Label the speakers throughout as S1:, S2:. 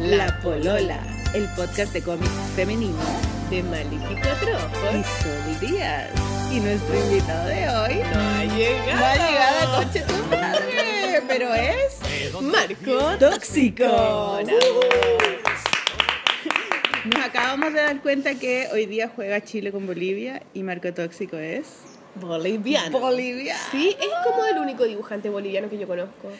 S1: La Polola, el podcast de cómics femenino
S2: de Maliki Cuatro
S1: y
S2: Ojos.
S1: Sol Díaz. Y nuestro invitado de hoy
S2: No ha llegado.
S1: no ha llegado a coche tu madre, pero es
S2: Marco
S1: tóxico. Uh.
S2: Tóxico.
S1: Nos acabamos de dar cuenta que hoy día juega Chile con Bolivia y Marco Tóxico es
S2: Boliviano.
S1: Bolivia.
S2: sí, es como el único dibujante boliviano que yo conozco.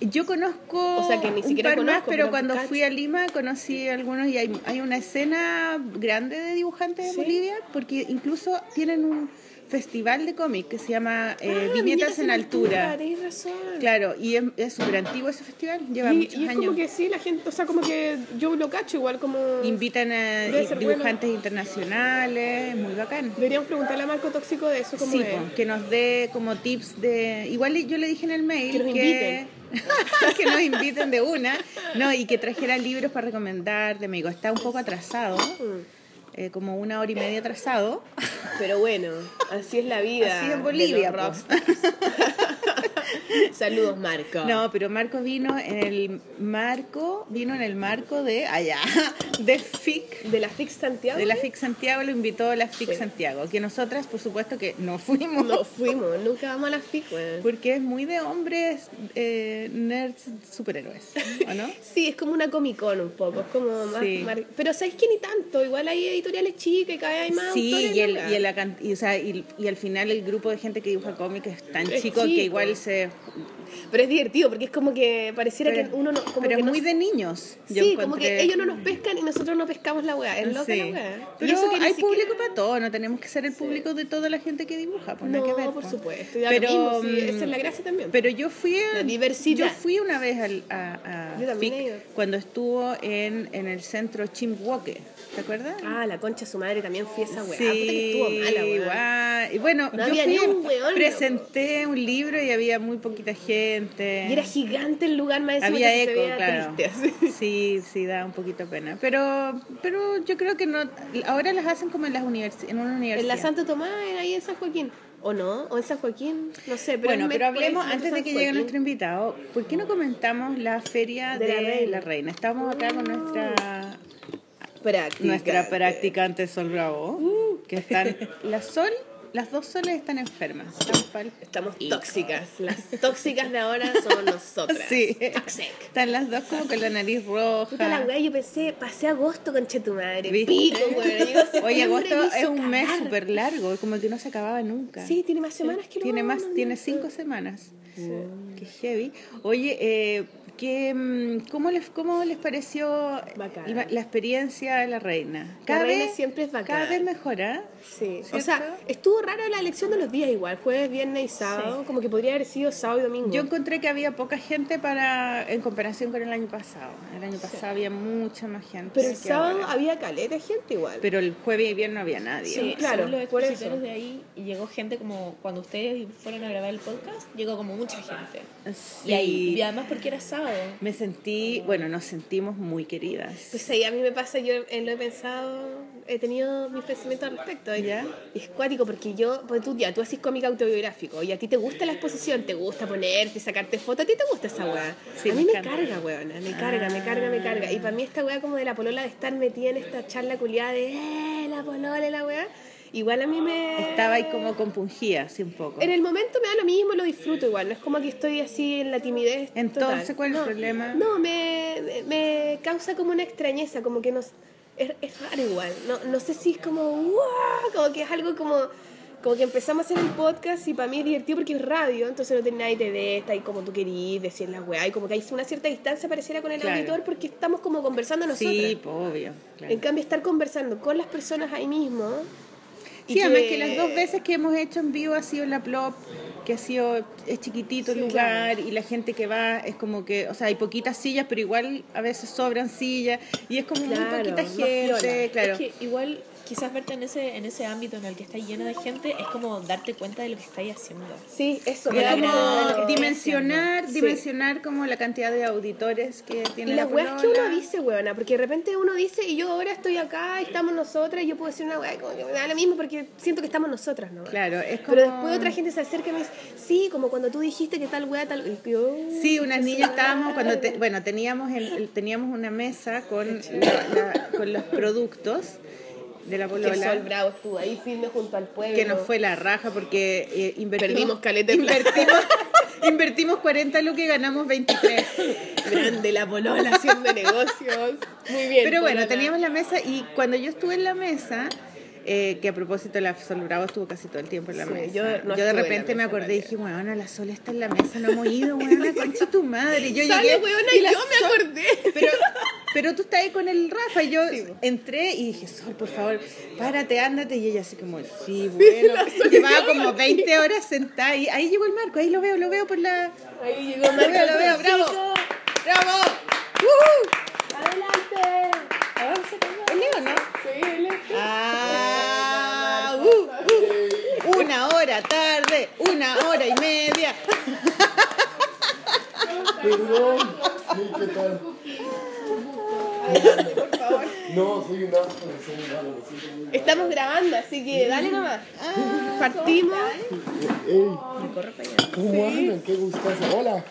S1: Yo conozco
S2: O sea, que ni
S1: un
S2: siquiera
S1: par más,
S2: conozco,
S1: pero
S2: pero
S1: cuando
S2: cacho.
S1: fui a Lima conocí algunos y hay, hay una escena grande de dibujantes de
S2: Sí.
S1: Bolivia porque incluso tienen un festival de cómic que se llama eh,
S2: Ah,
S1: Viñetas, en, Altura.
S2: Tienes razón.
S1: Claro, y es- es súper antiguo ese festival, lleva
S2: Y,
S1: muchos
S2: y es
S1: años.
S2: como que sí, la gente, o sea, como que yo lo cacho igual como...
S1: Invitan a
S2: Debe ser
S1: dibujantes internacionales, muy bacán.
S2: Deberíamos preguntarle a Marco Tóxico de eso, como
S1: Sí,
S2: es.
S1: po, que nos dé como tips de... Igual yo le dije en el mail
S2: Que nos
S1: que nos inviten de una, no, y que trajera libros para recomendar de Mego. Está un poco atrasado,
S2: Mm.
S1: eh, como una hora y media atrasado.
S2: Pero bueno, así es la vida.
S1: Así es Bolivia,
S2: de los
S1: po.
S2: rockstars. Saludos, Marco.
S1: No, pero Marco vino en el marco, vino en el marco de allá, de FIC
S2: ¿De la Fix Santiago?
S1: De la FIC Santiago lo invitó la FIC
S2: Sí.
S1: Santiago, que nosotras por supuesto que no fuimos,
S2: No fuimos, nunca vamos a la FIC, weón.
S1: porque es muy de hombres eh, nerds superhéroes, ¿o no?
S2: Sí, es como una Comic Con un poco, es como más...
S1: Sí.
S2: mar- Pero ¿sabes qué? Ni tanto, igual hay editoriales chicas y cada vez hay más
S1: Sí,
S2: autores,
S1: y, el,
S2: ¿no?
S1: y, la can- y, o sea, y- y al final el grupo de gente que dibuja cómics es tan
S2: Es
S1: chico,
S2: chico.
S1: que igual se...
S2: Pero es divertido porque es como que pareciera que uno no... Como
S1: pero
S2: que
S1: es
S2: no-
S1: muy de niños. yo
S2: Sí, como que
S1: encontré.
S2: ellos no nos pescan y nosotros no pescamos la weá, es loca
S1: Sí.
S2: la weá.
S1: Pero
S2: y eso que ni
S1: hay
S2: siquiera-
S1: público para todo, no tenemos que ser el público de toda la gente que dibuja. Pues, nada
S2: No,
S1: que ver,
S2: por
S1: pues. mm,
S2: supuesto, y da lo mismo, sí, esa es la gracia también.
S1: Pero yo fui a,
S2: La diversidad.
S1: Yo fui una vez al, a, a
S2: Yo también
S1: FIC
S2: he ido.
S1: cuando estuvo en, en el centro Chimboque, ¿te acuerdas?
S2: Ah, la concha de su madre también fui a esa weá,
S1: Sí,
S2: puta que estuvo mala weá.
S1: guau. Y bueno,
S2: No
S1: yo
S2: había
S1: fui,
S2: ni un weón,
S1: presenté un libro y había muy poquita gente.
S2: Y era gigante el lugar, más encima
S1: había
S2: que se
S1: eco,
S2: veía
S1: claro.
S2: triste, así.
S1: Sí, sí, da un poquito pena. Pero, pero yo creo que no. Ahora las hacen como en las universi- en una universidad.
S2: En la Santo Tomás, en ahí en San Joaquín. ¿O no? ¿O en San Joaquín? No sé, pero...
S1: Bueno,
S2: en
S1: pero
S2: Metro,
S1: hablemos,
S2: en Metro
S1: antes de
S2: San
S1: que llegue
S2: Joaquín.
S1: nuestro invitado, ¿por qué no comentamos la feria de, la, reina. Estamos acá
S2: Uh,
S1: con nuestra
S2: Practicante.
S1: nuestra practicante Sol Bravo,
S2: Uh.
S1: que están, la Sol, las dos Soles están enfermas. Están pal-
S2: Estamos
S1: Y-
S2: tóxicas. Las tóxicas de ahora somos nosotras.
S1: Sí.
S2: Toxic.
S1: Están las dos como con la nariz roja.
S2: Puta la weá, yo pensé, pasé agosto con tu madre.
S1: ¿Viste?
S2: Pico, weón. Llegó septiembre,
S1: Oye, agosto
S2: me hizo
S1: es un mes
S2: cagar.
S1: súper largo, como que no se acababa nunca.
S2: Sí, tiene más semanas que lo
S1: tiene
S2: vamos,
S1: más,
S2: no,
S1: tiene
S2: no.
S1: cinco semanas.
S2: Sí.
S1: Qué heavy. Oye, eh, ¿qué, mm, cómo, les, ¿cómo les pareció
S2: Bacán.
S1: la, la experiencia de la reina?
S2: reina siempre es bacán.
S1: Cada vez ¿ah? mejora.
S2: Sí.
S1: ¿Cierto?
S2: O sea, estuvo rara la elección de los días igual. Jueves, viernes y sábado. Como que podría haber sido sábado y domingo.
S1: Yo encontré que había poca gente para en comparación con el año pasado. El año pasado había mucha más gente.
S2: Pero el
S1: que
S2: sábado
S1: ahora.
S2: había caleta de gente igual.
S1: Pero el jueves y viernes no había nadie.
S3: Sí,
S1: ¿no?
S2: claro,
S3: claro, los
S2: por eso.
S3: expositores de ahí y llegó gente como cuando ustedes fueron a grabar el podcast, llegó como mucha gente.
S1: Sí.
S3: Y ahí, y además porque era sábado.
S1: Me sentí, bueno, nos sentimos muy queridas.
S2: Pues ahí a mí me pasa, yo eh, lo he pensado, he tenido mis pensamientos al respecto. Y
S1: ¿Ya?
S2: y es cuático porque yo, pues tú ya, tú haces cómic autobiográfico y a ti te gusta la exposición, te gusta ponerte, sacarte fotos, a ti te gusta esa weá.
S1: Sí,
S2: a
S1: me
S2: mí me,
S1: encanta.
S2: carga, weona, me carga, me carga, me carga. Y para mí esta weá como de la polola de estar metida en esta charla culiada de eh, la polola, la weá, igual a mí me...
S1: Estaba ahí como compungida, así un poco.
S2: En el momento me da lo mismo, lo disfruto igual, no es como que estoy así en la timidez. total.
S1: Entonces, ¿cuál es el problema?
S2: No, me, me causa como una extrañeza, como que nos, es, es raro igual. No, no sé si es como, ¡guau! como que es algo como, como que empezamos a hacer el podcast y para mí es divertido porque es radio, entonces no te, nadie te ve, está ahí como tú querís, decir la weá, y como que hay una cierta distancia pareciera con el
S1: Claro.
S2: auditor porque estamos como conversando nosotros.
S1: sí, po, obvio. claro.
S2: En cambio, estar conversando con las personas ahí mismo. y
S1: Sí, además que las dos veces que hemos hecho en vivo ha sido en la plop, que ha sido, es chiquitito el
S2: Sí,
S1: lugar y la gente que va es como que, o sea, hay poquitas sillas, pero igual a veces sobran sillas y es como
S2: Claro,
S1: muy poquita
S2: más
S1: gente,
S2: piola.
S1: claro.
S3: Es que igual
S4: quizás verte en ese, en ese ámbito en el que estás llena de gente es como darte cuenta de lo que estáis haciendo.
S2: Sí, eso.
S1: Como
S4: Me da
S2: como-
S4: como-
S1: dimensionar,
S2: Sí.
S1: dimensionar como la cantidad de auditores que tiene
S2: Y las weas que
S1: polola.
S2: uno dice, weona, porque de repente uno dice, y yo ahora estoy acá, y estamos nosotras, y yo puedo decir una wea, y como que me da lo mismo porque siento que estamos nosotras, ¿no?
S1: Claro, es como...
S2: Pero después otra gente se acerca y me dice, sí, como cuando tú dijiste que tal wea, tal. y yo,
S1: Sí, unas
S2: "Oh,
S1: niñas
S2: sí".
S1: estábamos cuando te- bueno teníamos el, el- teníamos una mesa con la- la- con los productos de la
S2: Que Sol
S1: polola
S2: Bravo estuvo ahí firme junto al pueblo.
S1: que nos fue la raja porque eh, invertimos
S2: Perdimos caleta de plata.
S1: invertimos, invertimos 40 lo que ganamos 23.
S2: grande la polola haciendo negocios. Muy bien.
S1: Pero bueno,
S2: polola.
S1: teníamos la mesa y cuando yo estuve en la mesa, eh, que a propósito la Sol Bravo estuvo casi todo el tiempo en la
S2: Sí,
S1: mesa. Yo,
S2: yo no estuve en
S1: de
S2: la
S1: repente me
S2: mesa,
S1: acordé y
S2: Valeria.
S1: dije, bueno, la Sol está en la mesa, no hemos ido, weona, concha tu madre. Y Yo
S2: Sale,
S1: llegué
S2: weona,
S1: y
S2: y
S1: la
S2: yo me acordé.
S1: Pero, pero tú estás ahí con el Rafa y yo
S2: Sí, po.
S1: entré y dije, Sol, por favor, párate, ándate. Y ella así como, sí, bueno. Llevaba como 20 horas sentada ahí. Ahí llegó el Marco, ahí lo veo, lo veo por la...
S2: Ahí llegó
S1: Lo veo,
S2: Marco
S1: lo veo,
S2: Trucito.
S1: bravo. ¡Bravo! ¡Woohoo!
S2: ¡Adelante!
S1: ¿Es Leo, no?
S2: Sí, él es-
S1: Ah, uh, uh. una hora tarde, una hora y media.
S5: Perdón, sí, ¿qué tal? No, soy un asco, soy un asco, soy un asco.
S2: Estamos grabando, así que dale nomás.
S1: Ah,
S2: Partimos.
S5: Ey, ¿cómo andan? Qué gustazo. Hola.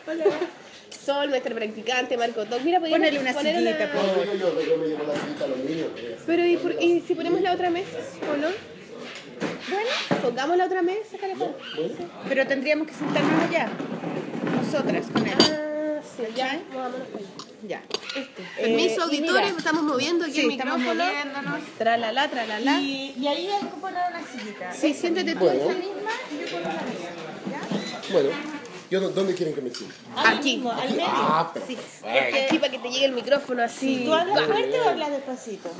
S2: Sol, nuestra practicante, Marco Toc. Mira, podemos
S1: Ponele una
S2: poner
S1: sillita, por
S5: No, yo, yo, yo me llevo la cita a los niños. pues.
S2: Pero ¿y, por- y si ponemos la otra mesa o no? Bueno, pongamos la otra mesa, calefón.
S5: Bueno,
S1: Pero tendríamos que sentarnos allá. Nosotras con él.
S2: Ah, sí, ya. Vámonos para allá.
S1: Ya. Eh,
S2: Este, Permiso,
S1: y
S2: auditores,
S1: mira,
S2: estamos moviendo aquí
S1: Sí,
S2: el
S1: estamos
S2: micrófono.
S1: moviéndonos.
S2: Tralala, tralala.
S1: Y, y ahí hay que poner una sillita.
S2: Sí, siéntate tú.
S5: Bueno.
S1: misma y yo pongo la mía.
S5: bueno. Yo, no- ¿Dónde quieren que me siente?
S2: Aquí.
S5: Ah, pero.
S2: Aquí para que te llegue el micrófono así.
S1: Eh, ¿Tú hablas fuerte o hablas despacito?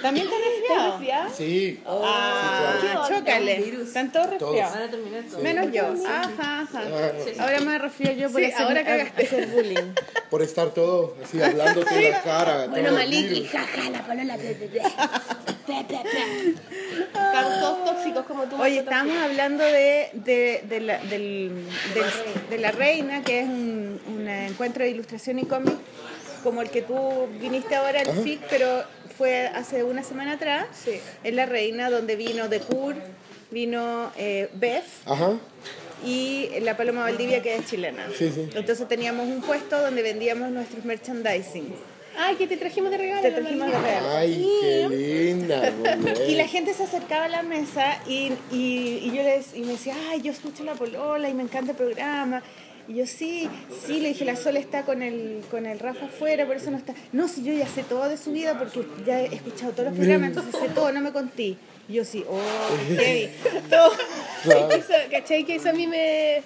S1: ¿También te resfriado?
S5: Sí.
S1: Ah, chócale. Están todos resfriados.
S5: Todos.
S1: Menos yo. Ajá, ajá.
S5: Sí.
S1: Ahora me resfrío yo por
S2: Sí,
S1: hacer-
S2: ahora cagaste.
S1: hacer bullying.
S5: Por estar todo así hablándote en la cara.
S2: Bueno,
S5: todo el
S2: Maliki,
S5: virus.
S2: jaja, la polola. pe, pe, pe. Pe, pe, pe. Están todos tóxicos como tú.
S1: Oye,
S2: Marco Toc.
S1: estábamos hablando de, de, de la, del, del- de La Reina, que es un, un encuentro de ilustración y cómic, como el que tú viniste ahora al FIC, pero fue hace una semana atrás,
S2: Sí.
S1: en La Reina, donde vino The Cure, vino eh, Beth
S5: Ajá.
S1: y la Paloma Valdivia, que es chilena.
S5: Sí, sí.
S1: Entonces teníamos un puesto donde vendíamos nuestros merchandising.
S2: Ay, que te trajimos de regalo.
S1: Te trajimos de
S2: Maliki.
S1: regalo.
S5: Ay, qué linda. güey.
S1: Y la gente se acercaba a la mesa y, y- y yo les y me decía, ay, yo escucho la polola y me encanta el programa. Y yo sí, sí, le dije, la Sol está con el, con el Rafa afuera, por eso no está. No, si yo ya sé todo de su vida porque ya he escuchado todos los programas, entonces sé todo, no me contí. Y yo sí, oh, heavy. Todo.
S5: Claro.
S2: Eso, ¿Cachai? Que eso a mí me.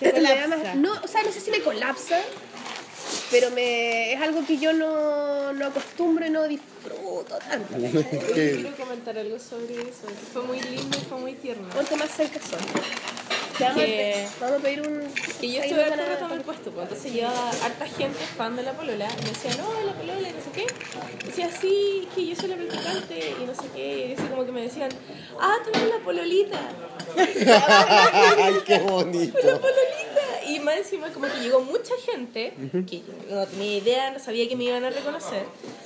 S1: Te
S2: me da
S1: colapsa.
S2: más- no, o sea, no sé si me colapsa, pero me, es algo que yo no, no acostumbro y no disfruto tanto.
S5: Qué-
S3: Quiero comentar algo sobre eso. que Fue muy lindo y fue muy tierno.
S2: Ponte más cerca son. Te vamos,
S3: Que-
S2: a, vamos a pedir un.
S3: Y yo
S2: ahí
S3: estuve
S2: nos
S3: harto
S2: van a-
S3: rato en el puesto, pues, entonces llevaba harta gente fan de la polola. Y me decía, no, la polola, y no sé qué. Decía, sí, es que yo soy la practicante y no sé qué. Y así como que me decían, ah, tú eres la pololita.
S5: Ay, qué
S3: La
S5: bonito.
S3: pololita. Y más encima como que llegó mucha gente, que yo no tenía idea, no sabía que me iban a reconocer.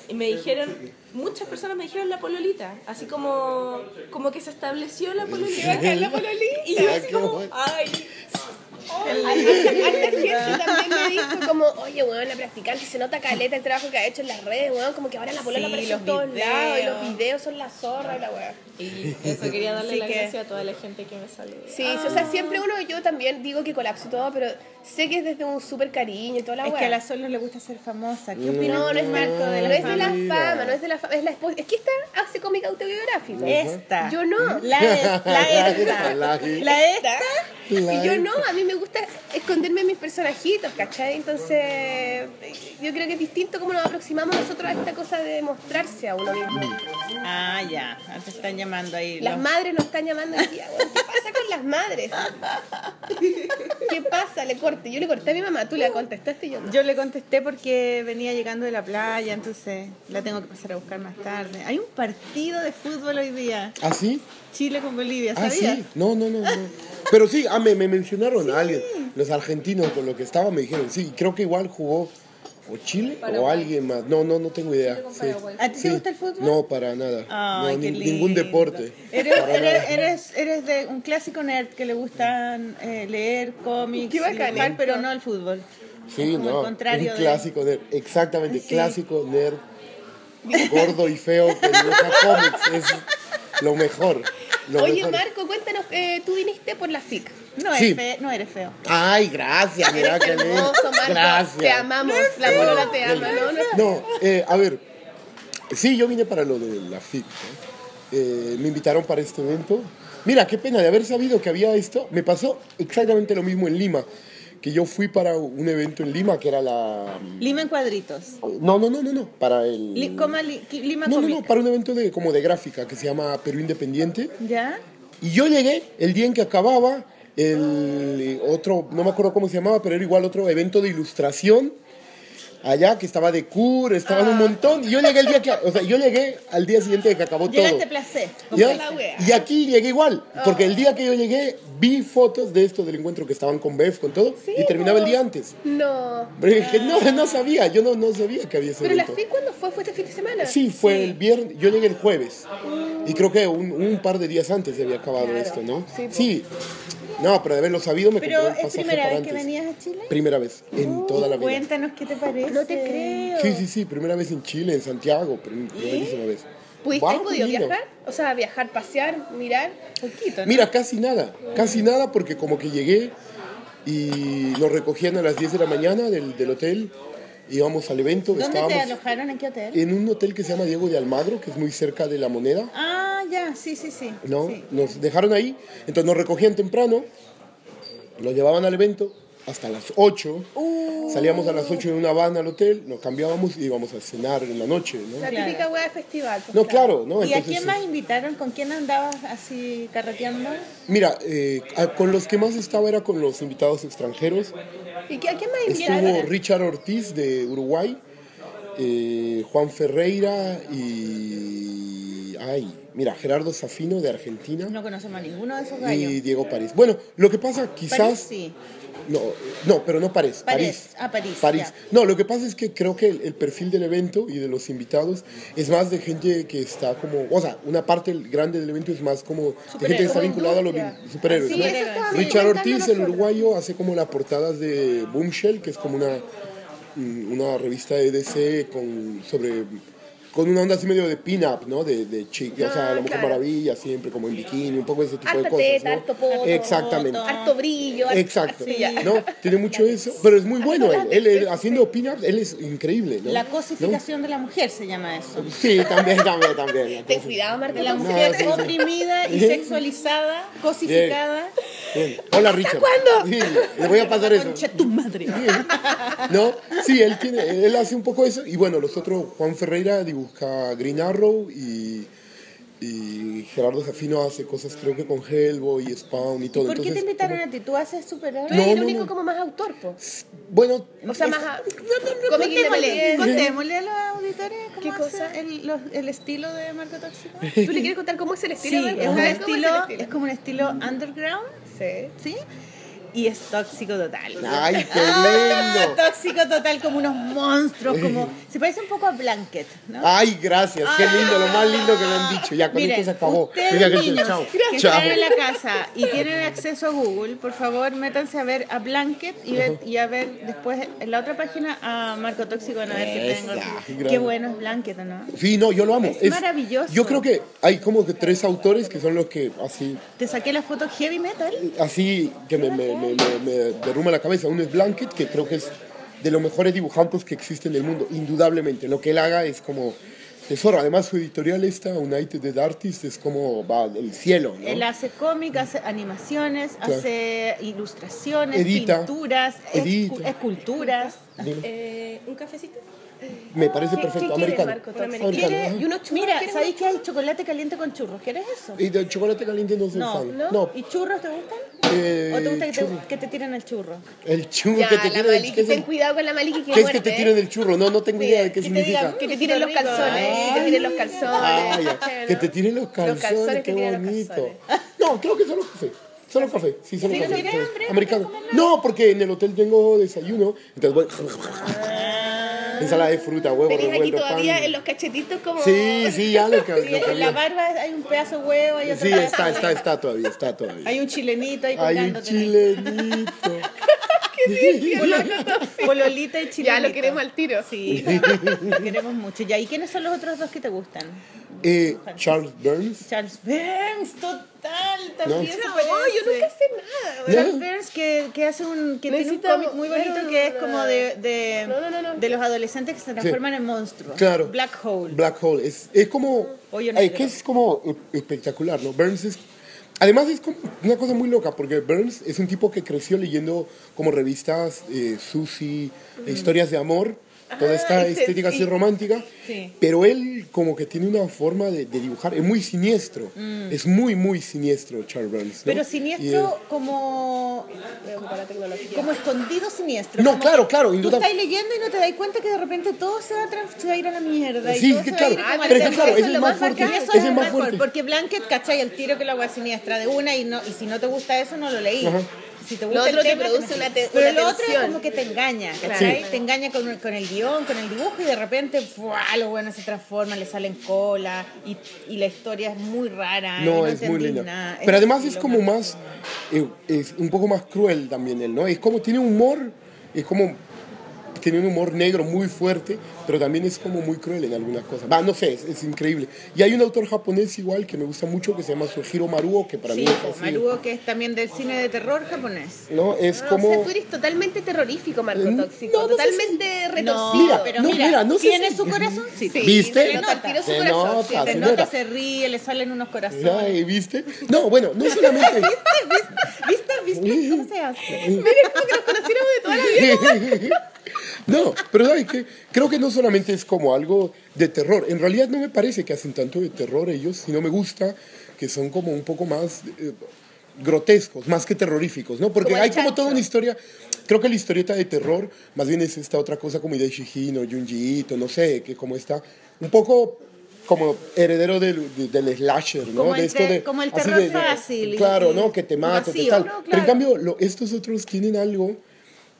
S3: Y me dijeron, muchas personas me dijeron la pololita. Así como, como que se estableció la pololita.
S2: La pololita.
S3: Y yo
S5: Ah,
S3: así
S5: qué
S3: como,
S5: bueno.
S3: ay,
S2: Harta gente también me dijo como, oye, weón, la practicante se nota caleta el trabajo que ha hecho en las redes, weón, como que ahora la
S1: Sí,
S2: polola aparece
S1: los
S2: en todos
S1: videos.
S2: lados y los videos son la zorra y la weón.
S3: Y eso quería darle
S1: Así
S3: la
S1: que-
S3: gracia a toda la gente que me saludó.
S2: Sí, o
S1: Ah.
S2: sea, siempre uno, yo también digo que colapso y todo, pero sé que es desde un súper cariño y toda la
S1: Es
S2: weá.
S1: que a la Sol no le gusta ser famosa. ¿Qué
S5: Mm.
S1: opinas
S2: No, no es
S1: tú, Marco de
S2: no
S1: la
S2: es de la
S5: familia.
S2: fama, no es de la fama, es la esposa. Es que esta hace cómica autobiográfica.
S1: Esta.
S2: Yo no.
S1: La esta. La
S5: La
S1: esta.
S5: esta, la
S1: La esta.
S2: Y yo no, a mí me gusta esconderme en mis personajitos, ¿cachai? Entonces, yo creo que es distinto cómo nos aproximamos nosotros a esta cosa de mostrarse a uno mismo.
S1: Ah, ya. Ah, Te están llamando ahí.
S2: Las
S1: los-
S2: madres nos están llamando hoy día, weón. ¿Qué pasa con las madres? ¿Qué pasa? Le corté. Yo le corté a mi mamá, tú le contestaste y yo no.
S1: Yo le contesté porque venía llegando de la playa, entonces la tengo que pasar a buscar más tarde. Hay un partido de fútbol hoy día.
S5: ¿Ah, sí?
S1: Chile con Bolivia,
S5: Ah,
S1: ¿sabías?
S5: sí. No, no, no. no. Pero sí, ah, me, me mencionaron a alguien. Los argentinos con lo que estaba me dijeron. Sí, creo que igual jugó o Chile o alguien más. No, no, no tengo idea. Sí.
S1: ¿A ti te
S5: Sí.
S1: gusta el fútbol?
S5: No, para nada.
S1: Ay,
S5: No,
S1: qué
S5: nin-
S1: lindo.
S5: ningún deporte.
S1: Eres,
S5: Para
S1: eres,
S5: nada.
S1: eres, eres de un clásico nerd que le gustan eh, leer cómics,
S2: Qué bacán,
S1: dibujar,
S2: ¿eh?
S1: pero no el fútbol.
S5: Sí,
S1: como el
S5: no.
S1: contrario
S5: un
S1: de-
S5: clásico nerd. Exactamente,
S1: Sí.
S5: clásico nerd. Gordo y feo que dibuja cómics. Es lo mejor. Lo
S2: Oye,
S5: mejor.
S2: Marco, cuéntanos, eh, tú viniste por la FIC.
S1: No,
S5: Sí.
S1: eres fe- no eres feo.
S5: Ay, gracias, mira qué lindo.
S2: Hermoso, Marco.
S5: Gracias.
S2: Te amamos. La polola te ama, ¿no? No-
S5: No, eh, a ver. Sí, yo vine para lo de la FIC. ¿no? Eh, me invitaron para este evento. Mira, qué pena de haber sabido que había esto. Me pasó exactamente lo mismo en Lima. Que yo fui para un evento en Lima que era la.
S1: Lima en cuadritos.
S5: No, no, no, no, no. Para el.
S1: Li- coma li- qui- Lima
S5: no, no, no,
S1: cómica.
S5: para un evento de, como de gráfica que se llama Perú Independiente.
S1: ¿Ya?
S5: Y yo llegué el día en que acababa el otro, no me acuerdo cómo se llamaba, pero era igual otro evento de ilustración. Allá que estaba de cur, estaban
S2: Ah.
S5: un montón. Y yo llegué el día que, o sea, yo llegué al día siguiente de que acabó todo.
S1: Llegaste placer.
S5: ¿Ya?
S2: la wea. Ah.
S5: Y aquí llegué igual, porque el día que yo llegué vi fotos de esto del encuentro que estaban con Bev, con todo, y terminaba el día antes.
S2: No.
S5: Pero dije, no, no sabía, yo no, no sabía que había ese
S2: Pero la
S5: evento.
S2: FIC, ¿cuándo fue? ¿Fue este fin de semana?
S5: Sí, fue el viernes, yo llegué el jueves. Y creo que un, un par de días antes se había acabado esto, ¿no? Sí. No, pero de haberlo sabido me
S1: pues. Pero
S5: compré un
S1: es
S5: pasaje
S1: primera
S5: para
S1: vez que
S5: antes.
S1: venías a Chile.
S5: Primera vez en toda la vida.
S1: Cuéntanos qué te parece.
S2: No te creo.
S5: Sí, sí, sí, primera vez en Chile, en Santiago, prim- primerísima vez.
S2: ¿Pudiste,
S5: Guau,
S2: has podido
S5: mira.
S2: viajar? O sea, viajar, pasear, mirar. Poquito.
S5: Mira, casi nada, casi nada porque como que llegué y nos recogían a las 10 de la mañana del, del hotel, íbamos al evento,
S1: ¿Dónde te
S5: pues, estábamos
S1: alojaron? ¿En qué hotel?
S5: en un hotel que se llama Diego de Almagro, que es muy cerca de La Moneda.
S1: Ah, ya, sí, sí, sí.
S5: ¿no?
S1: Sí.
S5: Nos dejaron ahí, entonces nos recogían temprano, nos llevaban al evento hasta las 8,
S1: Uh.
S5: salíamos a las 8 en una van al hotel, nos cambiábamos y íbamos a cenar en la noche, ¿no?
S2: La
S1: Claro.
S2: típica hueá de festival. pues,
S5: No, claro, ¿no?
S1: ¿Y a quién
S5: sí.
S1: más invitaron? ¿Con quién andabas así carreteando?
S5: Mira, eh, a- con los que más estaba era con los invitados extranjeros.
S2: ¿Y qué- a quién más
S5: Estuvo
S2: invitaron?
S5: Richard Ortiz de Uruguay, eh, Juan Ferreira y... Ay, mira, Gerardo Safino de Argentina
S1: No conocemos a ninguno de esos gallos.
S5: y Diego París. Bueno, lo que pasa quizás...
S1: París, sí.
S5: No, no, pero no París.
S1: París,
S5: París.
S1: ah, París, ya.
S5: No, lo que pasa es que creo que el, el perfil del evento y de los invitados es más de gente que está como, o sea, una parte grande del evento es más como de gente que está
S2: Superhéroes.
S5: vinculada a los
S2: Industria.
S5: vi- superhéroes.
S2: Sí,
S5: ¿no?
S2: eso estábamos
S5: Richard
S2: comentando
S5: Ortiz, el
S2: nosotros.
S5: uruguayo, hace como las portadas de Boomshell, que es como una, mm, una revista de DC con, sobre, con una onda así medio de pin-up, ¿no? De, de chica, o sea,
S2: Ah,
S5: la Mujer
S2: claro.
S5: Maravilla siempre, como en bikini, un poco ese tipo
S2: Harta
S5: de cosas.
S2: teta,
S5: ¿no?
S2: harto poto.
S5: Exactamente.
S2: Harto brillo. harto-
S5: Exacto.
S2: Sí, ya.
S5: ¿No? Tiene mucho eso. Pero es muy bueno él. Él, él, haciendo opinions, él es increíble. ¿no?
S1: La cosificación de la mujer se llama eso.
S5: ¿No? Sí, también, también, también. la
S2: Ten
S5: cosa.
S2: cuidado, Marco.
S1: De la
S2: no sé.
S1: mujer
S5: sí, sí.
S1: oprimida y
S5: Bien.
S1: sexualizada, cosificada.
S5: Bien. Hola, Richard.
S2: cuándo?
S5: Sí, le voy a pasar eso.
S1: Concha tu madre.
S5: ¿No? Sí, él, tiene, él hace un poco eso. Y bueno, los otros, Juan Ferreira dibuja Green Arrow y, y Gerardo Safino hace cosas, creo que con Hellboy, Spawn y todo.
S1: ¿Por qué
S5: Entonces,
S1: te invitaron a ti? ¿Tú haces superhéroe?
S2: Tú eres
S5: No,
S2: el
S5: no,
S2: único
S5: no.
S2: como más autor, po.
S5: Bueno,
S2: O sea, más... a- cómic
S1: Contémosle,
S2: independiente.
S1: contémosle a los auditores cómo
S2: ¿Qué
S1: hace
S2: cosa?
S1: El, los- el estilo de Marco Tóxico.
S2: ¿Tú le quieres contar cómo es el
S1: Sí,
S2: estilo? de
S1: es un
S2: Marco? ¿Cómo es el
S1: estilo, es como un estilo underground,
S2: Sí.
S1: ¿sí? Y es tóxico total.
S5: ay, qué
S1: Ah,
S5: lindo.
S1: tóxico total, como unos monstruos, como se parece un poco a Blanket, ¿no?
S5: Ay, gracias, qué lindo, lo más lindo que me han dicho. Ya, con
S1: Miren,
S5: esto se acabó.
S1: ustedes,
S5: Mira, Cristian,
S1: niños,
S5: chao.
S1: que
S5: Chao.
S1: están en la casa y tienen acceso a Google, por favor, métanse a ver a Blanket y, ver- y a ver después en la otra página a Marco Tóxico van a ver si
S5: Esa,
S1: tengo.
S5: grande.
S1: Qué bueno es Blanket, ¿o ¿no?
S5: Sí, no, yo lo amo.
S1: Es maravilloso.
S5: Yo creo que hay como que tres autores que son los que así,
S1: Te saqué la foto heavy metal.
S5: así que me, me, me- me- me derrumba la cabeza. Uno es Blanket, que creo que es de los mejores dibujantes que existen en el mundo, indudablemente. Lo que él haga es como Tesoro, además su editorial esta, United Dead Artists, es como va el cielo, ¿no?
S1: Él hace cómics, hace animaciones,
S5: Claro.
S1: hace ilustraciones,
S5: Edita.
S1: pinturas,
S5: Edita.
S1: escu- esculturas.
S5: Dime.
S3: Eh, ¿Un cafecito?
S5: Me parece
S2: ¿Qué-
S5: perfecto.
S2: qué quiere,
S5: americano.
S2: Marco? ¿Tú americano?
S5: Americano,
S1: ¿Quieres?
S5: ajá.
S2: Y unos churros.
S1: Mira,
S2: ¿quieres
S1: ¿sabéis que hay chocolate caliente con churros? ¿Quieres eso?
S5: Y del chocolate caliente no soy
S1: No,
S5: fan.
S1: no,
S5: No.
S1: ¿Y churros te gustan?
S5: Eh,
S1: ¿O te gusta que
S5: churro.
S1: te, que te tiren el churro?
S5: El
S2: unos-
S5: churro
S2: Ya,
S5: que te
S2: la
S5: tiran.
S2: Maliki,
S5: ¿Qué es
S2: ten
S5: el-
S2: cuidado con la Maliki que
S5: qué es que te
S2: muerde,
S5: tiran
S2: ¿eh?
S5: el churro? No, no tengo idea de Eh, qué
S1: que te digan,
S5: significa.
S1: "Mm,
S2: Que te tiren los
S1: Rico.
S2: calzones, que te tiren los
S5: Ah,
S2: calzones.
S5: ya.
S2: ¿cachai,
S5: Que
S2: no?
S5: te tiren los calzones,
S2: calzones,
S5: qué
S2: que tiren los
S5: bonito.
S2: calzones.
S5: No, creo que solo café. Solo café, sí, solo
S1: Sí,
S5: café.
S1: no tiene
S5: solo-
S1: hambre, no
S5: Americano.
S1: quieres
S5: No, porque en el hotel tengo desayuno, entonces voy. Ensalada de fruta, huevo
S2: Tenés aquí
S5: revuelto, pan.
S2: todavía en los cachetitos como...
S5: Sí, sí, ya lo que. lo
S1: Sí,
S5: que
S1: en la
S5: había.
S1: barba hay un pedazo de huevo, hay otro
S5: Sí,
S1: pedazo
S5: está,
S1: de-
S5: está, está todavía, está todavía.
S1: Hay un chilenito ahí
S5: Hay
S1: colgándote.
S5: un chilenito.
S1: Pololita y chilenito.
S2: Ya lo queremos al tiro.
S1: Sí, lo queremos mucho. Ya, ¿y quiénes son los otros dos que te gustan?
S5: Eh, Charles Burns.
S1: Charles Burns, total, también se
S2: No,
S1: parece.
S2: yo nunca sé nada. güey.
S1: Charles
S5: ¿No?
S1: Burns que, que hace un que tiene un
S2: Necesitamos-
S1: cómic muy bonito
S2: no,
S1: que es
S2: no,
S1: como
S2: no.
S1: de de,
S2: No, no, no, no.
S1: de los adolescentes que se transforman en monstruos.
S5: Claro.
S1: Black Hole.
S5: Black Hole. Es, es como.
S1: Hoyo
S5: es
S1: negro.
S5: que es como e- espectacular, ¿no? Burns es. Además es como una cosa muy loca, porque Burns es un tipo que creció leyendo como revistas eh, Susie,
S1: Mm.
S5: historias de amor, toda esta
S2: ese
S5: estética así
S2: sí.
S5: romántica.
S1: Ah, Sí.
S5: Pero él como que tiene una forma de, de dibujar, es muy siniestro, es muy, muy siniestro Charles Burns. ¿no?
S1: Mm. Pero
S5: Y,
S1: siniestro
S5: eh,
S1: como como escondido siniestro.
S5: No,
S1: como
S5: claro,
S1: que
S5: claro,
S1: Tú
S5: indudable-
S1: estás leyendo y no te das cuenta que de repente todo se va a, trans- se va a ir a la mierda. y
S5: Sí,
S1: todo
S5: es que
S1: se va a ir
S5: claro,
S1: como al
S5: pero es que
S1: cerro.
S5: claro,
S1: Eso
S5: ese es
S1: lo
S5: más
S1: bacán.
S5: fuerte,
S1: Eso
S5: ese
S1: es
S5: es más
S1: mejor,
S5: fuerte.
S1: Porque Blanket, ¿cachai? El tiro que la agua siniestra de una y no y si no te gusta eso, no lo leí.
S5: Ajá.
S1: Si te
S2: Lo
S1: gusta el
S2: otro te
S1: tema,
S2: produce una te-
S1: Pero
S2: una
S1: lo otro es
S2: tensión.
S1: como que te engaña,
S2: Claro.
S1: ¿cachai?
S2: Sí.
S1: Te engaña con, con el guión, con el dibujo y de repente, ¡buah! Los buenos se transforman, le salen cola y, y la historia es muy rara. y
S5: No, es muy
S1: entendí
S5: linda.
S1: nada.
S5: Pero además es
S1: lo
S5: como más, eh, es un poco más cruel también él, ¿no? Es como tiene humor, es como, tiene un humor negro muy fuerte, pero también es como muy cruel en algunas cosas. Va, no sé, es, es increíble. Y hay un autor japonés igual que me gusta mucho que se llama Sujiro Maruo, que para
S1: Sí, pues,
S5: mí es así.
S1: Maruo, que es también del cine de terror japonés.
S5: ¿no? Es
S2: Ah,
S5: como...
S2: O sea, tú eres totalmente terrorífico, Marco
S5: Mm,
S2: Tóxico.
S5: no, no sé
S2: totalmente retorcido.
S5: Mira, no, mira, no sé
S1: tiene
S5: si-
S1: su corazoncito.
S5: ¿Viste?
S1: Se
S2: Se nota, tiró su
S5: Se
S2: corazón,
S5: nota,
S2: sí,
S1: Se
S5: se
S1: nota,
S5: nota.
S1: se ríe, le salen unos corazones.
S5: Ay, ¿viste? No, bueno, no solamente...
S1: ¿Viste? ¿Viste cómo se hace?
S5: No, pero ¿sabes qué? Creo que no solamente es como algo de terror. En realidad no me parece que hacen tanto de terror ellos, sino me gusta que son como un poco más eh, grotescos, más que terroríficos, ¿no? Porque
S2: Como el
S5: hay como
S2: chancho.
S5: toda una historia. Creo que la historieta de terror más bien es esta otra cosa como Hideo Shihino, Junji Ito, no sé, que como está un poco como heredero del, del slasher, ¿no?
S1: Como
S5: de
S1: el
S5: esto
S1: te-
S5: de,
S1: como el
S5: así
S1: terror
S5: de- de-
S1: fácil y-
S5: Claro,
S1: y
S5: ¿no? Que te mato, que
S1: vacío,
S5: tal.
S1: ¿no?
S5: Pero en
S1: Claro.
S5: cambio, lo- estos otros tienen algo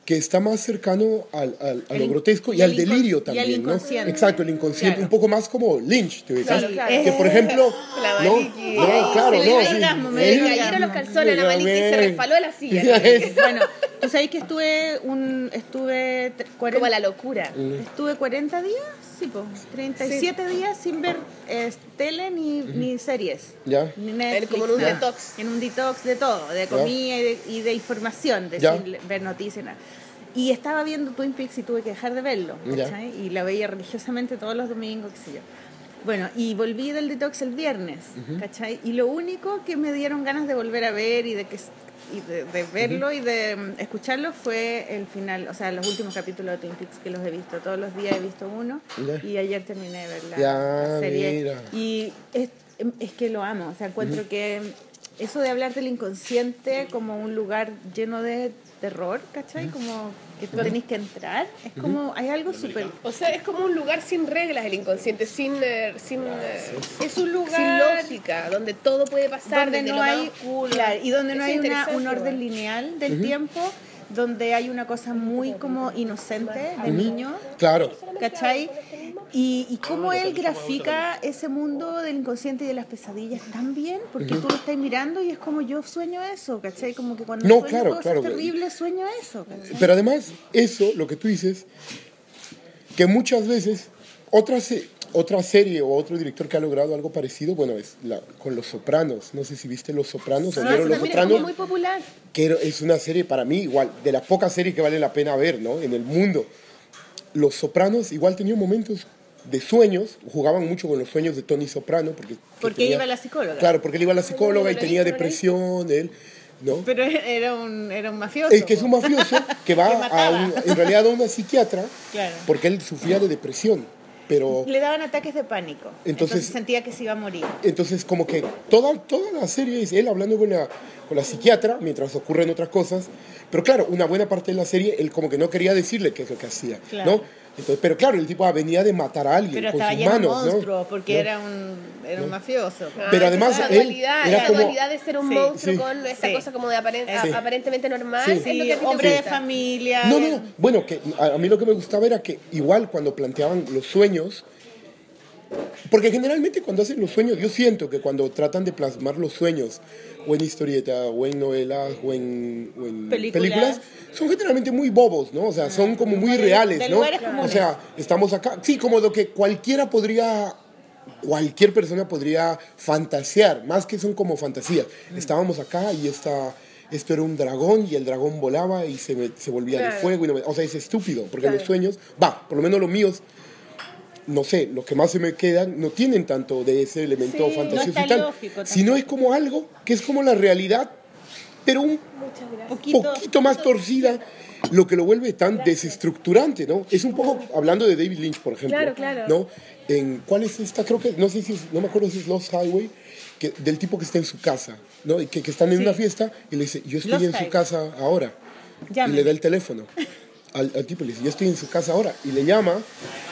S5: que está más cercano al, al- a lo
S1: El-
S5: grotesco y,
S1: y
S5: al
S1: el incon-
S5: delirio
S1: y al
S5: también, ¿no?
S1: inconsciente.
S5: Exacto, el inconsciente,
S1: Claro.
S5: un poco más como Lynch, ¿te fijas?
S2: Claro, claro.
S5: Que por ejemplo,
S2: La
S5: no,
S2: Maliki.
S5: no,
S2: Ay,
S5: claro,
S1: se le
S5: no,
S1: ve
S5: sí.
S1: orgasmo, me
S5: Sí.
S1: ve
S2: Le cayeron los calzones a la Maliki y se
S5: Dígame.
S2: resbaló de la silla.
S1: Bueno, tú sabes que estuve un estuve tre-
S2: Como a
S1: 40
S2: la locura.
S1: estuve 40 días, sí, po, 37 días sin ver eh, tele ni, ni series.
S5: Ya.
S1: Ni
S2: Era como en un
S1: nada.
S2: detox.
S1: En un detox de todo, de comida y de, y de información, de
S5: Ya.
S1: sin le- ver noticias y nada. Y estaba viendo Twin Peaks y tuve que dejar de verlo,
S5: Ya.
S1: ¿cachai? Y la veía religiosamente todos los domingos, qué sé yo. Bueno, y volví del detox el viernes, ¿cachai? Y lo único que me dieron ganas de volver a ver y de que y de, de verlo y de mm, escucharlo fue el final, o sea, los últimos capítulos de Twin Peaks que los he visto. Todos los días he visto uno
S5: Ya.
S1: y ayer terminé de ver la,
S5: Ya,
S1: la serie.
S5: mira.
S1: Y es, es que lo amo, o sea, encuentro que eso de hablar del inconsciente como un lugar lleno de terror, ¿cachai? Como que tú tenés que entrar, es como, hay algo súper...
S2: O sea, es como un lugar sin reglas el inconsciente, sin, eh, sin,
S5: Ah,
S2: eh,
S1: Es un
S2: sin
S1: lugar
S2: lógica, donde todo puede pasar,
S1: donde
S2: desde
S1: no
S2: lo más
S1: hay
S2: oscuro.
S1: claro, y donde no
S2: Eso es
S1: hay una,
S2: interesante,
S1: un orden
S2: igual.
S1: lineal del tiempo, donde hay una cosa muy como inocente del niño.
S5: Claro.
S1: ¿Cachai? Y, y cómo él grafica ese mundo del inconsciente y de las pesadillas tan bien, porque tú lo estás mirando y es como yo sueño eso, ¿cachai? Como que cuando
S5: No,
S1: sueño
S5: claro,
S1: cosas
S5: claro.
S1: terribles, sueño eso, ¿cachai?
S5: Pero además, eso, lo que tú dices, que muchas veces otra, se- otra serie o otro director que ha logrado algo parecido, bueno, es la- con Los Sopranos. No sé si viste Los Sopranos o
S2: Ah,
S5: vieron
S2: eso también
S5: Los
S2: es como
S5: Sopranos.
S2: muy popular.
S5: que era- es una serie para mí igual, de las pocas series que vale la pena ver, ¿no? En el mundo. Los Sopranos igual tenía momentos de sueños, jugaban mucho con los sueños de Tony Soprano. Porque, que
S1: Porque iba la psicóloga.
S5: Claro, porque él iba a la psicóloga y
S2: lo
S5: tenía
S2: leí, no lo leí.
S5: depresión, él, ¿no?
S1: Pero era un, era un mafioso.
S5: Es que es un mafioso que
S1: Que
S5: va
S1: mataba.
S5: a un- en realidad a una psiquiatra
S1: Claro.
S5: porque él sufría de depresión. Pero
S1: Le daban ataques de pánico. Entonces,
S5: Entonces-
S1: sentía que se iba a morir.
S5: entonces como que toda, toda la serie es él hablando con la, con la psiquiatra mientras ocurren otras cosas. Pero claro, una buena parte de la serie él como que no quería decirle qué es lo que hacía,
S1: Claro.
S5: ¿no? Entonces, pero claro, el tipo ah, venía de matar a alguien
S1: Pero
S5: con
S1: estaba
S5: sus
S1: lleno de
S5: manos, ¿no?
S1: monstruos porque
S5: ¿No?
S1: era un, era un mafioso. pues.
S2: Ah,
S5: Pero
S2: esa
S5: además
S2: es la
S5: él
S2: dualidad,
S5: era
S2: la
S5: como-
S2: dualidad de ser un
S1: Sí,
S2: monstruo
S5: sí.
S2: con esta
S1: Sí.
S2: cosa como de aparen- a-
S1: Sí.
S2: aparentemente normal.
S5: Sí.
S2: es lo
S1: Sí,
S2: que a ti te
S1: hombre de
S2: gusta.
S1: familia.
S5: No, no, no. Bueno, que a, a mí lo que me gustaba era que igual cuando planteaban los sueños, porque generalmente cuando hacen los sueños, yo siento que cuando tratan de plasmar los sueños, o en historieta, o en novelas, o en, o en
S1: Películas.
S5: películas, son generalmente muy bobos, ¿no? O sea, son como muy reales,
S1: de
S5: ¿no?
S1: lugares
S5: O
S1: comunes.
S5: sea, estamos acá, sí, como lo que cualquiera podría cualquier persona podría fantasear, más que son como fantasías. Estábamos acá y esta, esto era un dragón y el dragón volaba y se, me- se volvía de
S2: Claro.
S5: fuego. y no me- o sea, es estúpido, porque
S2: Claro.
S5: los sueños, va, por lo menos los míos, no sé, los que más se me quedan no tienen tanto de ese elemento
S2: Sí,
S5: fantasioso
S1: no está
S5: y tal,
S1: lógico
S5: sino es como algo que es como la realidad, pero un
S2: Muchas gracias.
S1: Poquito.
S5: poquito más torcida, lo que lo vuelve tan desestructurante, ¿no? Es un poco, hablando de David Lynch, por ejemplo,
S2: Claro, claro.
S5: ¿no? En, ¿Cuál es esta? Creo que, no sé si, es- no me acuerdo si es Lost Highway, que, del tipo que está en su casa, ¿no? Y que, que están en una fiesta y le dice, yo estoy
S1: Lost
S5: en su
S1: Highway.
S5: casa ahora.
S1: Llame.
S5: Y le da el teléfono al, al tipo y le dice, yo estoy en su casa ahora. Y le llama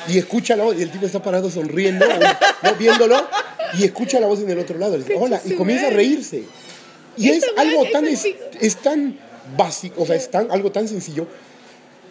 S5: y escucha la voz y el tipo está parado sonriendo, ¿no? viéndolo, y escucha la voz en el otro lado. Le dice, hola, y
S1: ¿eh?
S5: comienza a reírse. Y es algo tan, es, es tan básico, o sea, es tan, algo tan sencillo,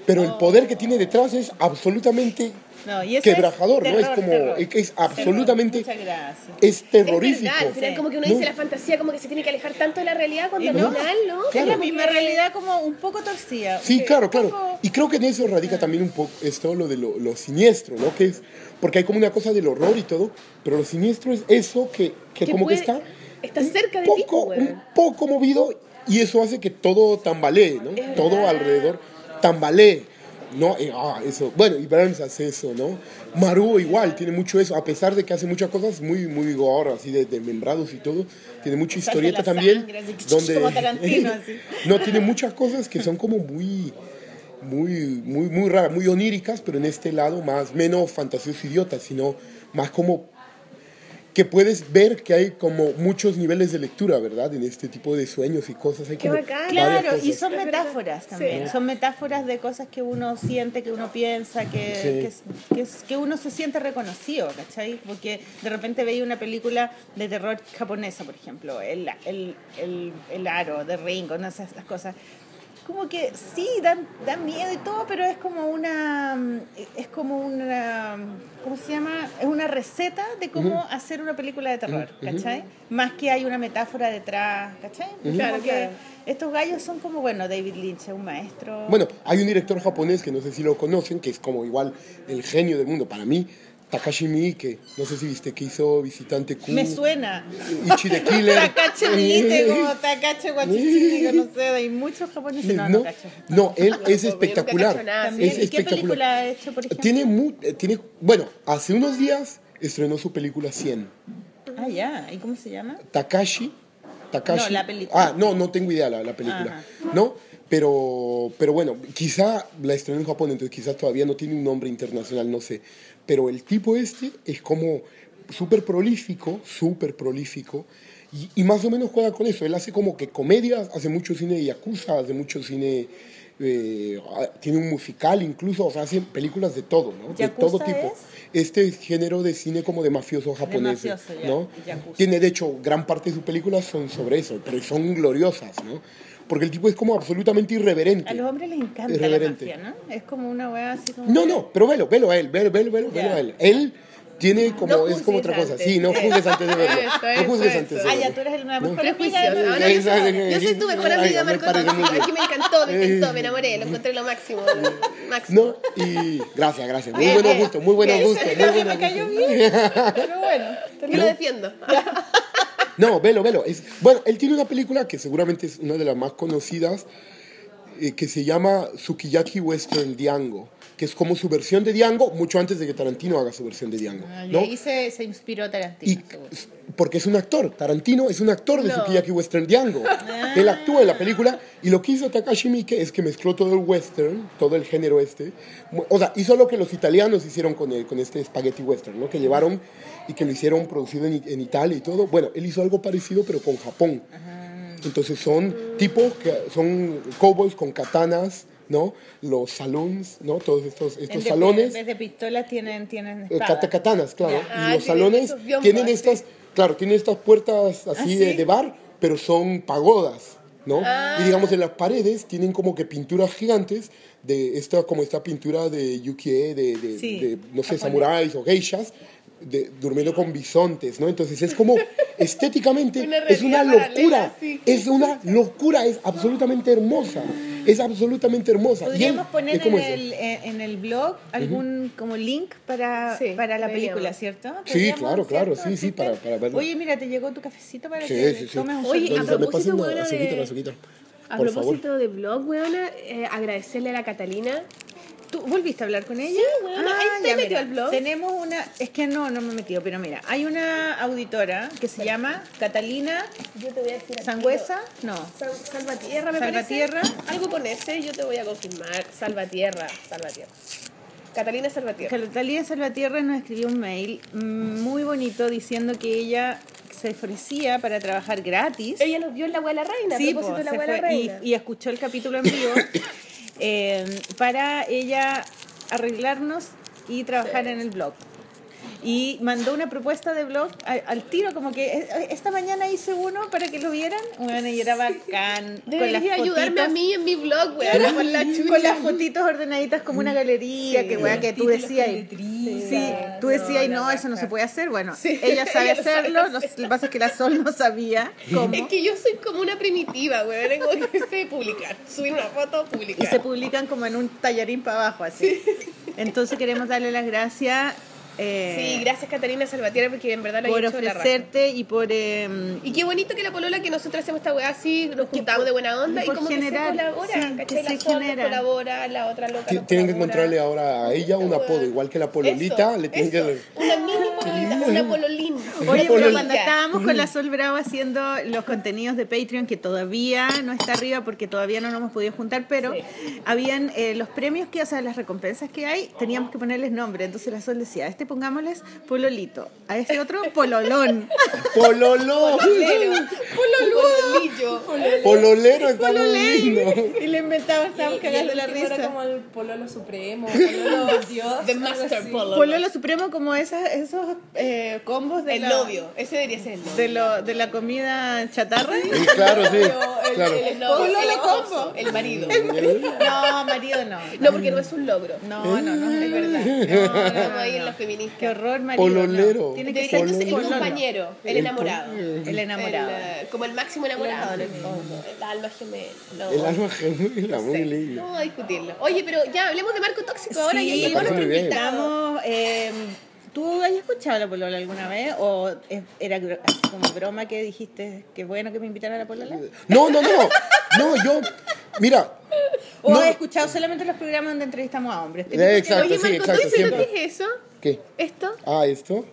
S5: pero el poder que tiene detrás es absolutamente
S1: No, Oh. y eso es
S5: quebrajador, ¿no? Es
S1: terror,
S5: como,
S1: terror.
S5: es, es absolutamente,
S1: Muchas gracias.
S5: es
S2: Es
S5: terrorífico.
S2: verdad, al final
S1: Sí.
S2: como que uno
S5: No.
S2: dice la fantasía como que se tiene que alejar tanto de la realidad cuando al
S5: no.
S2: final, ¿no?
S1: Es Pues la
S5: Claro.
S1: misma realidad como un poco torcida.
S5: Sí, claro, claro.
S1: poco-
S5: Y creo que en eso radica también un poco esto, lo de lo, lo siniestro, ¿no? Que es, porque hay como una cosa del horror y todo, pero lo siniestro es eso que, que
S2: Que
S5: como
S2: puede-
S5: que está...
S2: está
S5: un
S2: cerca de ti,
S5: poco,
S1: pues,
S2: güey.
S5: Un poco movido y eso hace que todo tambalee, ¿no? todo alrededor tambalee. No, Eh, ah, eso. Bueno, y Burns hace eso, ¿no? Maru igual, tiene mucho eso, a pesar de que hace muchas cosas muy, muy gore, así de, de membrados y todo. Tiene mucha
S1: Salta
S5: historieta
S1: la
S5: también.
S1: sangre, así,
S5: donde,
S1: como Tarantino, así.
S5: no, tiene muchas cosas que son como muy, muy, muy, muy raras, muy oníricas, pero en este lado más, menos fantasioso idiota, sino más como que puedes ver que hay como muchos niveles de lectura, ¿verdad? En este tipo de sueños y cosas. Hay
S2: Qué
S5: como
S2: bacán.
S5: varias
S1: Claro, y
S5: cosas.
S1: son metáforas también. Son metáforas de cosas que uno siente, que uno piensa, que,
S5: Sí.
S1: que es- que, es- que uno se siente reconocido, ¿cachai? Porque de repente veía una película de terror japonesa, por ejemplo, el, el, el, el aro de Ringo, no sé, esas cosas. Como que sí, dan, dan miedo y todo, pero es como una. mm, Es como una. ¿Cómo se llama? Es una receta de cómo hacer una película de terror, ¿cachai? Más que hay una metáfora detrás, ¿cachai? Como
S2: Claro,
S1: que
S2: claro.
S1: Estos gallos son como, bueno, David Lynch es un maestro.
S5: Bueno, hay un director japonés que no sé si lo conocen, que es como igual el genio del mundo para mí, Takashi Miike. No sé si viste que hizo Visitante Q.
S1: me suena.
S5: Ichi de Killer.
S1: Takache Miite, como Takache Guachichichi, no sé, hay muchos japoneses. No, no,
S5: No,
S1: cacho.
S5: no, él es
S2: yo nunca cacho
S5: espectacular.
S2: nada,
S1: También,
S5: Es
S1: ¿y qué película
S5: espectacular.
S1: ha hecho, por ejemplo?
S5: Tiene, mu- eh, tiene, bueno, hace unos días estrenó su película 100.
S1: Ah, ya, ¿y cómo se llama?
S5: Takashi. Takashi.
S1: No, la película.
S5: Ah, no, no tengo idea la, la película. ¿No? Pero, pero bueno, quizá la estrenó en Japón, entonces quizás todavía no tiene un nombre internacional, no sé. Pero el tipo este es como súper prolífico, súper prolífico. Y, y más o menos juega con eso. Él hace como que comedias, hace mucho cine de Yakuza, hace mucho cine. eh, ah, tiene un musical incluso, o sea, hace películas de todo, ¿no? De todo
S1: ¿Yakuza
S5: tipo. Este género de cine como de mafioso japonés.
S1: mafioso, ya,
S5: ¿no?
S1: yakuza.
S5: Tiene, de hecho, gran parte de sus películas son sobre eso, pero son gloriosas, ¿no? Porque el tipo es como absolutamente irreverente.
S1: A los hombres les encanta
S5: Irreverente.
S1: la mafia, ¿no? Es como una weá así como...
S5: No, no, pero velo, velo a él, velo, velo, velo, velo
S1: Ya.
S5: a él. Él tiene como,
S2: No
S5: es como otra
S2: juzgues
S5: cosa.
S2: antes.
S5: Sí, no juzgues antes de verlo.
S2: Eso,
S5: no juzgues
S2: eso,
S5: antes
S2: eso.
S5: de
S1: Ah,
S5: verlo.
S1: ya, tú eres el mejor
S5: No.
S1: amiga
S2: Prejuicios.
S1: de-
S2: Ah, no,
S5: Ahí
S2: yo, soy,
S5: sale-
S2: yo soy tu mejor
S5: Ay,
S2: amiga,
S5: me
S2: Marco.
S5: parece muy bien.
S2: Aquí me encantó, me encantó, me enamoré, lo encontré lo máximo. Máximo.
S5: No, y gracias, gracias. Muy
S1: Eh,
S2: Bien,
S5: buenos
S2: bien.
S5: gustos, muy buenos
S2: Bien,
S5: gustos.
S1: Ese
S5: Muy
S1: micrófono
S5: buenos
S1: me cayó
S5: gustos.
S1: bien, pero bueno.
S2: Yo lo defiendo.
S5: No, velo, velo. Es, bueno, él tiene una película que seguramente es una de las más conocidas, eh, que se llama Sukiyaki Western Diango, que es como su versión de Diango, mucho antes de que Tarantino haga su versión de Diango.
S6: Ah,
S5: ¿no?
S6: Y ahí se, se inspiró Tarantino.
S5: Y,
S6: seguro.
S5: porque es un actor, Tarantino es un actor de
S6: No. Ah.
S5: Sukiyaki Western Django. Él actúa en la película y lo que hizo Takashi Miike es que mezcló todo el western, todo el género este. mu- O sea, hizo lo que los italianos hicieron con, el- con este spaghetti western, ¿no? Que llevaron y que lo hicieron producido en, I- en Italia y todo. Bueno, él hizo algo parecido pero con Japón. Entonces son tipos que son cowboys con katanas, ¿no? Los saloons, ¿no? Todos estos,
S6: En
S5: estos
S6: vez de-
S5: salones.
S6: En vez de pistolas tienen, tienen
S5: Eh,
S6: espadas.
S5: cata- katanas, claro.
S2: Ah,
S5: y
S2: tienen
S5: los salones
S2: esos biombos,
S5: tienen
S2: sí.
S5: estas, claro, tienen estas puertas así de, de bar, pero son pagodas, ¿no? Y digamos en las paredes tienen como que pinturas gigantes de esta, como esta pintura de yukie, de, de-
S6: Sí,
S5: de, no sé, samuráis o geishas. de- durmiendo con bisontes, ¿no? Entonces es como estéticamente
S2: Una
S5: es una
S2: realidad paralela,
S5: locura,
S2: sí.
S5: es una locura, es absolutamente hermosa, es absolutamente hermosa. Y él-
S1: Podríamos
S5: es
S1: poner en
S5: como eso.
S1: el, en en el blog algún como link para,
S2: Sí,
S1: para la
S2: deberíamos.
S1: película, ¿cierto?
S5: Sí,
S1: Podríamos,
S5: claro, claro,
S1: ¿cierto?
S5: sí, sí, para- para verlo.
S1: Oye, mira, te llegó tu cafecito para
S5: Sí,
S1: que
S5: sí, sí.
S1: tomes un
S2: Oye,
S1: shot.
S2: a
S5: Lorenzo, le
S2: propósito,
S5: pasan
S2: weona,
S5: la azuquita,
S2: de-
S5: la azuquita.
S2: A
S5: Por favor.
S2: propósito de blog, weona, eh, agradecerle a la Catalina.
S1: ¿Tú volviste a hablar con ella? Ah,
S2: Sí, weona, ahí te
S1: ya,
S2: metió
S1: mira.
S2: al blog.
S1: Tenemos una, es que no, no me he metido, pero mira, hay una auditora que se llama Catalina
S2: Yo te voy a decir.
S1: Sangüesa, no,
S2: Sal- Salvatierra, me
S1: Salvatierra.
S2: parece. Algo con ese, yo te voy a confirmar. Salvatierra, Salvatierra. Catalina Salvatierra.
S1: Catalina Salvatierra nos escribió un mail mm, muy bonito diciendo que ella se ofrecía para trabajar gratis.
S2: Ella nos vio en la abuela reina, a
S1: Sí,
S2: propósito
S1: po,
S2: de la
S1: se
S2: abuela
S1: fue y,
S2: reina.
S1: y escuchó el capítulo en vivo eh, para ella arreglarnos y trabajar en el blog. Y mandó una propuesta de blog al, al tiro, como que eh, esta mañana hice uno para que lo vieran. Bueno, y era bacán. con las
S2: Debería ayudarme
S1: fotitos-
S2: a mí en mi blog, weona, con la chucha.
S1: con Mm. las fotitos ordenaditas como una galería, que weá, que tú decías. Sí, tú decías, no, eso no se puede hacer. Bueno, ella sabe
S2: ella lo sabe
S1: hacerlo, no- lo que pasa es que la Sol no sabía cómo.
S2: Es que yo soy como una primitiva, weón. Como que sé publicar. Subir una foto,
S1: Y
S2: publicar.
S1: se publican como en un tallarín para abajo, así. Entonces queremos darle las gracias eh,
S2: Sí, gracias Catalina Salvatierra porque en verdad lo
S1: por
S2: he hecho la raja.
S1: ofrecerte y por... em,
S2: Y qué bonito que la polola que nosotros hacemos esta weá así, nos juntamos de buena onda y,
S1: por
S2: como
S1: generar,
S2: que se colabora,
S1: sí,
S2: ¿cachai?
S1: que
S2: La
S1: se
S2: Sol nos
S1: genera.
S2: colabora, la otra loca
S5: Ti-
S2: nos
S5: Tienen que
S2: colabora.
S5: encontrarle ahora a ella un
S2: Weón.
S5: apodo, igual que la pololita.
S2: Eso,
S5: le tienen
S2: eso.
S5: que-
S2: Una mini pololita, una pololín.
S1: Oye, pero
S5: Pololita.
S1: cuando estábamos con
S2: Mm.
S1: la Sol Bravo haciendo los contenidos de Patreon, que todavía no está arriba porque todavía no nos hemos podido juntar, pero habían eh, los premios que, o sea, las recompensas que hay, teníamos que ponerles nombre. Entonces la Sol decía, a este pongámosles Pololito, a este otro Pololón.
S5: ¡Pololó!
S2: Pololillo.
S5: ¡Pololero está muy lindo!
S1: y le inventaba, estábamos
S7: Y el
S1: cagados de la
S7: último
S1: risa.
S7: Era como el pololo supremo, pololo dios.
S2: The
S7: algo
S2: Master
S7: así.
S2: Polo.
S1: Pololo Supremo como esas, esos eh, combos de
S2: El
S1: la,
S2: novio. Ese debería ser el novio.
S1: De, lo, de la comida chatarra.
S5: Sí, claro, sí.
S7: el-
S5: Claro.
S7: el-
S2: El novio.
S1: Pololo
S2: el
S1: combo.
S2: esposo, El marido.
S1: No, marido no.
S2: No, porque no es un logro.
S1: No, no, no, es verdad. No,
S2: Estamos ahí en los feministas.
S1: Qué horror, marido.
S5: Pololero.
S1: no. Tiene que
S2: Debería
S1: ser
S2: entonces el
S1: pololo.
S2: compañero, el enamorado.
S1: El enamorado.
S2: El, eh, como el máximo enamorado, en el fondo. El alma gemela. No,
S5: El alma gemela, muy lindo.
S2: no vamos a discutirlo. Oye, pero ya hablemos de Marco Tóxico ahora.
S1: Sí,
S2: Ya
S1: me
S2: llegó
S5: parece
S2: nuestro
S5: muy bien.
S2: invitado.
S1: Estamos, eh, ¿Tú has escuchado la polola alguna vez? ¿O es- era gro- así como broma que dijiste que bueno que me invitaran a la polola?
S5: No, no, no. No, yo. Mira.
S1: ¿O
S5: no-
S1: has escuchado solamente los programas donde entrevistamos a hombres?
S5: Eh, Exacto,
S2: Oye,
S5: sí,
S2: Marco
S5: exacto,
S2: Tóxico,
S5: siempre.
S2: ¿qué es eso?
S5: ¿Qué?
S2: ¿Esto?
S5: Ah, ¿esto?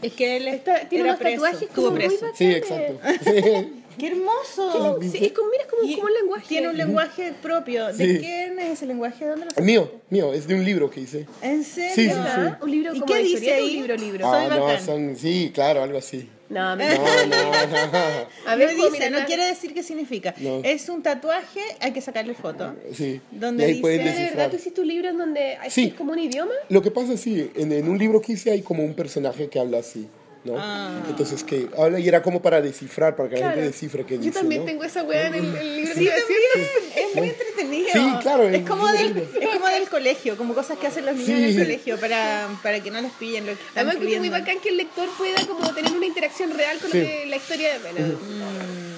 S1: Es que él
S2: Está- tiene
S1: era
S2: unos tatuajes
S1: preso,
S2: como
S1: estuvo
S2: muy
S1: preso.
S2: bacanes.
S5: Sí, exacto. Sí.
S1: ¡Qué hermoso!
S2: Sí, es como, mira, es como,
S1: Y
S2: como un lenguaje.
S1: Tiene un lenguaje propio. ¿De
S5: Sí.
S1: quién es ese lenguaje? ¿Dónde lo sacaste?
S5: Mío, mío, es de un libro que hice.
S1: ¿En serio? ¿Ah?
S5: Sí, sí,
S2: ¿Verdad?
S5: sí.
S2: Un libro
S1: ¿Y
S2: como
S1: qué
S2: de
S1: dice
S2: historieta,
S1: ahí?
S2: Un libro, libro.
S1: Soy
S5: Ah, no,
S1: bacán.
S5: son. Sí, claro, algo así.
S2: No,
S5: No, no, no.
S2: A
S1: A
S2: ver, pues,
S1: ver, dice,
S2: puedo mirar
S1: no
S2: la-
S1: quiere decir qué significa.
S5: No.
S1: Es un tatuaje, hay que sacarle foto.
S5: Pues Sí.
S1: Donde
S5: y ahí
S1: dice-
S5: pueden
S2: ¿De verdad
S5: descifrar.
S2: tú hiciste un libro en donde hay
S5: Sí.
S2: es como un idioma?
S5: Lo que pasa es sí, en, en un libro que hice hay como un personaje que habla así, ¿no?
S1: Ah.
S5: Entonces que habla y era como para descifrar, para que la gente descifre qué dice,
S2: Yo también
S5: ¿no?
S2: tengo esa weá en el, el libro.
S1: Sí,
S2: que iba a decir.
S1: también. Es muy entretenido.
S5: Sí, claro,
S1: Es
S5: es
S1: como,
S5: muy
S1: del,
S5: lindo.
S1: es como del colegio, como cosas que hacen los niños en el
S5: Sí.
S1: colegio para, para que no les pillen lo que están
S2: Además, creo que es muy
S1: escribiendo.
S2: bacán que el lector pueda como tener una interacción real con lo
S5: Sí.
S2: que- la historia de Mena.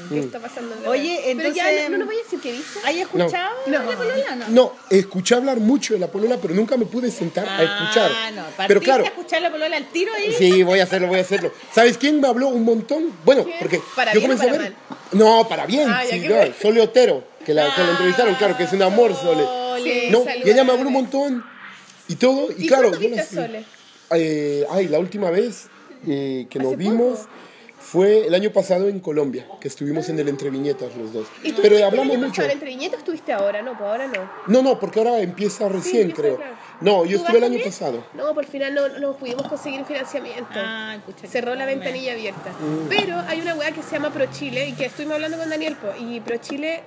S2: ¿Qué está pasando? en
S1: Oye,
S2: Mena? Pero ya,
S1: entonces-
S2: no, no nos vayas a decir qué dice.
S1: ¿Hay escuchado
S2: No.
S1: la polola, no?
S5: No, escuché hablar mucho de la polola, pero nunca me pude sentar a escuchar.
S1: Ah, no.
S5: pero
S1: Partiste
S5: claro,
S1: a escuchar la polola al tiro ahí.
S5: sí, voy a hacerlo, voy a hacerlo. ¿Sabes quién me habló un montón? Bueno, porque
S2: ¿Para
S5: yo
S2: bien o
S5: comencé
S2: para
S5: a ver. No, para bien,
S2: Ah, ya
S5: sí,
S2: que
S5: claro,
S2: me- Ah.
S5: soy Otero. que la, que la entrevistaron, claro, que es un amor, Sole.
S1: Sí,
S5: No,
S1: saluda
S5: y ella me
S1: a
S5: habló un montón y todo. Y,
S1: ¿Y
S5: claro,
S1: cuándo
S5: yo
S1: viste
S5: no
S1: a Sole?
S5: Eh, ay, la última vez eh, que nos vimos fue el año pasado en Colombia, que estuvimos en el Entre Viñetas los dos.
S2: ¿Y tú
S5: Pero
S2: estuviste
S5: hablamos
S2: el año
S5: mucho.
S2: pasado entre viñetas estuviste ahora? No, pues ahora no.
S5: No, no, porque ahora empieza recién,
S2: empieza,
S5: creo.
S2: claro.
S5: No, yo
S2: ¿Tú
S5: estuve el
S2: vas
S5: año
S2: también?
S5: pasado.
S2: No, por final no, no pudimos conseguir financiamiento.
S8: Ah, escucha.
S2: Cerró la ventanilla abierta.
S5: Mm.
S2: Pero hay una weá que se llama ProChile y que estuvimos hablando con Daniel po, y ProChile,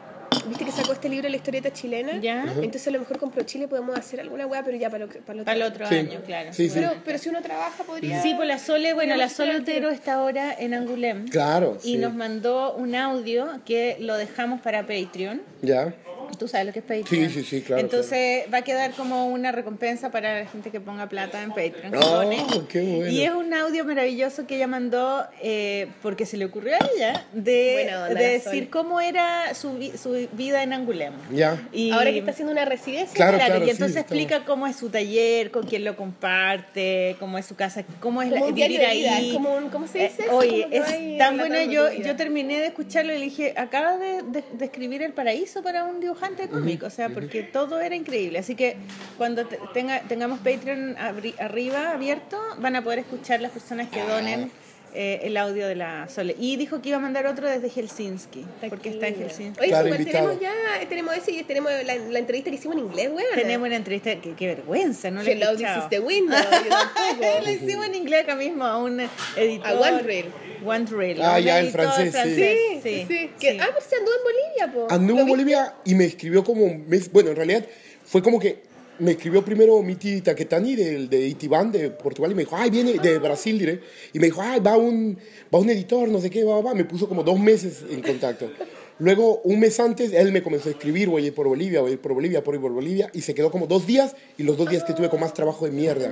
S2: viste que sacó este libro La historieta chilena.
S1: Ya. Ajá.
S2: Entonces a lo mejor con ProChile podemos hacer alguna weá, pero ya para lo que- para lo
S1: Para el otro
S5: Sí.
S1: año, claro.
S5: Sí, sí.
S2: Pero, pero si uno trabaja podría.
S1: Sí, pues la Sole, bueno, la Sole Otero está ahora en Angulem.
S5: Claro,
S1: Y
S5: sí.
S1: nos mandó un audio que lo dejamos para Patreon.
S5: Ya.
S1: Tú sabes lo que es Patreon.
S5: Sí, sí, sí, claro,
S1: Entonces va a quedar como una recompensa para la gente que ponga plata en Patreon. que
S5: Ah,
S1: pone.
S5: qué bueno.
S1: Y es un audio maravilloso que ella mandó eh, porque se le ocurrió a ella de,
S2: Buena onda,
S1: de
S2: Sol.
S1: decir cómo era su, vi- su vida en Angulem.
S5: Ya.
S1: Y-
S2: Ahora que está haciendo una residencia.
S5: Claro.
S1: y
S5: sí,
S1: entonces
S5: está
S1: explica cómo es su taller, con quién lo comparte, cómo es su casa, cómo es
S2: Como
S1: la-
S2: un diario
S1: vivir
S2: de vida,
S1: ahí.
S2: es como un- ¿cómo se dice
S1: Eh,
S2: eso?
S1: oye,
S2: Como que
S1: es
S2: vais
S1: tan bueno.
S2: relatando
S1: Yo,
S2: tu vida.
S1: yo terminé de escucharlo y le dije, acabas de, de- de escribir el paraíso para un dibujante cómico, o sea, porque todo era increíble. Así que cuando te- tenga, tengamos Patreon abri- arriba, abierto, van a poder escuchar las personas
S5: Ah.
S1: que donen. eh, el audio de la Sole. Y dijo que iba a mandar otro desde Helsinki, porque está en Helsinki.
S2: Oye,
S5: Claro,
S2: súper,
S5: invitado.
S2: tenemos ya, eh, tenemos ese y tenemos la, la entrevista que hicimos en inglés, weón.
S1: Tenemos una entrevista, que, qué vergüenza, no le he
S2: Hello, this
S1: escuchado.
S2: is the window. Yo tampoco.
S1: Lo hicimos en inglés acá mismo a un editor.
S2: A OneDrill.
S1: OneDrill.
S5: Ah,
S1: a un
S5: ya, en
S1: editor
S5: francés, sí.
S2: Sí, sí, sí. Que- Ah, pero se andó en Bolivia, po.
S5: Anduvo
S2: ¿Lo
S5: en
S2: viste?
S5: Bolivia y me escribió como un mes. Bueno, en realidad fue como que me escribió primero Miti Taquetani del de Itibán de Portugal y me dijo, ay, viene de Brasil, diré. Y me dijo, ay, va un, va un editor, no sé qué, va, va. Me puso como dos meses en contacto. Luego, un mes antes, él me comenzó a escribir, voy a ir por Bolivia, voy a ir por Bolivia, por ir por Bolivia. Y se quedó como dos días y los dos días que tuve con más trabajo de mierda.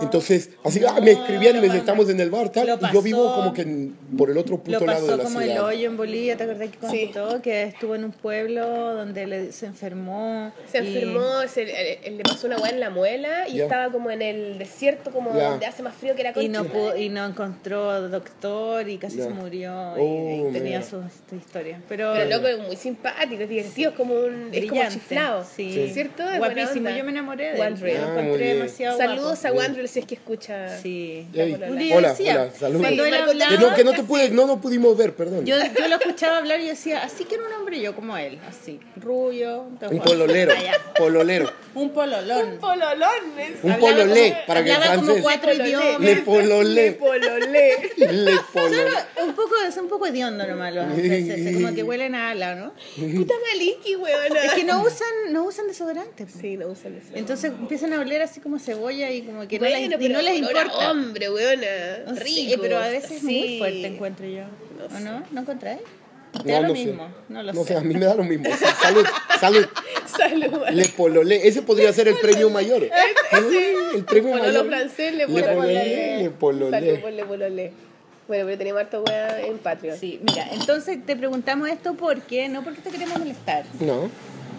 S5: Entonces, así, ah, me escribían y me decían, estamos en el bar,
S1: Lo
S5: tal. Y yo vivo
S1: pasó.
S5: como que en- por el otro
S1: Lo
S5: puto lado de
S1: pasó
S5: la
S1: como
S5: ciudad.
S1: el hoyo en Bolivia, ¿te acordás que contó? Que estuvo en un pueblo donde le- se enfermó.
S2: Se
S1: y-
S2: enfermó, se, eh, eh, le pasó una weá en la muela y
S5: Ya.
S2: estaba como en el desierto, como
S5: Ya.
S2: donde hace más frío que la
S1: Y
S2: concha.
S1: no, pudo- y no encontró doctor y casi
S5: Ya.
S1: se murió y- y,
S5: Oh,
S1: tenía
S5: mira.
S1: sus historias. Pero,
S2: Pero el loco es muy simpático, es divertido, es como un es como
S1: brillante,
S2: chiflado.
S1: sí.
S2: ¿Cierto? Es buena
S1: Guapísimo,
S2: onda.
S1: yo me enamoré de él.
S2: One Reel.
S1: Lo
S5: Ah, muy
S1: encontré
S5: bien.
S1: demasiado
S2: Saludos
S1: guapo.
S2: a Wandrell si es que escucha.
S1: Sí.
S5: Ey,
S2: Hola,
S1: Porque yo
S5: hola,
S1: decía,
S5: hola, saludos.
S1: Cuando él
S2: Marco
S1: hablaba,
S5: Que no, que no te pude, no, no pudimos ver, perdón.
S1: Yo, yo lo escuchaba hablar y decía, así que era un hombre yo como él, así, rubio, de
S5: un
S1: ojos-
S5: pololero,
S1: allá.
S5: pololero,
S1: un pololón.
S3: Pololón, es-
S5: un
S1: Hablaba
S5: pololé,
S1: como-
S5: para que el
S1: hablaba como
S5: francés
S1: cuatro
S2: Le
S5: le
S1: idiomas.
S5: pololé,
S2: Pololé.
S5: le pololé.
S1: Un poco, es un poco hediondo nomás los franceses, como que huelen a ala, ¿no?
S2: Puta maliki,
S1: Es que
S2: weón.
S1: no usan, no usan desodorante. po.
S2: Sí, no usan eso.
S1: Entonces empiezan a oler así como a cebolla y como que
S2: Bueno,
S1: no les, y
S2: pero
S1: no les
S2: olor a
S1: importa.
S2: hombre, weona.
S1: No sé,
S2: Rico.
S1: pero a veces es muy
S2: Sí.
S1: fuerte encuentro yo. ¿O no? ¿No encontráis? Te da lo
S5: No, no sé.
S1: mismo, no lo
S5: No
S1: sé.
S5: sé, a mí me da lo mismo. Sí, Salud, salud.
S2: Salud.
S5: Le pololé. Ese podría ser el premio mayor. Sí, El premio
S2: Pololo
S5: mayor.
S2: francés, le
S5: Le pololé,
S2: pololé.
S5: le
S2: Salud,
S5: pololé.
S2: ponle, pololé. Bueno, pero tenemos harta weá en Patreon.
S1: Sí, mira, entonces te preguntamos esto porque, no porque te queremos molestar,
S5: No,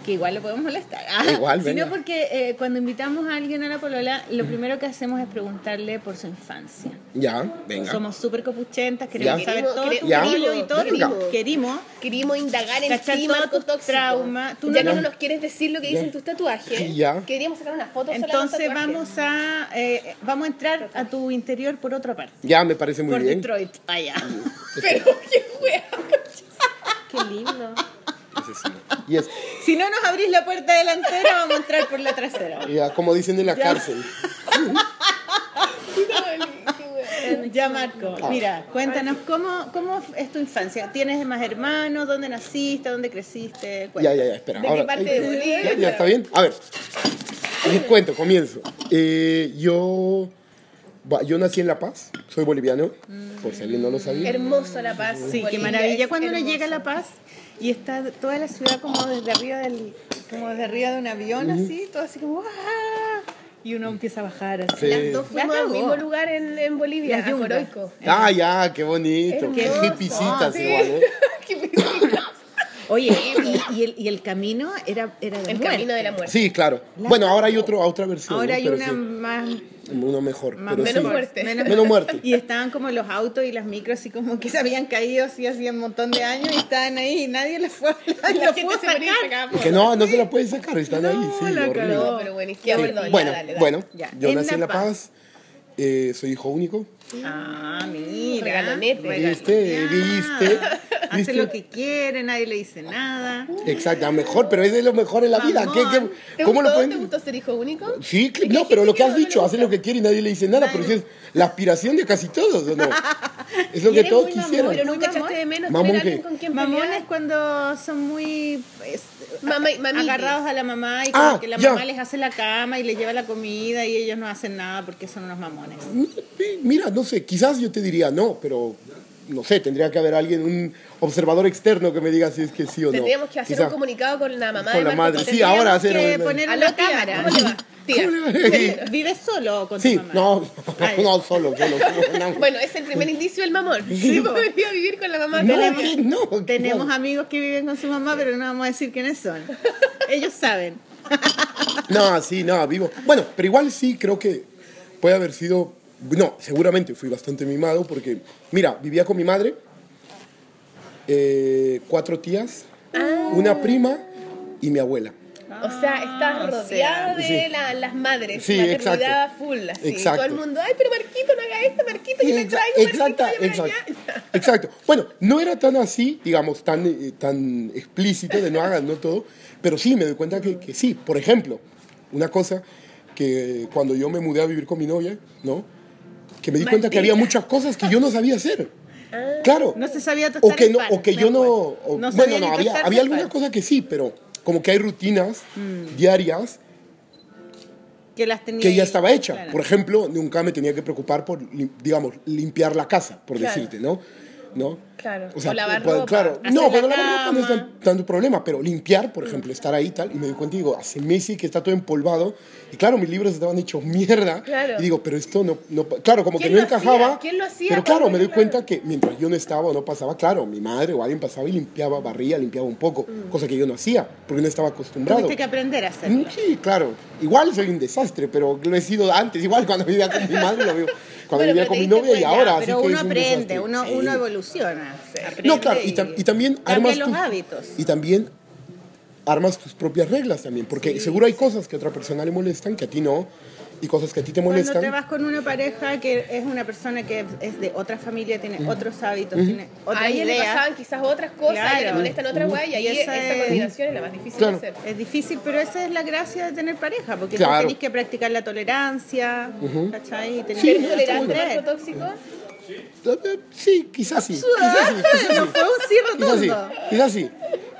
S1: que igual lo podemos molestar, Ah,
S5: Igual,
S1: sino
S5: venga.
S1: porque eh, cuando invitamos a alguien a la polola, lo primero que hacemos es preguntarle por su infancia.
S5: ya, venga.
S1: Somos súper copuchentas, queremos
S5: Ya.
S1: saber
S2: Queremos-
S1: todo tu
S2: queremos-
S1: brillo y todo,
S2: queremos.
S1: querimo, querimo.
S2: Querimos indagar
S1: Cachar
S2: en ti,
S1: todo
S2: Marco
S1: tu
S2: Tóxico.
S1: trauma. Tú
S2: ya
S1: no-
S2: no, nos quieres decir lo que dicen tus tatuajes.
S5: Sí, ya.
S2: Queríamos sacar una foto solo de los
S1: Entonces
S2: tatuajes.
S1: vamos a eh, vamos a entrar a tu interior por otra parte.
S5: Ya, me parece muy
S1: por
S5: bien.
S1: Detroit, allá.
S2: Pero qué wea.
S3: Qué lindo.
S5: Ese sí. Y es,
S1: Si no nos abrís la puerta delantera, vamos a entrar por la trasera.
S5: ya, como dicen en la cárcel.
S2: Qué wea.
S1: Ya, Marco,
S5: Ah.
S1: mira, cuéntanos, ¿cómo, ¿cómo es tu infancia? ¿Tienes más hermanos? ¿Dónde naciste? ¿Dónde creciste?
S5: Ya,
S1: Cuéntanos.
S5: ya, ya, espera. eh,
S2: ¿De qué parte de Bolivia?
S5: Ya, ya, está bien. A ver, les cuento, comienzo. Eh, yo, va, yo nací en La Paz, soy boliviano, por si alguien no lo sabía.
S2: Hermoso La Paz.
S1: Sí, qué
S2: Bolivia,
S1: maravilla
S2: es
S1: cuando uno
S2: hermoso.
S1: llega a La Paz y está toda la ciudad como desde arriba del, como desde arriba de un avión así, todo así como ¡guau! y uno empieza a bajar así.
S5: Sí.
S2: Las dos fuimos
S1: Ya
S2: al
S1: cagó.
S2: mismo lugar en, en Bolivia,
S1: Las
S2: a
S1: yungas.
S2: Coroico.
S5: Ah, ya, qué bonito. Qué
S2: Hermoso.
S5: hipicitas
S2: Sí.
S5: igual, ¿eh?
S2: Qué mentira.
S1: Oye, y, y el, y el camino era, era de
S2: el
S1: muerte.
S2: camino de la muerte.
S5: Sí, claro. Bueno, ahora hay otro, otra versión.
S1: Ahora
S5: ¿no?
S1: hay
S5: Pero
S1: una
S5: sí.
S1: más
S5: Uno mejor.
S1: Más-
S5: pero
S1: menos
S5: sí.
S1: muerte.
S5: Menos muerte.
S1: Y estaban como los autos y las micros así como que se habían caído así hacía un montón de años y estaban ahí y nadie les fue a
S9: La
S1: los
S9: gente
S1: pudo
S9: se ponía
S1: sacar. Oh,
S9: sacada,
S5: Que no, no se la pueden sacar, están ahí. Sí,
S1: la
S5: horrible.
S1: cagó.
S9: pero bueno, es
S5: Sí,
S9: que perdón, ya,
S5: bueno,
S9: dale, dale.
S5: bueno,
S1: Ya.
S5: yo
S1: En
S5: nací en La
S1: La
S5: Paz, eh, soy hijo único.
S1: Ah, mira.
S9: Regalonete.
S5: ¿Viste? ¿Viste?
S1: Hace lo que quiere, nadie le dice nada.
S5: Exacto, a lo mejor, pero es de lo mejor en la vida. ¿Qué, qué-
S2: ¿Te
S5: cómo lo
S2: gustó,
S5: pueden.?
S2: ¿Te gustó ser hijo único?
S5: Sí, cl- no, pero lo que has dicho, hace lo que quiere y nadie le dice nada, pero sí es la aspiración de casi todos, ¿o no? Es lo que todos quisieran.
S2: Pero nunca
S1: Mamón.
S2: echaste de menos
S5: Mamón
S2: tener a
S5: que-
S2: alguien con quien
S1: Mamón es
S2: pelear.
S1: cuando son muy es,
S2: Mamá y mamitis.
S1: agarrados a la mamá y como
S5: Ah,
S1: que la
S5: ya.
S1: mamá les hace la cama y les lleva la comida y ellos no hacen nada porque son unos mamones.
S5: Mira, no sé, quizás yo te diría no, pero no sé, tendría que haber alguien, un observador externo que me diga si es que sí o no.
S2: Tendríamos que hacer
S5: Quizá-
S2: un comunicado con la mamá de
S5: con
S2: Marco
S5: la madre. Sí,
S2: Cortés.
S5: ahora hacer
S1: Tendríamos que
S5: un-
S1: poner
S2: Aló,
S1: una
S2: tía,
S1: cámara.
S2: ¿cómo le va? Tía.
S1: ¿Vives solo o con
S5: Sí,
S1: tu mamá?
S5: no,
S1: Ah, ya.
S5: no, no solo, solo. No,
S2: Bueno, es el primer indicio del mamón.
S5: Sí,
S2: Sí,
S5: po.
S2: podría vivir con la mamá.
S5: No,
S2: Tenemos-
S5: que no, que
S1: Tenemos
S5: no.
S1: amigos que viven con su mamá, pero no vamos a decir quiénes son. Ellos saben.
S5: No, sí, no, vivo. Bueno, pero igual sí creo que puede haber sido. No, seguramente fui bastante mimado porque, mira, vivía con mi madre, eh, cuatro tías, una prima y mi abuela.
S2: O sea, estás rodeada de
S5: Sí.
S2: la- las madres.
S5: Sí,
S2: maternidad
S5: exacto.
S2: full. Así.
S5: Exacto.
S2: Todo el mundo, ay, pero Marquito, no haga esto, Marquito, yo le
S5: Exa-
S2: traigo,
S5: exacta-
S2: Marquito,
S5: exacto,
S2: exacto.
S5: exacto. Bueno, no era tan así, digamos, tan, eh, tan explícito de no hagan, no todo, pero sí me doy cuenta que, que sí. Por ejemplo, una cosa que cuando yo me mudé a vivir con mi novia, ¿no? Que me di cuenta que había muchas cosas que yo no sabía hacer. Claro.
S1: Ah, No se sabía
S5: o
S1: tostar
S5: que
S1: el
S5: no,
S1: pan,
S5: o que yo
S1: me
S5: no.
S1: acuerdo.
S5: o-
S1: No
S5: bueno,
S1: sabía
S5: no,
S1: ni
S5: había,
S1: tostarse
S5: había
S1: el Mm.
S5: algunas
S1: pan.
S5: cosas que sí, pero como que hay rutinas diarias
S1: que las tenía
S5: que ya
S1: ahí,
S5: estaba hecha.
S1: claro.
S5: Por ejemplo, nunca me tenía que preocupar por, lim- digamos, limpiar la casa, por
S2: Claro.
S5: decirte, ¿no? ¿No?
S2: Claro. O lavar
S5: pues,
S2: ropa,
S5: Claro.
S1: hacer
S5: No,
S1: la
S5: bueno, lavar ropa no es
S1: cama.
S5: tan- tanto problema, pero limpiar, por ejemplo, estar ahí y tal. Y me di cuenta y digo, hace meses que está todo empolvado. Y claro, mis libros estaban hechos mierda.
S2: Claro.
S5: Y digo, pero esto no. no pa- claro, como que
S2: ¿Quién
S5: no
S2: lo hacía?
S5: encajaba.
S2: ¿Quién lo hacía?
S5: Pero claro,
S2: Pablo,
S5: me doy
S2: claro.
S5: cuenta que mientras yo no estaba o no pasaba, claro, mi madre o alguien pasaba y limpiaba, barría, limpiaba un poco.
S2: Mm.
S5: Cosa que yo no hacía, porque no estaba acostumbrado.
S1: Tuviste que aprender a hacerlo.
S5: Mm, Sí, claro. Igual soy un desastre, pero lo he sido antes. Igual cuando vivía con mi madre, lo veo. Cuando
S1: Bueno,
S5: vivía
S1: pero
S5: con
S1: te
S5: mi
S1: diste
S5: novia y
S1: cuenta,
S5: ahora. así
S1: Pues Pero
S5: que
S1: uno
S5: es un
S1: aprende,
S5: desastre.
S1: uno,
S5: Sí.
S1: uno evoluciona. se aprende
S5: No, claro, y, tam- y también
S1: cambia
S5: armas.
S1: los
S5: tus-
S1: hábitos.
S5: Y también armas tus propias reglas también, porque seguro hay cosas que a otra persona le molestan, que a ti no, y cosas que a ti te
S1: Cuando
S5: molestan.
S1: te vas con una pareja que es una persona que es de otra familia, tiene otros hábitos, tiene
S2: a
S1: otras
S2: ella le
S1: ideas.
S2: pasaban quizás otras cosas que le
S1: Claro.
S2: molestan otras weas y ahí
S1: Y esa
S2: esa,
S1: es-
S2: coordinación es la más difícil
S5: Claro.
S2: de hacer.
S1: Es difícil, pero esa es la gracia de tener pareja, porque tú
S5: Claro.
S1: tenés que practicar la tolerancia, ¿cachai? Y tenés
S5: Sí,
S1: que
S5: no,
S2: ¿Tolerante
S5: está bueno.
S2: a
S1: aprender.
S2: algo tóxico?
S5: Eh, Sí, quizás sí. Quizás sí. Quizás sí.
S1: ¿eh? No, fue un sí
S5: Quizás sí,
S1: rotundo.
S5: quizás sí.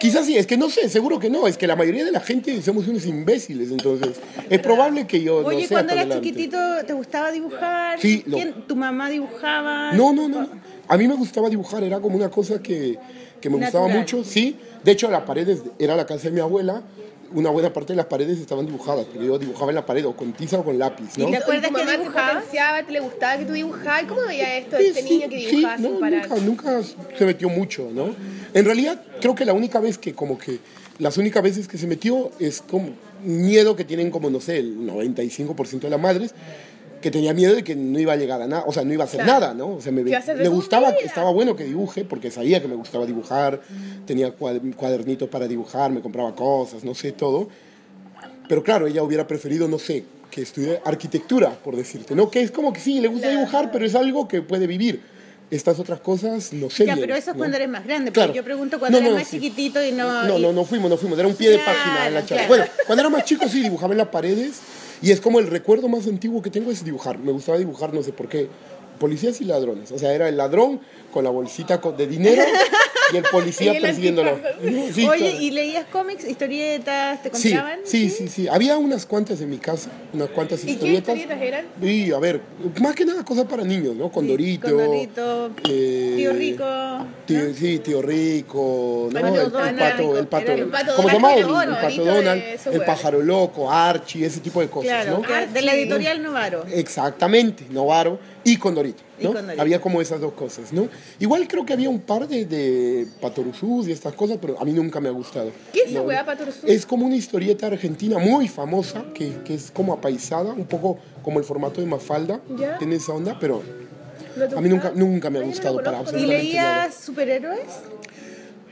S5: Quizás sí, es que no sé, seguro que no, es que la mayoría de la gente somos unos imbéciles, entonces es probable que yo no
S1: Oye,
S5: sea
S1: cuando eras
S5: tolerante.
S1: chiquitito, ¿te gustaba dibujar?
S5: Sí, lo-
S1: ¿Quién- ¿Tu mamá dibujaba?
S5: No, no, no. no. A mí me gustaba dibujar, era como una cosa que, que me gustaba
S1: Natural.
S5: mucho, sí. De hecho, las paredes, era la casa de mi abuela, una buena parte de las paredes estaban dibujadas, pero yo dibujaba en la pared o con tiza o con lápiz, ¿no?
S1: ¿Y
S2: ¿Y
S1: la- ¿Te acuerdas
S2: tu
S1: que
S2: mamá te
S1: dibujabas?
S2: potenciaba, te le gustaba que tú dibujabas? ¿Y ¿Cómo veía esto de
S5: Sí,
S2: este
S5: sí,
S2: niño que
S5: sí,
S2: dibujaba
S5: no,
S2: sin parar?
S5: Nunca, nunca se metió mucho, ¿no? En realidad, creo que la única vez que, como que, las únicas veces que se metió es como miedo que tienen, como, no sé, el 95% de las madres, que tenía miedo de que no iba a llegar a nada, o sea, no iba a hacer
S2: Claro.
S5: nada, ¿no? O sea, me,
S2: ¿Qué haces de
S5: me
S2: tu
S5: gustaba,
S2: vida?
S5: estaba bueno que dibuje, porque sabía que me gustaba dibujar, tenía cuad- cuadernitos para dibujar, me compraba cosas, no sé, todo. Pero claro, ella hubiera preferido, no sé, que estudie arquitectura, por decirte, ¿no? Que es como que sí, le gusta dibujar, pero es algo que puede vivir. Estas otras cosas, no sé
S1: Ya,
S5: bien,
S1: pero eso es
S5: ¿no?
S1: cuando eres más grande.
S5: Claro.
S1: Porque yo pregunto cuando
S5: No,
S1: eres
S5: no,
S1: más
S5: sí.
S1: chiquitito y no.
S5: No,
S1: y-
S5: no, no fuimos, no fuimos. Era un pie de
S1: Claro,
S5: página en la charla.
S1: claro.
S5: Bueno, cuando era más chico sí dibujaba en las paredes y es como el recuerdo más antiguo que tengo es dibujar. Me gustaba dibujar, no sé por qué, policías y ladrones. O sea, era el ladrón con la bolsita co- de dinero y el policía
S2: Y el
S5: persiguiéndolo. Sí,
S1: Oye,
S5: claro.
S1: ¿y leías cómics, historietas? ¿Te
S5: Sí,
S1: compraban?
S5: sí, sí, sí. Había unas cuantas en mi casa, unas cuantas
S2: ¿Y qué
S5: historietas.
S2: historietas eran?
S5: Y a ver, más que nada cosas para niños, ¿no? Condorito.
S1: Condorito,
S5: eh,
S1: Tío Rico.
S5: Tío, Sí, tío rico, ¿no?
S1: Pato
S5: el, el
S1: Donald,
S5: pato, el
S1: era
S5: pato,
S1: el
S2: pato
S5: ¿cómo se llama?
S2: Donald,
S5: El,
S2: el
S5: el pato
S2: favorito de
S5: Donald,
S2: esos
S5: el
S2: hueones.
S5: pájaro loco, Archie, ese tipo de cosas,
S1: Claro, ah,
S5: ¿no? Eh,
S1: que- de la editorial Novaro.
S5: Exactamente, Novaro y Condorito. ¿no?
S1: Y Condorito.
S5: Había como esas dos cosas, ¿no? Igual creo que había un par de, de patoruzús y estas cosas, pero a mí nunca me ha gustado.
S2: ¿Qué es la
S5: No,
S2: weá
S5: no.
S2: patoruzú?
S5: Es como una historieta argentina muy famosa, que, que es como apaisada, un poco como el formato de Mafalda,
S2: Ya.
S5: tiene esa onda, pero
S2: ¿No te
S5: a mí nunca,
S2: gustaba?
S5: nunca me ha
S2: Ay, yo no
S5: gustado
S2: lo
S5: para
S2: conozco,
S5: absolutamente
S2: no
S1: ¿Y
S2: lo
S5: nada.
S1: leías superhéroes?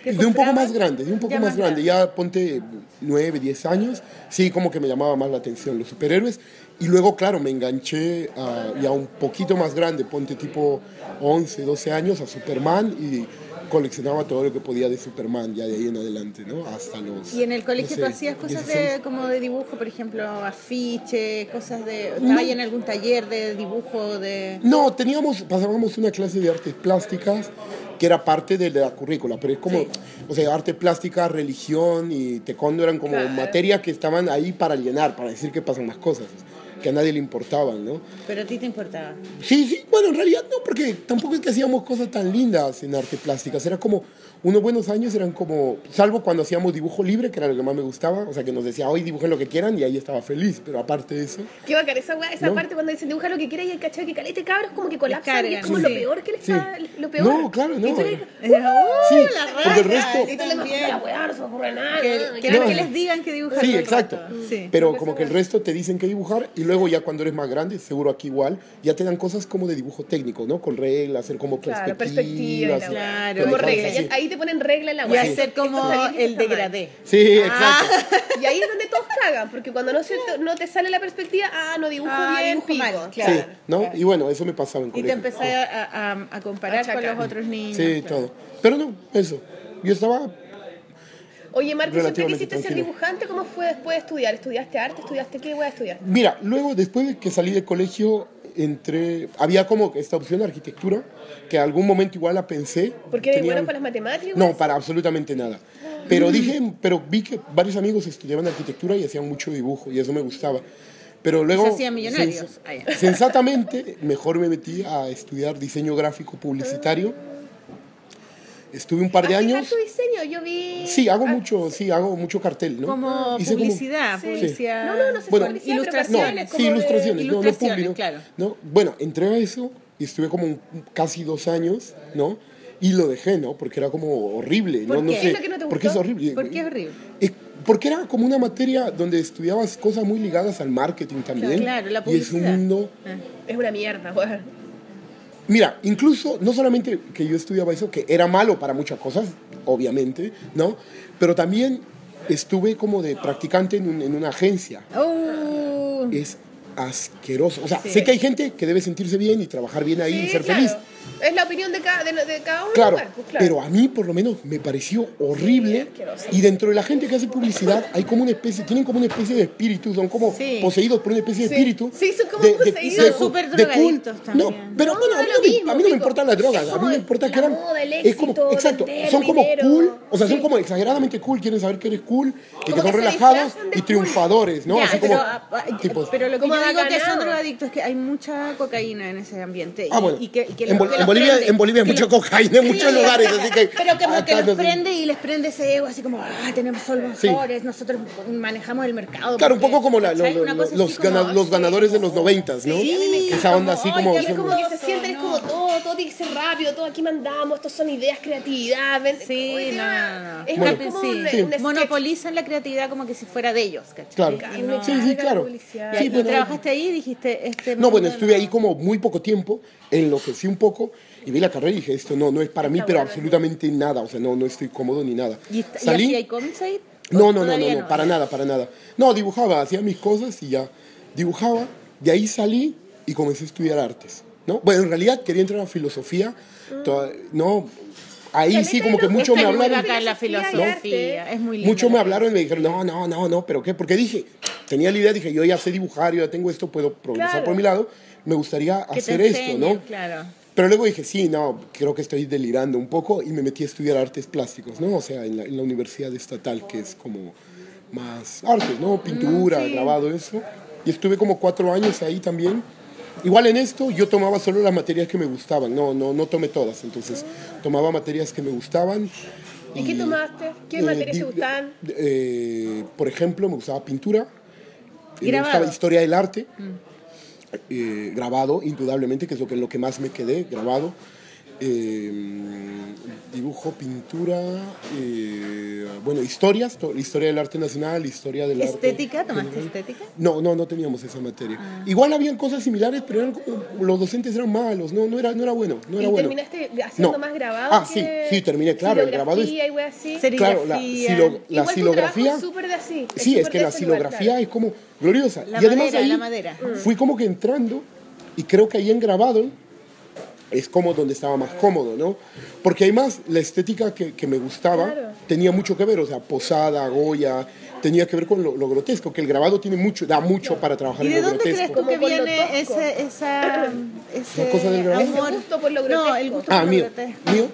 S1: ¿Que
S5: De un poco
S1: compraban?
S5: más grande, de un poco
S1: Ya
S5: más grande. Ya ponte 9, 10 años. Sí, como que me llamaba más la atención los superhéroes. Y luego, claro, me enganché a, ya un poquito más grande, ponte tipo 11, 12 años a Superman y coleccionaba todo lo que podía de Superman ya de ahí en adelante, ¿no? Hasta los...
S1: ¿Y en el colegio
S5: no
S1: tú
S5: sé,
S1: hacías cosas
S5: 16.
S1: de, como de dibujo, por ejemplo, afiche, cosas de... ¿Estabas ahí en algún taller de dibujo de...?
S5: No, teníamos, pasábamos una clase de artes plásticas que era parte de la currícula, pero es como, o sea, arte plástica, religión y taekwondo eran como materias que estaban ahí para llenar, para decir que pasan las cosas, que a nadie le importaban, ¿no?
S1: Pero a ti te importaba.
S5: Sí, sí, bueno, en realidad no, porque tampoco es que hacíamos cosas tan lindas en arte plásticas. Era como, unos buenos años eran como, salvo cuando hacíamos dibujo libre, que era lo que más me gustaba, o sea, que nos decía, hoy dibujen lo que quieran y ahí estaba feliz, pero aparte de eso.
S2: Qué bacán, esa, weá, esa
S5: No.
S2: parte cuando dicen dibuja lo que quieras y el cachado que calete cabros como que colapsan y es
S1: cargan,
S2: como
S1: sí.
S2: lo peor que les
S5: Sí.
S2: pasa, lo peor.
S5: No, claro,
S2: Y tú
S5: no.
S2: eres,
S1: ¡Uh,
S5: Sí, porque el
S1: raja!
S5: resto,
S2: y tú le mandas la weá, no se me ocurre nada.
S1: Que, que
S5: No.
S1: que les digan que dibujan
S5: Sí,
S1: todo el
S5: exacto.
S1: rato. Sí.
S5: Pero como que el resto te dicen que dibujar y luego ya cuando eres más grande, seguro aquí igual, ya te dan cosas como de dibujo técnico, ¿no? Con reglas, hacer como
S2: Claro, perspectiva y
S5: perspectivas.
S2: la
S5: eh,
S1: weá.
S5: pero
S2: como
S5: cosas
S2: regla,
S5: así.
S2: ya- ahí te ponen regla en la
S1: Y
S2: weá.
S1: hacer
S2: Esto
S1: como
S2: está bien, esto
S1: el
S2: está mal.
S1: degradé. Ah,
S5: Sí,
S2: Ah,
S5: exacto.
S2: Y ahí es donde todos cagan, porque cuando no, se te, no te sale la perspectiva, ah, no dibujo
S1: Ah,
S2: bien,
S1: dibujo
S2: pico.
S1: mal, claro.
S5: Sí, ¿no? Y bueno, eso me pasaba en
S1: Y
S5: colegio.
S1: te empecé a, a- a comparar con los otros niños.
S5: Sí,
S1: claro.
S5: todo. Pero no, eso. Yo estaba...
S2: Oye, Marco, siempre
S5: Relativamente
S2: quisiste ser
S5: tranquilo.
S2: dibujante, ¿cómo fue después de estudiar? ¿Estudiaste arte? ¿Estudiaste qué weá estudiaste?
S5: Mira, luego después de que salí del colegio, entré... Había como esta opción de arquitectura, que en algún momento igual la pensé.
S2: Porque eres
S5: Tenía-
S2: bueno para las matemáticas.
S5: No, para absolutamente nada.
S1: Mm.
S5: Pero dije, pero vi que varios amigos estudiaban arquitectura y hacían mucho dibujo y eso me gustaba. Pero luego...
S1: se hacían millonarios.
S5: sensa-
S1: Ah, ya.
S5: Sensatamente, mejor me metí a estudiar diseño gráfico publicitario. Estuve un par de
S1: Ah,
S2: ¿Has fijado
S5: años...
S2: tu Ah, diseño? Yo vi...
S5: Sí, hago
S2: Ah,
S5: mucho, sí, hago mucho cartel, ¿no?
S1: Como
S5: Hice como-
S1: publicidad,
S5: Sí.
S1: publicidad.
S2: No, no, no sé
S5: Bueno,
S2: si publicidad, pero
S5: No,
S1: ilustraciones,
S2: pasiones,
S5: sí,
S2: como de-
S5: ilustraciones, no, no
S1: ilustraciones,
S5: público.
S1: claro.
S5: ¿no? Bueno, entré a eso y estuve como un- casi dos años, ¿no? Y lo dejé, ¿no? Porque era como horrible,
S2: ¿Por
S5: ¿no? no
S2: qué?
S5: sé.
S2: ¿Es lo que no te
S5: Porque es
S2: gustó?
S5: horrible.
S1: ¿Por qué es horrible?
S5: Eh, Porque era como una materia donde estudiabas cosas muy ligadas al marketing también.
S1: claro, la
S5: Y es un
S1: publicidad.
S5: mundo
S2: Es una mierda, weón.
S5: Mira, incluso, no solamente que yo estudiaba eso, que era malo para muchas cosas, obviamente, ¿no? Pero también estuve como de practicante en, un- en una agencia.
S1: Oh,
S5: Es asqueroso. O sea, sé que hay gente que debe sentirse bien y trabajar bien ahí y
S2: Sí,
S5: ser
S2: claro.
S5: feliz.
S2: Es la opinión de cada, de, de cada uno.
S5: Claro,
S2: igual, pues,
S5: pero a mí por lo menos me pareció
S2: Sí,
S5: horrible.
S2: asqueroso.
S5: Y dentro de la gente que hace publicidad hay como una especie, tienen como una especie de espíritu, son como
S1: Sí.
S5: poseídos por una especie de
S2: Sí.
S5: espíritu.
S2: Sí, son como poseídos.
S1: Son
S5: ju-
S1: súper
S5: de
S1: drogadictos
S5: cult.
S1: también.
S5: No, pero
S2: No,
S5: bueno, a
S2: da
S5: mí
S2: lo
S5: no, me-
S2: mismo,
S5: a mí no me
S2: pico.
S5: importan las drogas,
S2: Es
S5: a mí
S2: como
S5: me importa
S2: la
S5: que eran
S2: moda, el
S5: es como
S2: éxito,
S5: exacto,
S2: vender,
S5: son como
S2: dinero.
S5: cool, o sea, son
S2: Sí.
S5: como exageradamente cool, quieren saber que eres cool y que
S2: que
S5: son
S2: se
S5: relajados
S2: disfrazan de
S5: y
S2: cool.
S5: triunfadores, ¿no?
S1: Ya,
S5: Así
S1: pero,
S5: como
S1: ah, ah,
S5: tipos.
S1: pero lo que
S2: Como
S1: yo digo que
S2: ganado.
S1: son drogadictos es que hay mucha cocaína en ese ambiente.
S5: Ah,
S1: y-
S5: bueno.
S1: y que, y que
S5: en,
S1: lo-
S5: Bol-
S1: que
S5: en
S1: los
S5: Bolivia,
S1: prende.
S5: en Bolivia hay mucha cocaína en muchos
S1: Sí,
S5: lugares,
S1: acá-
S5: así que
S1: Pero como que
S5: acá
S1: los
S5: no sé.
S1: prende y les prende ese ego, así como, ah, tenemos solvadores, nosotros manejamos el mercado.
S5: Claro, un
S1: porque-
S5: poco como la- lo-
S1: ¿cachai?
S5: lo-
S1: Una
S5: lo-
S1: cosa así
S5: los,
S1: como,
S5: gana-
S1: "Ay,
S5: los ganadores de los noventas, ¿no?
S1: Sí, a mí me encanta.
S5: Esa onda así
S1: Ay,
S5: como...
S1: ya le
S2: Como que se sienten, es como todo, todo tiene que ser rápido, todo aquí mandamos, estos son ideas, creatividad. ven-
S1: Sí,
S2: Oye,
S1: no, no, no.
S2: Es
S5: Bueno,
S2: como
S1: sí.
S2: un,
S5: Sí.
S2: un sketch.
S1: Monopolizan la creatividad como que si fuera de ellos, ¿cachai?
S5: Claro.
S2: Y no-
S5: Sí, sí, claro.
S2: publicidad.
S5: Sí,
S1: y
S5: bueno,
S1: trabajaste ahí y dijiste, este
S5: No,
S1: mundo
S5: bueno, estuve ahí como muy poco tiempo, enloquecí un poco y vi la carrera y dije, esto no, no es para mí, pero absolutamente nada, o sea, no, no estoy cómodo ni nada.
S1: ¿Y, est- y
S5: Salí-
S1: así hay cómics ahí?
S5: No, no, no,
S1: Todavía
S5: no, no, para nada, para nada. No, dibujaba, hacía mis cosas y ya. Dibujaba, de ahí salí y comencé a estudiar artes, ¿no? Bueno, en realidad quería entrar a filosofía,
S1: Mm.
S5: toda- no, ahí sí como que mucho me
S1: Está muy
S5: hablaron.
S1: bacán la
S2: Filosofía y
S1: filosofía,
S2: arte.
S1: es muy lindo.
S5: Mucho me hablaron y me dijeron, no, no, no, no, pero ¿qué? Porque dije, tenía la idea, dije, yo ya sé dibujar, yo ya tengo esto, puedo progresar
S2: Claro.
S5: por mi lado, me gustaría
S1: Que te
S5: hacer esto,
S1: enseñen,
S5: ¿no?
S1: Claro.
S5: Pero luego dije, sí, no, creo que estoy delirando un poco y me metí a estudiar artes plásticos, ¿no? O sea, en la, en la universidad estatal, que es como más artes, ¿no? Pintura, grabado, eso. Y estuve como cuatro años ahí también. Igual en esto yo tomaba solo las materias que me gustaban, no, no, no tomé todas, entonces tomaba materias que me gustaban.
S2: ¿Y qué tomaste? ¿Qué
S5: eh,
S2: materias
S5: di-
S2: te gustaban?
S5: eh, por ejemplo, me gustaba pintura, eh, me
S1: Grabado.
S5: gustaba historia del arte, eh, grabado, indudablemente, que es lo que, en lo que más me quedé, grabado. Eh, dibujo, pintura, eh, bueno, historias, to- la historia del arte nacional, la historia del
S1: ¿Estética?
S5: arte.
S1: ¿Tomaste estética?
S5: No, no, no teníamos esa materia. Igual habían cosas similares, pero eran como- los docentes eran malos, no, no, era, no era bueno. No
S2: ¿Y
S5: era bueno.
S2: terminaste haciendo
S5: No.
S2: más grabado?
S5: Ah,
S2: que
S5: sí, sí, terminé, claro, el grabado es-
S2: silografía y weas así?
S5: Claro, la,
S1: Serigrafía.
S5: silo- la
S2: Igual tu
S5: silografía.
S2: trabajo es súper de así, es
S5: sí, es
S2: súper
S5: que
S2: de
S5: la
S2: ese lugar,
S5: silografía
S2: claro.
S5: es como gloriosa.
S1: La
S5: y además
S1: madera,
S5: ahí
S1: la madera. Mm.
S5: fui como que entrando y creo que ahí en grabado es como donde estaba más cómodo, ¿no? Porque además la estética que, que me gustaba tenía mucho que ver, o sea, posada, goya, tenía que ver con lo, lo grotesco, que el grabado tiene mucho, da mucho para trabajar
S1: ¿Y
S5: en
S1: de
S5: lo
S1: dónde crees
S5: grotesco.
S1: tú que
S2: Como con lo
S1: viene
S2: tosco.
S1: ese, esa, ese
S5: ¿La cosa del grabado?
S1: amor?
S2: Ese gusto por lo
S1: No,
S2: grotesco.
S1: el gusto
S5: Ah,
S1: por
S5: mío,
S1: lo grotesco.
S5: mío.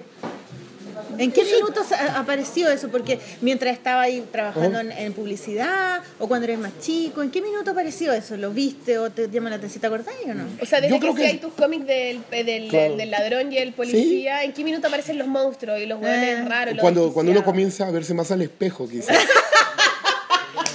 S1: ¿En qué minutos a- apareció eso? Porque mientras estaba ahí trabajando en, en publicidad o cuando eres más chico, ¿en qué minuto apareció eso? ¿Lo viste o te llama la atención? ¿Te acordás o no?
S2: O sea, desde
S5: Yo creo
S2: que,
S5: que
S2: hay
S5: es-
S2: tus cómics del, del,
S5: Claro.
S2: del ladrón y el policía, ¿en qué minuto aparecen los monstruos y los hueones
S1: Ah.
S2: raros? los
S5: Cuando, cuando uno
S2: desquiciados?
S5: comienza a verse más al espejo, quizás.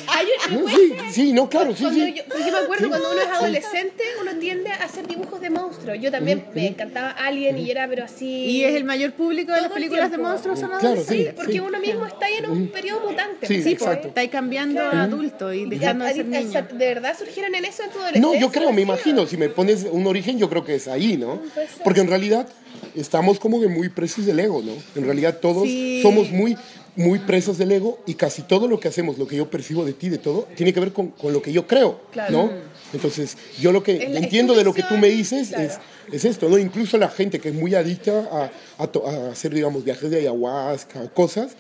S2: Hay un-
S5: No, sí, sí, Ah, no, claro, sí,
S2: Cuando
S5: sí.
S2: Yo, porque yo me acuerdo
S5: Sí,
S2: cuando uno es
S5: sí.
S2: adolescente, uno tiende a hacer dibujos de monstruos. Yo también me encantaba Alien y era, pero así.
S1: ¿Y es el mayor público de
S2: Todo
S1: las
S2: el
S1: películas de
S2: tiempo.
S1: monstruos son
S5: Claro,
S1: adolescentes?
S2: Sí,
S5: Sí,
S2: porque
S5: sí.
S2: uno mismo está ahí en un periodo mutante. pues, eh,
S5: Sí,
S1: Sí,
S5: Exacto.
S1: porque estáis cambiando a adulto y
S2: Y
S1: dejando
S2: a-
S1: de ser
S2: a-
S1: niño.
S2: ¿De verdad surgieron en eso en tu
S5: No,
S2: adolescencia?
S5: yo creo, me
S2: ¿Sí?
S5: imagino, si me pones un origen, yo creo que es ahí, ¿no?
S2: Mm, puede ser.
S5: Porque en realidad estamos como que muy presos del ego, ¿no? En realidad todos
S1: Sí.
S5: somos muy, muy presos del ego y casi todo lo que hacemos, lo que yo percibo de ti, de todo, tiene que ver con, con lo que yo creo,
S2: Claro.
S5: ¿no? Entonces, yo lo que
S2: Es la- es
S5: entiendo
S2: tu
S5: de lo que tú me
S2: visión,
S5: dices
S2: claro.
S5: es, es esto, ¿no? Incluso la gente que es muy adicta a, a to- a hacer, digamos, viajes de ayahuasca o cosas,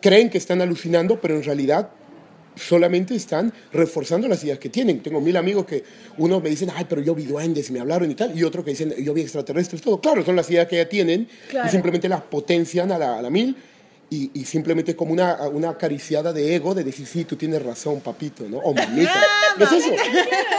S5: creen que están alucinando, pero en realidad solamente están reforzando las ideas que tienen. Tengo mil amigos que unos me dicen, ay, pero yo vi duendes y me hablaron y tal, y otros que dicen, yo vi extraterrestres, todo. Claro, son las ideas que ya tienen
S2: Claro.
S5: y simplemente las potencian a la, a la mil y, y simplemente es como una, una acariciada de ego de decir, sí, tú tienes razón, papito, ¿no? O mamita. es eso,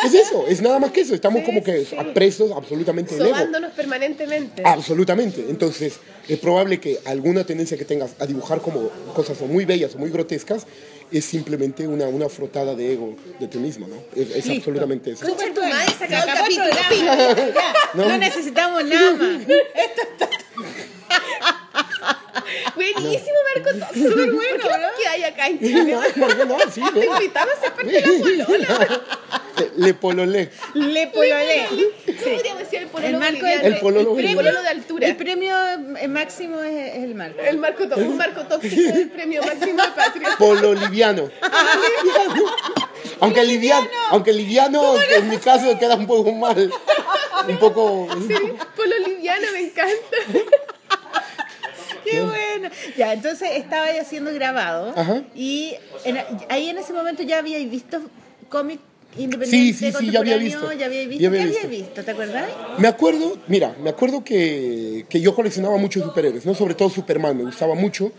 S5: es eso, es nada más que eso. Estamos como que presos absolutamente del ego.
S2: Sobándonos permanentemente.
S5: Ah, Absolutamente. Entonces, es probable que alguna tendencia que tengas a dibujar como cosas o muy bellas o muy grotescas es simplemente una, una frotada de ego de ti mismo, ¿no? Es, es absolutamente eso.
S1: Concha tu
S2: madre, se acabó el
S1: acabó
S2: capítulo,
S1: programa. Ya, no. necesitamos nada más.
S2: Buenísimo, Marco. todo Súper bueno. ¿Por qué no te quedas acá en Chile?
S5: ¿Por qué no? Sí,
S2: Te
S5: ven.
S2: invitamos a ser parte de la polola.
S5: Le- Le pololé.
S1: Le pololé.
S2: ¿Cómo podríamos decir el
S1: El
S2: pololo
S1: marco
S2: boliviano?
S1: del-
S5: El pololo
S2: el pololo de altura.
S1: El premio eh, máximo es es el marco.
S2: El marco tó- un marco tóxico del premio máximo de patria.
S5: Pololiviano. Aunque liviano, aunque liviano en mi caso queda un poco mal. Un poco.
S2: Sí, pololo liviano, me encanta.
S1: Qué bueno. Ya, entonces estaba ahí haciendo grabado.
S5: Ajá.
S1: Y en- ahí en ese momento ya habíais visto cómic independiente.
S5: Sí, sí, sí, ya había
S1: contemporáneo,
S5: visto.
S1: Ya habíais visto.
S5: Ya había
S1: ¿Qué habíais
S5: visto.
S1: visto?
S5: Ah,
S1: ¿Te acordás?
S5: Me acuerdo, mira, me acuerdo que, que yo coleccionaba muchos superhéroes, ¿no? Sobre todo Superman, me gustaba mucho.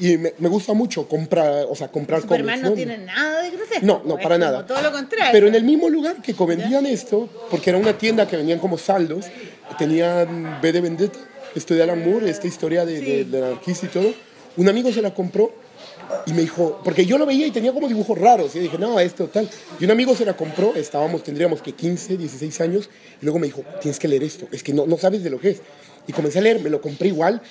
S5: Y me, me gusta mucho comprar, o sea, comprar
S1: Superman
S5: cómics,
S1: no tiene nada de grotesco. pues,
S5: No, no,
S1: es
S5: para
S1: como
S5: nada.
S1: Todo lo contrario.
S5: Pero en el mismo lugar que vendían esto, porque era una tienda que vendían como saldos, tenían B de Vendetta, esto de Alan Moore, esta historia de, de- del anarquista y todo, un amigo se la compró y me dijo, porque yo lo veía y tenía como dibujos raros, y yo dije, no, esto tal. Y un amigo se la compró, estábamos, tendríamos que 15, 16 años, y luego me dijo, tienes que leer esto, es que no, no sabes de lo que es. Y comencé a leer, me lo compré igual,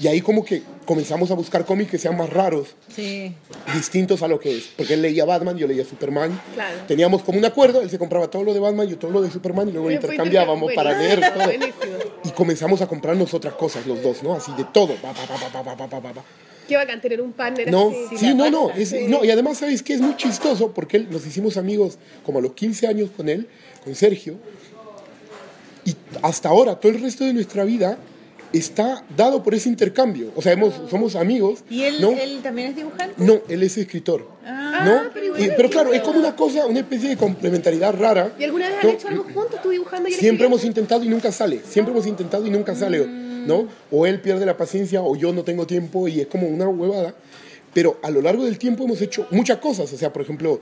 S5: y ahí como que comenzamos a buscar cómics que sean más raros
S1: Sí.
S5: distintos a lo que es. Porque él leía Batman, yo leía Superman. Teníamos como un acuerdo, él se compraba todo lo de Batman, yo todo lo de Superman y luego
S2: Pero fue
S5: intercambiábamos para leer
S2: intercambio,
S5: todo.
S2: buenísimo.
S5: Y comenzamos a comprarnos otras cosas los dos, ¿no? Así de todo. Pa, pa, pa, pa, pa, pa, pa, pa, pa.
S2: Qué bacán tener un partner
S5: No,
S2: así.
S5: sí, no, no, es- no. Y además, ¿sabes que Es muy chistoso porque él- nos hicimos amigos como a los 15 años con él, con Sergio. Y hasta ahora, todo el resto de nuestra vida está dado por ese intercambio. O sea, hemos, somos amigos.
S1: ¿Y él,
S5: ¿no?
S1: él también es dibujante?
S5: No, él es escritor. ¿no?
S2: pero
S5: Pero,
S2: igual es
S5: pero claro, es
S2: escritor.
S5: como una cosa, una especie de complementariedad rara.
S2: ¿Y alguna vez han
S5: ¿no?
S2: hecho algo juntos? ¿Tú dibujando y él
S5: Siempre hemos
S2: escribiendo?
S5: intentado y nunca sale. Siempre hemos intentado y
S2: Mm.
S5: nunca sale, ¿no? O él pierde la paciencia o yo no tengo tiempo y es como una huevada. Pero a lo largo del tiempo hemos hecho muchas cosas. O sea, por ejemplo,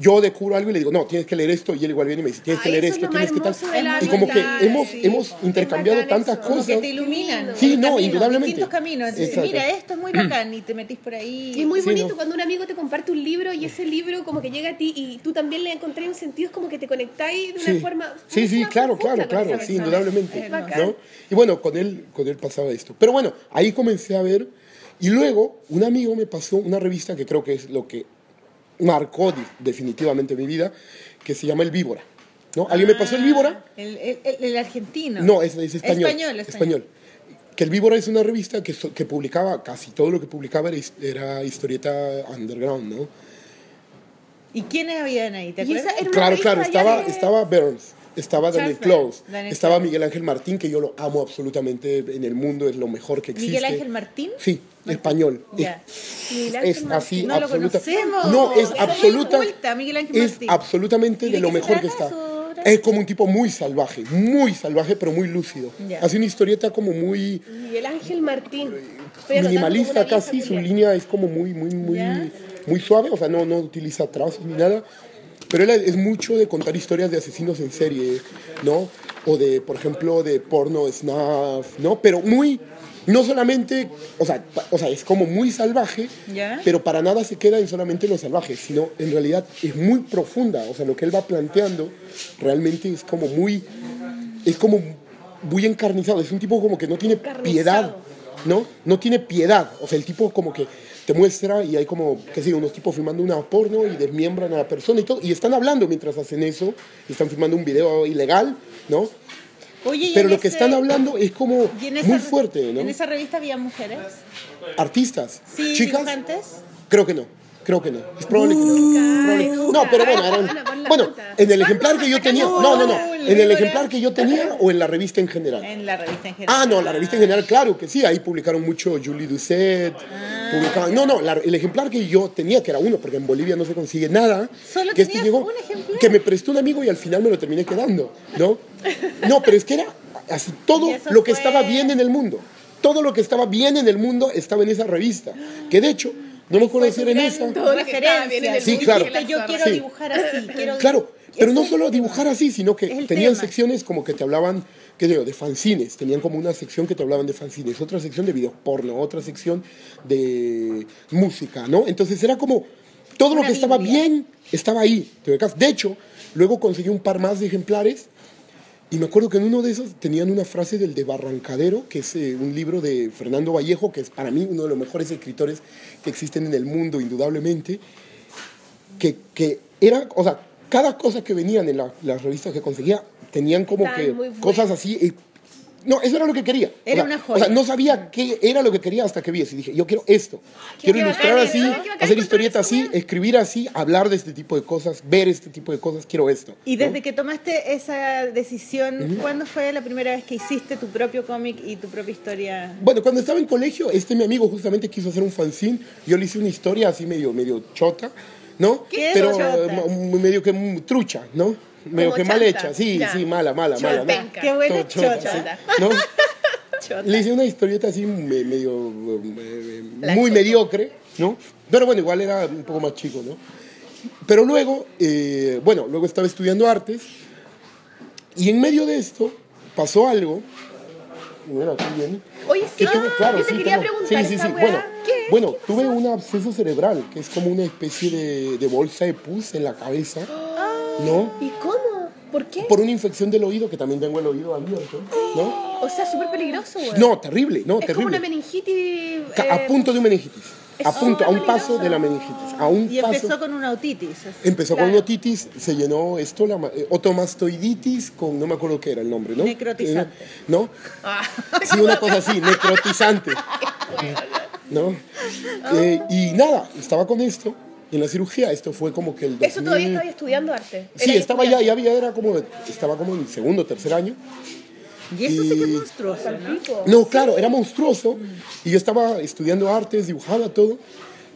S5: yo descubro algo y le digo, no, tienes que leer esto. Y él igual viene y me dice, tienes que
S2: Ay,
S5: leer
S2: eso es
S5: esto,
S2: lo
S5: tienes que tal.
S2: más hermoso de la
S5: Y como que
S2: amistad,
S5: hemos,
S2: sí.
S5: hemos intercambiado
S2: bacán
S5: tantas
S2: eso, como
S5: cosas.
S1: que te iluminan.
S5: Sí, no,
S1: caminos,
S5: indudablemente.
S1: Distintos caminos. Entonces,
S5: Exacto.
S1: mira, esto es muy bacán y te metís por ahí.
S2: Y es muy
S5: Sí,
S2: bonito
S5: no.
S2: cuando un amigo te comparte un libro y ese libro como que llega a ti y tú también le encontrás un sentido, es como que te conectáis de una
S5: Sí,
S2: forma...
S5: sí,
S2: mucho
S5: sí,
S2: más
S5: claro,
S2: profunda
S5: claro,
S2: con
S5: claro,
S2: esa
S5: sí,
S2: persona.
S5: indudablemente.
S2: Bacán.
S5: ¿no? Y bueno, con él, con él pasaba esto. Pero bueno, ahí comencé a ver. Y luego un amigo me pasó una revista que creo que es lo que marcó di- definitivamente mi vida, que se llama El Víbora. ¿no? Alguien me pasó El Víbora.
S2: Ah,
S1: Ah, El, el- el- el argentino.
S5: No, es, es español.
S1: Español, español.
S5: Que El Víbora es una revista que, so- que publicaba, casi todo lo que publicaba era, his- era historieta underground, ¿no?
S1: ¿Y quiénes habían ahí? ¿Te
S2: Y esa
S1: acuerdas?
S2: era una
S5: Claro,
S2: revista
S5: claro,
S2: ya
S5: estaba,
S2: de-
S5: estaba Burns, estaba
S1: Charles
S5: Daniel
S1: Burns,
S5: Close,
S1: Daniel
S5: estaba
S1: Close.
S5: Miguel Ángel Martín, que yo lo amo absolutamente en el mundo, es lo mejor que existe.
S1: ¿Miguel Ángel Martín?
S5: Sí, español.
S1: Ya.
S2: Miguel Ángel
S5: Es, es así,
S1: No lo
S5: absoluta.
S1: conocemos.
S5: No, es
S1: Es muy
S5: absoluta.
S1: culta, Miguel Ángel
S5: Es
S1: Martín.
S5: absolutamente
S1: ¿Y
S5: de,
S1: de
S5: lo
S1: qué se
S5: mejor que
S1: trata
S5: está.
S1: su obra?
S5: Es como un tipo muy salvaje, muy salvaje, pero muy lúcido.
S1: Ya.
S5: Hace una historieta como muy
S2: Miguel Ángel Martín. Estoy anotando como
S5: minimalista
S2: una
S5: casi,
S2: vieja
S5: su
S2: culiá.
S5: línea es como muy, muy, muy,
S1: Ya.
S5: muy suave, o sea, no, no utiliza trazos ni nada. Pero él es mucho de contar historias de asesinos en serie, ¿no? O de, por ejemplo, de porno, snuff, ¿no? Pero muy, no solamente, o sea, pa- o sea es como muy salvaje,
S1: Ya.
S5: pero para nada se queda en solamente lo salvaje, sino en realidad es muy profunda, o sea, lo que él va planteando realmente es como muy, es como muy encarnizado, es un tipo como que no tiene piedad, ¿no? No tiene piedad, o sea, el tipo como que te muestra y hay como, qué sé yo, unos tipos filmando una porno y desmiembran a la persona y todo, y están hablando mientras hacen eso, y están filmando un video ilegal, ¿no?
S1: Oye, y
S5: Pero
S1: en
S5: lo que
S1: ese-
S5: están hablando es como
S1: y en esa
S5: muy
S1: re-
S5: fuerte, ¿no?
S1: ¿En esa revista había mujeres?
S5: Artistas,
S1: Sí,
S5: chicas,
S1: dibujantes.
S5: creo que no. Creo que no. Es probable que no. Probable- No, pero bueno, eran-
S2: pon la
S5: bueno,
S2: puta.
S5: en el ejemplar que yo tenía, no, no, no, en el ejemplar que yo tenía o en la revista en general.
S1: En la revista en general.
S5: Ah, no, la revista en general, claro que sí, ahí publicaron mucho Julie Ducet.
S1: Ah.
S5: publicaban- no, no, la- el ejemplar que yo tenía, que era uno, porque en Bolivia no se consigue nada.
S1: Solo
S5: que este
S1: tenías un ejemplar.
S5: Que me prestó un amigo y al final me lo terminé quedando, ¿no? No, pero es que era así, todo
S1: Y eso
S5: lo que
S1: fue-
S5: estaba bien en el mundo. Todo lo que estaba bien en el mundo estaba en esa revista. Que de hecho, no me acuerdo
S1: Fue
S5: decir en
S1: gran
S5: esa.
S10: bien en
S1: referencia.
S10: el
S5: Sí, mundo. claro.
S1: Dijiste, Yo quiero
S5: Sí.
S1: dibujar así. Quiero
S5: Claro, pero no
S1: Ese-
S5: solo dibujar así, sino
S1: Es
S5: que
S1: el
S5: tenían
S1: tema.
S5: secciones como que te hablaban, qué sé yo, de fanzines, tenían como una sección que te hablaban de fanzines, otra sección de videos porno, otra sección de música, ¿no? Entonces era como todo lo
S1: Una
S5: que estaba
S1: Biblia.
S5: bien estaba ahí, ¿te ubicas? De hecho, luego conseguí un par más de ejemplares y me acuerdo que en uno de esos tenían una frase del de Barrancadero, que es eh, un libro de Fernando Vallejo, que es para mí uno de los mejores escritores que existen en el mundo, indudablemente, que, que era, o sea, cada cosa que venían en la- las revistas que conseguía, tenían como
S2: Estaban
S5: que
S2: muy buenas.
S5: cosas así. eh, no, eso era lo que quería.
S1: Era
S5: o sea,
S1: una joya.
S5: O sea, no sabía qué era lo que quería hasta que vi eso. Y dije, yo quiero esto. quiero
S2: bacán
S5: ilustrar
S2: eso,
S5: así,
S2: qué bacán
S5: hacer
S2: encontrar
S5: historieta
S2: esa
S5: así,
S2: weá.
S5: escribir así, hablar de este tipo de cosas, ver este tipo de cosas, quiero esto.
S1: Y
S5: ¿no?
S1: desde que tomaste esa decisión, ¿cuándo fue la primera vez que hiciste tu propio cómic y tu propia historia?
S5: Bueno, cuando estaba en colegio, este mi amigo justamente quiso hacer un fanzine. Yo le hice una historia así medio, medio chota, ¿no?
S1: ¿Qué es
S5: Pero
S1: chota?
S5: eh, ma- medio que mm, trucha, ¿no? Medio que mal
S2: chanta,
S5: hecha, sí,
S2: ya.
S5: sí, mala, mala, mala. ¿no?
S2: Chorpenca.
S1: Qué buena
S5: Todo chota,
S1: chota.
S5: sí, ¿no?
S1: Chota.
S5: Le hice una historieta así me- medio, eh, eh, muy mediocre, ¿no? Pero bueno, igual era un poco más chico, ¿no? Pero luego, eh, bueno, luego estaba estudiando artes y en medio de esto pasó algo. Mira, aquí viene.
S2: Oye, sí,
S5: Que tuve- claro,
S2: Ah, yo te
S5: sí,
S2: quería
S5: tuve-
S2: preguntar
S5: sí, sí,
S2: esa
S5: sí.
S2: weá.
S5: Bueno,
S2: ¿Qué?
S5: bueno tuve un absceso cerebral, que es como una especie de, de bolsa de pus en la cabeza, ¿no?
S2: ¿Y cómo? ¿Por qué?
S5: Por una infección del oído, que también tengo el oído abierto, ¿no?
S2: O sea, súper peligroso, weón.
S5: No, terrible, no,
S2: Ah. es
S5: terrible.
S2: como una meningitis.
S5: Ca-
S2: eh,
S5: a punto de un meningitis. A
S2: es
S5: punto, a un
S2: súper
S5: paso
S2: peligroso.
S5: de la meningitis. A un
S1: Y
S5: paso. Em-
S1: empezó con una otitis. así.
S5: Empezó
S2: Claro.
S5: con otitis, se llenó esto, la ma- eh, otomastoiditis, con no me acuerdo qué era el nombre, ¿no?
S1: Necrotizante.
S5: Eh, ¿No?
S2: Ah.
S5: Sí, una cosa así, necrotizante. ¿No? Eh, y nada, estaba con esto en la cirugía, esto fue como que el.
S2: Eso todavía
S5: 2000
S2: estaba estudiando arte.
S5: Mm. Sí,
S2: Era
S5: estaba ya, ya había, era como, estaba como en segundo, tercer año.
S1: Y eso sí que es
S5: Y-
S1: monstruoso, ¿no?
S5: No, claro, era monstruoso. Y yo estaba estudiando artes, dibujaba todo.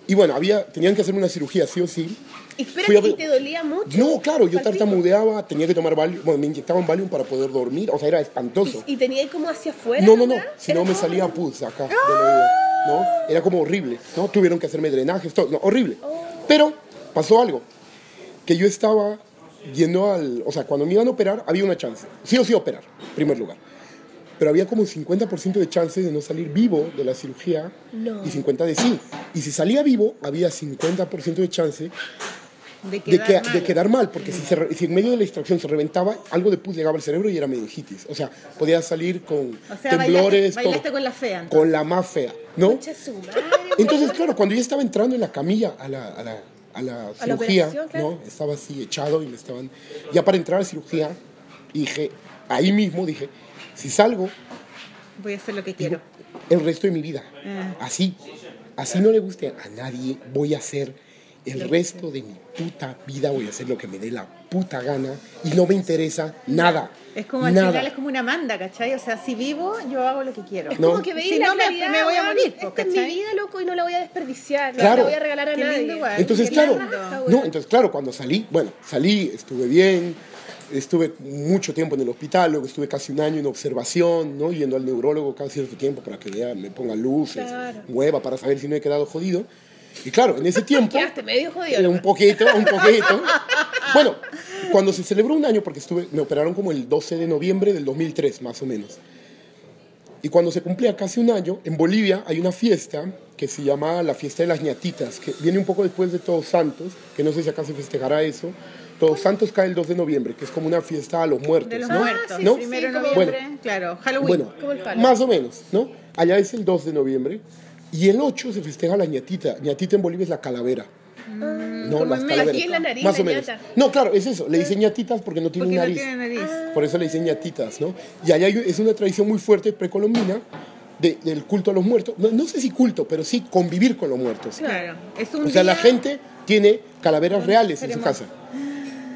S5: Y bueno, había, tenían que hacerme una cirugía, sí o sí.
S2: Y
S5: Fui a
S2: espérate,
S5: ver-
S2: ¿y te dolía mucho?
S5: No, claro, yo
S2: Palpico.
S5: tartamudeaba, tenía que tomar Valium, bueno, me inyectaban Valium para poder dormir, o sea, era espantoso.
S2: ¿Y, y tenía ahí como hacia afuera?
S5: No, no, no,
S2: ¿verdad?
S5: si no
S2: Era
S5: me
S2: como-
S5: salía pus acá. de la vida. ¿no? Era como horrible, ¿no? Tuvieron que hacerme drenajes, todo, no, horrible. Pero pasó algo, que yo estaba yendo al, o sea, cuando me iban a operar había una chance, sí o sí operar, en primer lugar. Pero había como 50% de chance de no salir vivo de la cirugía y 50 de sí. Y si salía vivo, había 50% de chance
S1: De
S5: de,
S1: quedar
S5: que-
S1: mal.
S5: de quedar mal, porque si, se re- si en medio de la extracción se reventaba, algo de pus llegaba al cerebro y era meningitis. O sea, podía salir con
S1: O sea,
S5: temblores,
S1: bailaste, bailaste
S5: todo.
S1: con la fea. entonces.
S5: con la más fea, ¿no?
S2: Concha su madre,
S5: Entonces, claro, cuando yo estaba entrando en la camilla a la, a la, a la cirugía,
S2: operación, claro.
S5: ¿no? Estaba así echado y me estaban... Ya para entrar a la cirugía, dije, ahí mismo dije, si salgo,
S1: Voy a hacer lo que quiero.
S5: el resto de mi vida.
S1: Ah.
S5: Así, así no le guste a nadie, voy a hacer el resto de mi puta vida, voy a hacer lo que me dé la puta gana y no me interesa nada.
S1: Es como al
S5: nada.
S1: final es como una manda, ¿cachai? O sea, si vivo, yo hago lo que quiero.
S5: No.
S2: Como que veis
S1: Si
S2: la
S1: no, me-
S2: claridad,
S1: me voy a
S2: weón,
S1: morir,
S2: esta
S1: po,
S2: es mi
S1: ¿cachai?
S2: vida, loco, y no la voy a desperdiciar. No
S5: Claro.
S2: la voy a regalar a
S1: Qué
S2: nadie.
S1: lindo, weón.
S5: Entonces,
S1: Qué
S5: claro,
S1: lindo.
S5: no, entonces, claro, cuando salí, bueno, salí, estuve bien, estuve mucho tiempo en el hospital, luego estuve casi un año en observación, ¿no? Yendo al neurólogo cada cierto tiempo para que vea, me ponga luces,
S2: Claro.
S5: mueva para saber si no he quedado jodido. Y claro, en ese tiempo...
S2: Quedaste medio jodido.
S5: Eh, un
S2: loco.
S5: poquito, un poquito. Bueno, cuando se celebró un año, porque estuve, me operaron como el 12 de noviembre del 2003, más o menos. Y cuando se cumplía casi un año, en Bolivia hay una fiesta que se llama la fiesta de las ñatitas, que viene un poco después de Todos Santos, que no sé si acá se festejará eso. Todos Santos cae el 2 de noviembre, que es como una fiesta a los muertos.
S1: De los
S5: ¿no?
S1: muertos.
S5: ¿No?
S1: Primero
S2: Ah, sí, como-
S1: noviembre,
S5: Bueno.
S1: claro, Halloween.
S5: Bueno,
S2: Como el palo.
S5: más o menos, ¿no? Allá es el 2 de noviembre y el 8 se festeja la ñatita. ñatita en Bolivia es la calavera. No,
S1: Mm, como
S5: las
S1: en
S5: calaveras.
S2: Aquí es la nariz,
S5: más
S2: la
S5: o menos.
S2: ñata.
S5: No, claro, es eso. Le dicen ñatitas porque no tienen
S1: Ah. porque no
S5: nariz.
S1: tiene
S5: Ah.
S1: nariz.
S5: Por eso le dicen ñatitas, ¿no? Y allá hay- es una tradición muy fuerte precolombina de- del culto a los muertos. No, no sé si culto, pero sí convivir con los muertos.
S1: Claro. Es un
S5: O sea, la
S1: día-
S5: gente tiene calaveras reales en su casa.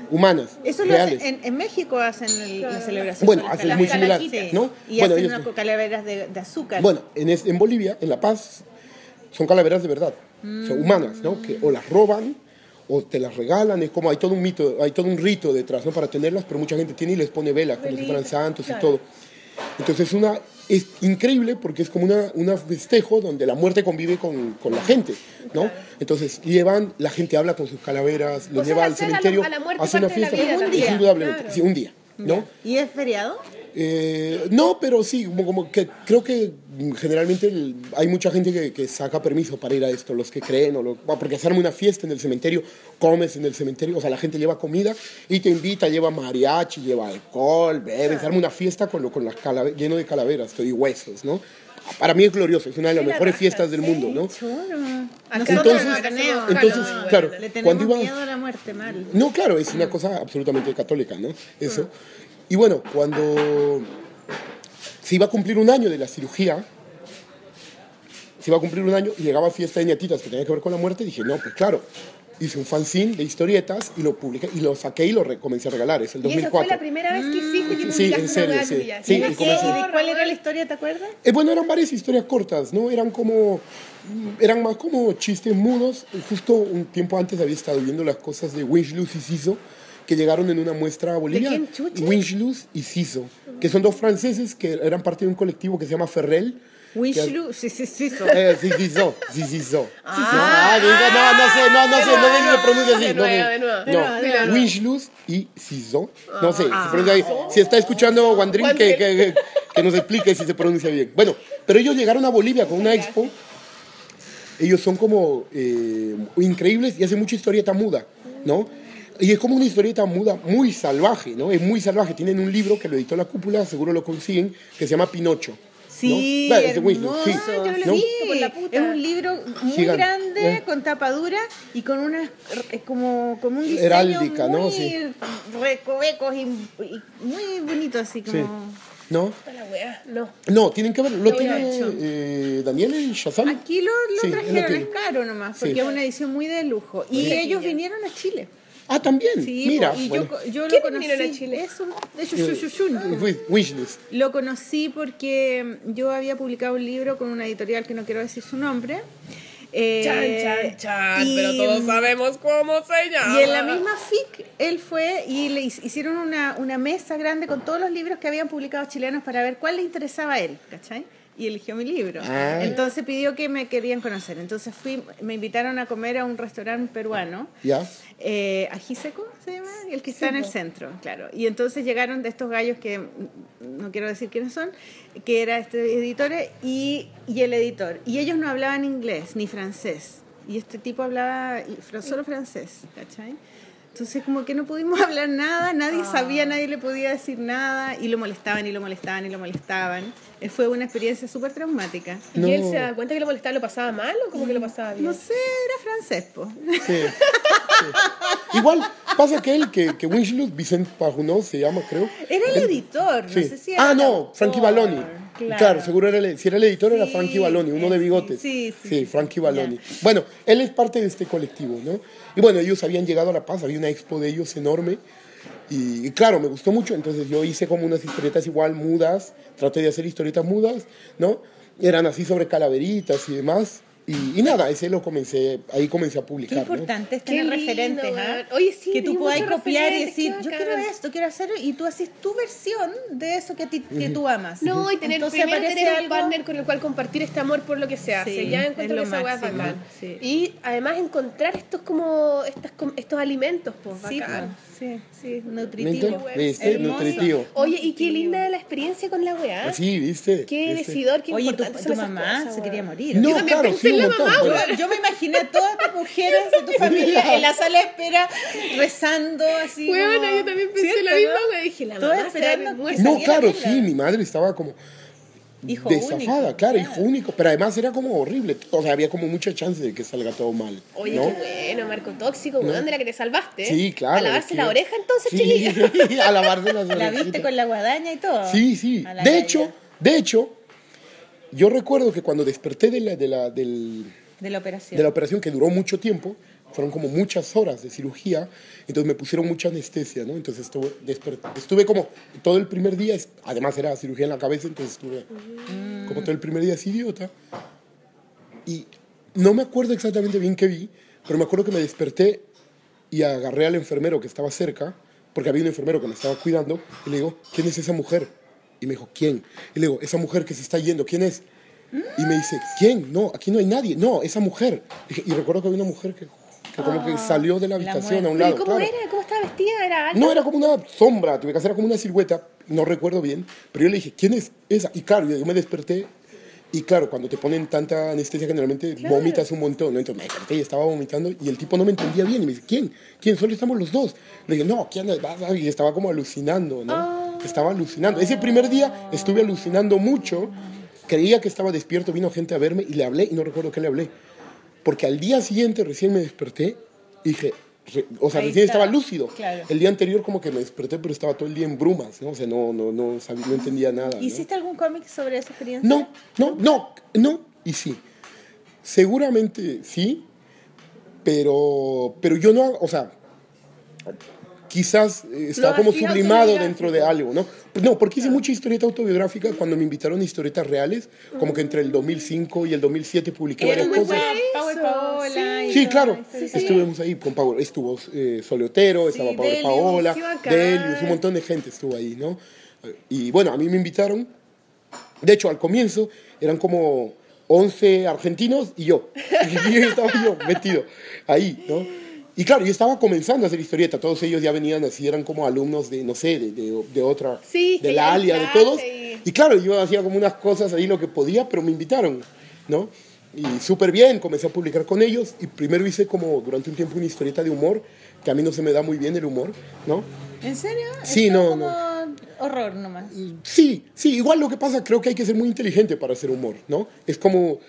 S5: Humanas,
S1: Eso lo
S5: reales.
S1: hacen, en, en México hacen el- la celebración.
S5: Bueno,
S1: con las
S5: hacen muy
S1: calaveras.
S5: similar,
S1: Sí.
S5: ¿no?
S1: Y
S5: Bueno,
S1: hacen
S5: ellos-
S1: unas calaveras de, de azúcar.
S5: Bueno, en, es- en Bolivia, en La Paz, son calaveras de verdad,
S2: Mm.
S5: o sea, humanas, ¿no? Que o las roban o te las regalan, es como hay todo un mito, hay todo un rito detrás, ¿no? Para tenerlas, pero mucha gente tiene y les pone velas, como si fueran santos y todo. Entonces es una, es increíble porque es como una, un festejo donde la muerte convive con, con la gente, ¿no? Entonces llevan, la gente habla con sus calaveras, lo
S2: sea,
S5: lleva al
S2: hacer a la-
S5: cementerio,
S2: a la muerte
S5: hace una
S2: parte de la
S5: fiesta,
S2: vida
S1: también. Un día,
S5: indudablemente,
S2: claro.
S5: sí, un día, ¿no?
S1: ¿Y es feriado?
S5: Eh, no, pero sí, como, como que creo que mm, generalmente el- hay mucha gente que, que saca permiso para ir a esto, los que creen, o lo- ah, porque hacerme una fiesta en el cementerio, comes en el cementerio, o sea, la gente lleva comida y te invita, lleva mariachi, lleva alcohol, bebes, arma una fiesta con, lo, con las calave- lleno de calaveras todo, y huesos, ¿no? Para mí es glorioso, es una de las
S2: la
S5: mejores
S2: raja,
S5: fiestas del
S2: sí,
S5: mundo, ¿no?
S1: Nosotros
S5: Entonces-
S1: no tenemos.
S5: entonces,
S1: Halloween.
S5: claro,
S1: Le
S5: cuando
S1: tenemos
S5: iba-
S1: miedo a la muerte, mal.
S5: No, claro, es una cosa absolutamente católica, ¿no? Eso. Y bueno, cuando se iba a cumplir un año de la cirugía, se iba a cumplir un año y llegaba fiesta de ñatitas que tenía que ver con la muerte, dije, no, pues claro. Hice un fanzine de historietas y lo publiqué y lo saqué y lo re- comencé a regalar, es el
S2: Y esa fue
S5: 2004.
S2: la primera vez que hiciste que
S5: Mm.
S2: publicaste
S5: Sí, en
S2: una
S5: serio,
S2: weá
S5: sí.
S2: tuya.
S5: Sí,
S2: Mira
S5: y
S2: qué
S5: como se-
S1: ¿Y de cuál era la historia, te acuerdas?
S5: Eh, bueno, eran varias historias cortas, ¿no? Eran como. mm, Eran más como chistes mudos. Justo un tiempo antes había estado viendo las cosas de Winchlus y Siso, que llegaron en una muestra a Bolivia.
S2: quién, chucha?
S5: Winchlus y Siso, que son dos franceses que eran parte de un colectivo que se llama Ferrel.
S1: Wishlu, sí, sí, sí. so-
S5: Eh, sí, sí, so, sí, sí, so. Ah, digo, no, no sé, no, no sé, no sé si lo pronuncia así.
S2: De
S5: no sé.
S2: nuevo, de nuevo. De
S5: No,
S2: nuevo, Ah. de nuevo.
S5: Winchlus y Siso. No sé, se pronuncia ahí. Si está escuchando Wandrin, que, que, que nos explique si se pronuncia bien. Bueno, pero ellos llegaron a Bolivia con una expo. Ellos son como eh, increíbles y hacen mucha historieta muda, ¿no? Y es como una historieta muda muy salvaje, ¿no? Es muy salvaje. Tienen un libro que lo editó La Cúpula, seguro lo consiguen, que se llama Pinocho.
S1: Sí,
S5: ¿no? Vale, es de Winchlus,
S1: hermoso.
S5: sí, ¿no?
S1: Sí,
S2: por la puta.
S1: Es un libro muy
S5: Gigante,
S1: grande,
S5: ¿eh?
S1: con tapa dura y con unas eh, como, como un diseño
S5: Heráldica,
S1: muy
S5: ¿no? Sí.
S1: recovecos y, y muy bonito así como.
S5: ¿no?
S2: La weá. No.
S5: No, tienen que ver. Lo
S1: Lo hubiera
S5: tiene
S1: hecho.
S5: eh, Daniel en Shazam.
S1: Aquí lo, lo
S5: Sí, es lo
S1: trajeron,
S5: que-
S1: es caro nomás, porque
S5: Sí.
S1: es una edición muy de lujo. Y ellos vinieron a Chile.
S5: Ah, también.
S1: Sí,
S5: Mira.
S1: y yo, co- yo lo
S2: ¿Quiénes
S1: conocí.
S2: vinieron a Chile?
S1: Eso, de Chuchuchuchun.
S5: Eh, Wishlist.
S1: Lo conocí porque yo había publicado un libro con una editorial que no quiero decir su nombre. Eh,
S2: Chan, chan, chan.
S1: y-
S2: Pero todos sabemos cómo se llama.
S1: Y en la misma FIC él fue y le hic- hicieron una, una mesa grande con todos los libros que habían publicado chilenos para ver cuál le interesaba a él, ¿cachai? y eligió mi libro.
S5: Ah.
S1: Entonces pidió que me querían conocer. Entonces fui, me invitaron a comer a un restaurante peruano.
S5: ¿Ya?
S1: Eh, ají seco se llama, el que está en el centro, claro. Y entonces llegaron de estos gallos que mm, no quiero decir quiénes son, que era este editor y, y el editor. Y ellos no hablaban inglés ni francés. Y este tipo hablaba y- fr- solo francés, ¿cachai? Entonces como que no pudimos hablar nada, nadie sabía, nadie le podía decir nada y lo molestaban y lo molestaban y lo molestaban. Eh, Fue una experiencia súper traumática.
S5: No.
S2: Y él se da cuenta que lo molestaba, lo pasaba mal o como que lo pasaba bien.
S1: No sé, era francés, po.
S5: Sí. Sí. Igual pasa que él, que, que Winslow, Vicente Pajunó se llama, creo.
S1: Era el editor, no
S5: Sí.
S1: sé si era
S5: ah,
S1: el
S5: no,
S1: autor.
S5: Frankie Baloni. Claro.
S1: Claro.
S5: seguro era el, si era el editor era
S1: Sí,
S5: Frankie Baloni, uno de
S1: eh,
S5: bigotes.
S1: sí, sí, sí,
S5: Frankie
S1: sí,
S5: Baloni. Bueno, él es parte de este colectivo, ¿no? Y bueno, ellos habían llegado a La Paz, había una expo de ellos enorme. Y, y claro, me gustó mucho, entonces yo hice como unas historietas igual mudas, traté de hacer historietas mudas, ¿no? Eran así sobre calaveritas y demás. Y, y nada, ese lo comencé, ahí comencé a
S1: Qué
S5: publicar. ¿no?
S1: importante es
S2: Qué
S1: tener
S2: lindo,
S1: referentes, ¿ah?
S2: weón. Oye, sí,
S1: que
S2: hay
S1: tú puedas
S2: muchos
S1: copiar y
S2: referentes,
S1: decir,
S2: qué
S1: yo
S2: bacán.
S1: quiero esto, quiero hacerlo, y tú haces tu versión de eso que, a ti, que tú amas.
S2: No, y tener,
S1: Entonces
S2: primero
S1: aparece
S2: tener un
S1: algo-
S2: partner con el cual compartir este amor por lo que se hace.
S1: Sí,
S2: ya encuentro
S1: es
S2: que
S1: lo
S2: esa weá es
S1: máximo,
S2: bacán.
S1: sí.
S2: Y además encontrar estos como estas, com- estos alimentos, pues
S1: Sí,
S2: bacán.
S1: sí, sí, nutritivo.
S5: ¿Viste? ¿Viste?
S2: Hermoso.
S5: Nutritivo.
S2: Oye, y qué linda la experiencia con la weá.
S5: Así, Ah, ¿viste?
S2: Qué
S5: ¿Viste?
S2: decidor, qué
S1: Oye, tu,
S2: importante
S1: tu
S2: son esas
S1: mamá
S2: cosas,
S1: se
S2: weón.
S1: quería morir.
S5: No,
S2: también
S5: claro,
S2: pensé
S5: sí, un
S2: en la
S5: montón.
S2: mamá,
S5: Yo-
S1: Yo, yo me imaginé a todas tus mujeres de tu familia en la sala de espera rezando así.
S2: Weona,
S1: como-
S2: yo también pensé
S1: ¿Cierto,
S2: la misma,
S1: no?
S2: weón. Dije, la
S1: Todas
S2: mamá se va a
S1: esperando que
S2: morir.
S1: Esa
S5: No,
S1: era
S5: claro,
S1: linda.
S5: sí, mi madre estaba como
S1: Hijo
S5: desafada,
S1: único,
S5: claro, hijo único. Pero además era como horrible. O sea, había como mucha chance de que salga todo mal.
S2: Oye,
S5: ¿no?
S2: qué bueno, Marco Tóxico, weón, de la que te salvaste.
S5: Sí, claro.
S2: A lavarse
S5: sí.
S2: la oreja entonces,
S5: Sí,
S2: chiquilla.
S5: a lavarse las
S1: La
S5: orejas.
S1: viste con la guadaña y todo.
S5: Sí, sí.
S1: A la
S5: De
S1: Gaia.
S5: hecho, de hecho, yo recuerdo que cuando desperté de la, de la, del,
S1: De la operación.
S5: de la operación que duró mucho tiempo, fueron como muchas horas de cirugía, entonces me pusieron mucha anestesia, ¿no? Entonces estuve, desper- estuve como todo el primer día, es- además era cirugía en la cabeza, entonces estuve como todo el primer día así idiota. Y no me acuerdo exactamente bien qué vi, pero me acuerdo que me desperté y agarré al enfermero que estaba cerca, porque había un enfermero que me estaba cuidando, y le digo, ¿quién es esa mujer? Y me dijo, ¿quién? Y le digo, esa mujer que se está yendo, ¿quién es? Y me dice, ¿quién? No, aquí no hay nadie. No, esa mujer. Dije, Y recuerdo que había una mujer que, que como
S2: Ah,
S5: que salió de la habitación a un
S2: Pero
S5: lado.
S2: ¿Cómo
S5: claro.
S2: era? ¿Cómo estaba vestida? ¿Era alta?
S5: No, era como una sombra, tuve que hacer como una silueta, no recuerdo bien, pero yo le dije, ¿quién es esa? Y claro, yo me desperté y claro, cuando te ponen tanta anestesia generalmente vomitas un montón, ¿no? Entonces me desperté y estaba vomitando y el tipo no me entendía bien y me dice, ¿quién? ¿Quién? Solo estamos los dos. Le dije, no, ¿quién? es? Vas a-". Y estaba como alucinando, ¿no? Estaba alucinando. Ese primer día estuve alucinando mucho, creía que estaba despierto, vino gente a verme y le hablé y no recuerdo qué le hablé. Porque al día siguiente recién me desperté y dije, re- o sea,
S1: Ahí
S5: recién
S1: está.
S5: estaba lúcido.
S1: Claro.
S5: El día anterior como que me desperté, pero estaba todo el día en brumas, ¿no? O sea, no, no, no, sabía- no entendía nada. ¿no?
S1: ¿Hiciste algún cómic sobre esa experiencia?
S5: No, no, no, no, y sí. Seguramente sí, pero, pero yo no, o sea, quizás eh, estaba
S2: Lo
S5: como
S2: hacía
S5: sublimado
S2: autobiográfico.
S5: dentro de algo, ¿no? No, porque hice mucha historieta autobiográfica cuando me invitaron a historietas reales, como que entre el 2005 y el 2007 publiqué varias
S2: muy
S5: cosas.
S2: buena
S1: Pau y
S2: Eso,
S1: Paola y
S5: Sí,
S1: todo,
S5: claro.
S1: sí, sí.
S5: Estuvimos ahí con Power. Estuvo eh, Soleotero, estaba Pablo
S1: Delius,
S5: Paola,
S1: qué bacán.
S5: Delius, un montón de gente estuvo ahí, ¿no? Y bueno, a mí me invitaron. De hecho, al comienzo eran como 11 argentinos y yo. Y yo estaba yo metido ahí, ¿no? Y claro, yo estaba comenzando a hacer historieta. Todos ellos ya venían así, eran como alumnos de, no sé, de, de- de otra,
S2: Sí,
S5: de
S2: que
S5: la
S2: ya
S5: ALIA, de
S2: entraste
S5: todos.
S2: y-
S5: Y claro, yo hacía como unas cosas ahí lo que podía, pero me invitaron, ¿no? Y súper bien, comencé a publicar con ellos y primero hice como durante un tiempo una historieta de humor, que a mí no se me da muy bien el humor, ¿no?
S1: ¿En serio?
S5: Sí,
S1: Es
S5: no,
S1: como Horror nomás.
S5: Sí, sí, igual lo que pasa, creo que hay que ser muy inteligente para hacer humor, ¿no? Es como,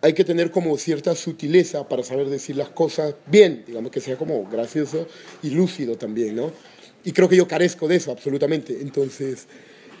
S5: hay que tener como cierta sutileza para saber decir las cosas bien, digamos que sea como gracioso y lúcido también, ¿no? Y creo que yo carezco de eso, absolutamente. Entonces,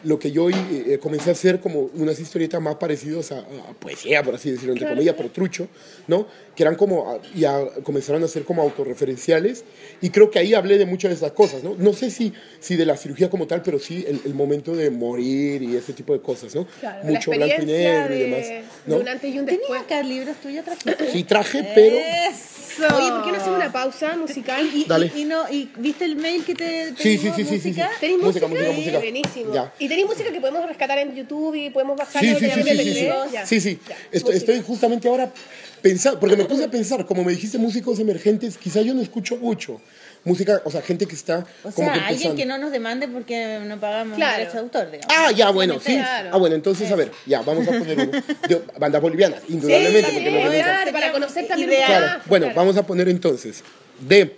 S5: lo que yo eh, eh, comencé a hacer como unas historietas más parecidas a, a poesía, por así decirlo, entre comillas, pero trucho, ¿no? Que eran como, ah, ya comenzaron a ser como autorreferenciales y creo que ahí hablé de muchas de esas cosas, ¿no? No sé si, si de la cirugía como tal, pero sí el, el momento de morir y ese tipo de cosas, ¿no?
S2: Claro, la
S5: Mucho blanco y
S2: experiencia
S5: negro y
S2: de-
S5: demás,
S2: de
S5: ¿no?
S2: un antes y un
S1: ¿Tenías
S2: después.
S1: acá libros tuyos trajiste?
S5: Sí traje, pero...
S2: Eh,
S1: ¡Eso!
S2: Oye, ¿por qué no hacemos una pausa musical?
S1: Y,
S5: Dale.
S1: y no, ¿Y viste el mail que te te
S5: Sí, sí,
S1: llegó
S5: sí, sí, sí, sí.
S1: música?
S2: ¿Tenéis
S5: Música,
S2: música? eh,
S5: música, música.
S2: Buenísimo.
S5: Ya.
S2: ¿Y tenéis música que podemos rescatar en YouTube y podemos bajar
S5: Sí,
S2: y
S5: sí, sí,
S2: obviamente
S5: sí, sí, sí.
S2: tener- ya.
S5: Sí, sí.
S2: Ya, pues
S5: Estoy,
S2: música.
S5: estoy justamente ahora pensando, porque me puse a pensar, como me dijiste, músicos emergentes, quizá yo no escucho mucho música, o sea, gente que está
S1: O
S5: como
S1: sea,
S5: que
S1: alguien
S5: empezando.
S1: que no nos demande porque no pagamos
S2: Claro.
S1: derecho de autor, digamos.
S5: Ah, ya, bueno, sí.
S2: Claro.
S5: Ah, bueno, entonces, a ver, ya, vamos a poner uno. De banda boliviana, indudablemente,
S2: Sí,
S5: porque no podemos-
S2: claro, para conocer también
S1: Ideal.
S2: un poco
S5: Claro.
S2: más.
S5: Bueno, vamos a poner entonces de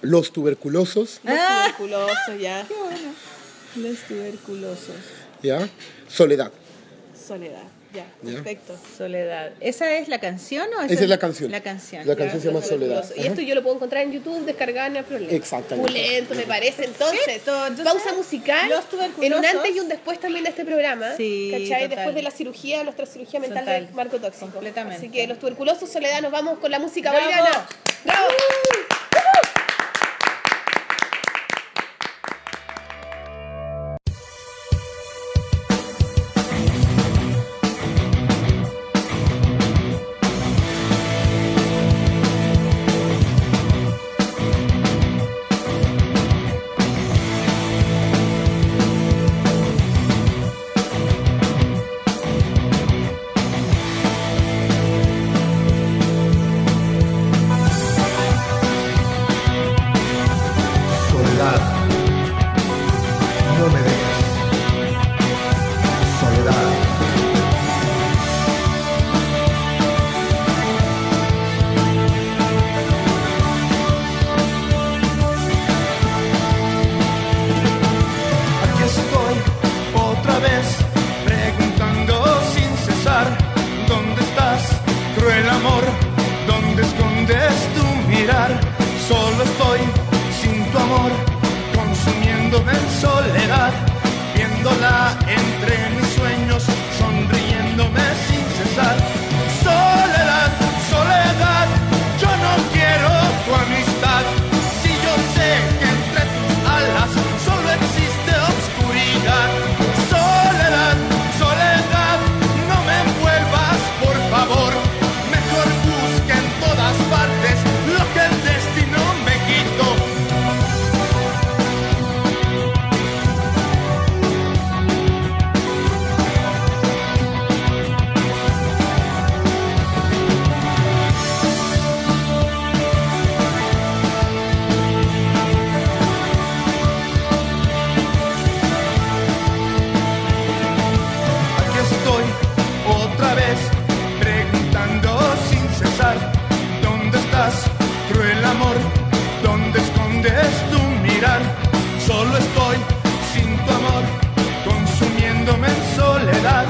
S5: los tuberculosos,
S1: Ah.
S3: Tuberculoso, ya.
S1: Los tuberculosos.
S5: ¿ya? Soledad.
S3: Soledad, ya.
S5: Ya.
S3: Perfecto.
S1: Soledad. ¿Esa es la canción o
S5: Esa es la canción.
S1: La canción.
S5: La canción se llama Soledad.
S2: Y esto yo lo puedo encontrar en YouTube, descargar, no hay problema.
S5: Exactamente.
S2: Pulento, me parece. Entonces,
S1: Perfecto, entonces,
S2: pausa musical.
S1: los tuberculosos-
S2: En un antes y un después también de este programa.
S1: Sí,
S2: ¿Cachai?
S1: total.
S2: Después de la cirugía, nuestra cirugía mental
S1: Total,
S2: del marco tóxico.
S1: completamente.
S2: Así que los tuberculosos, Soledad, nos vamos con la música
S1: Bravo.
S2: boliviana. ¡Bravo!
S11: Soledad, no me dejes. Soledad.
S12: Aquí estoy otra vez preguntando sin cesar ¿Dónde estás, cruel amor? ¿Dónde escondes tu mirar? Solo estoy sin tu amor, consumiéndome en soledad Viéndola entre mis sueños, sonriéndome sin cesar Soledad, soledad, yo no quiero tu amistad Si yo sé que entre tus alas solo existe oscuridad Soledad, soledad, no me envuelvas por favor Mejor busca en todas partes lo que el destino me quitó Aquí estoy otra vez preguntando sin cesar ¿Dónde estás, cruel amor? ¿Dónde escondes tu mirar? Solo estoy sin tu amor, consumiéndome en soledad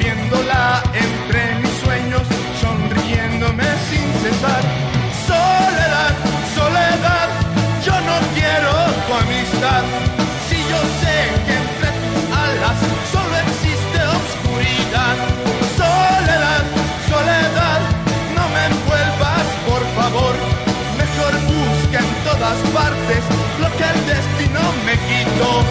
S12: Viéndola entre mis sueños, sonriéndome sin cesar Soledad, soledad, yo no quiero tu amistad Si yo sé que entre tus alas solo existe oscuridad Soledad, soledad, no me envuelvas por favor Mejor busca en todas partes lo que el destino me quitó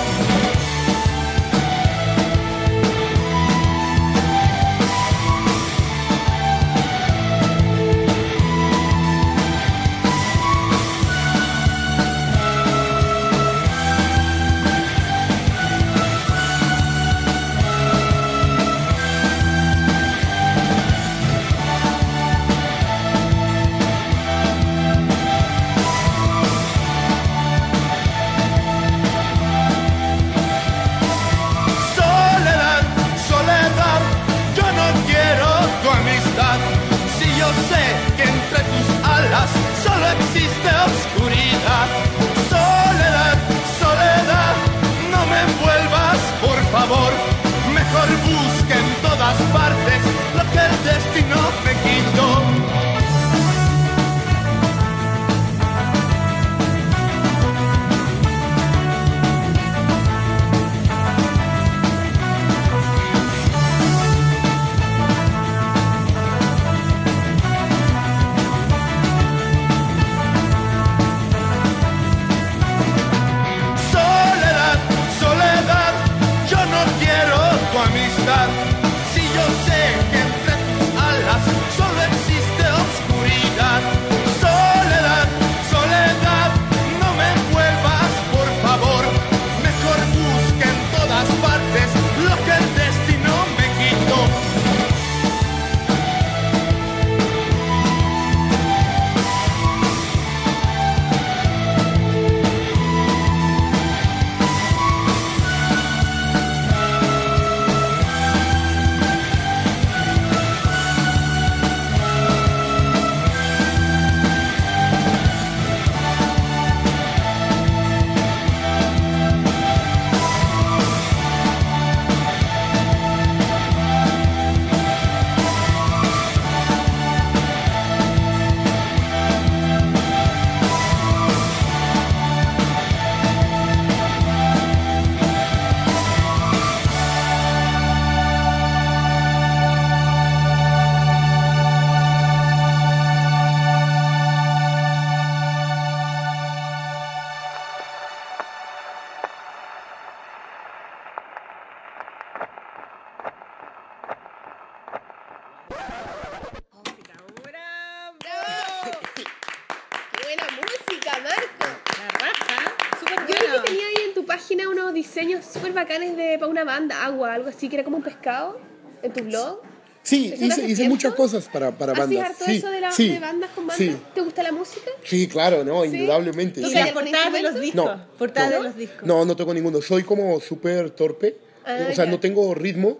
S2: tenía unos diseños súper bacanes de, para una banda, agua, algo así, que era como un pescado en tu blog.
S5: Sí,
S2: ¿Eso lo
S5: hice,
S2: haces
S5: hice
S2: tiempo?
S5: muchas cosas para, para
S2: ¿Haces
S5: bandas.
S2: harto
S5: sí,
S2: eso de, la-
S5: sí,
S2: de bandas con bandas?
S5: Sí,
S2: ¿Te gusta la música?
S5: Sí, claro, no, indudablemente.
S2: ¿Tú
S5: sí.
S1: Y
S2: callas
S1: las portadas de
S2: con
S1: los discos.
S2: instrumentos?
S5: No,
S1: portadas
S5: no.
S1: de los discos.
S5: No, no tengo ninguno. Soy como súper torpe. eh,
S2: Ah,
S5: o sea,
S2: ya.
S5: no tengo ritmo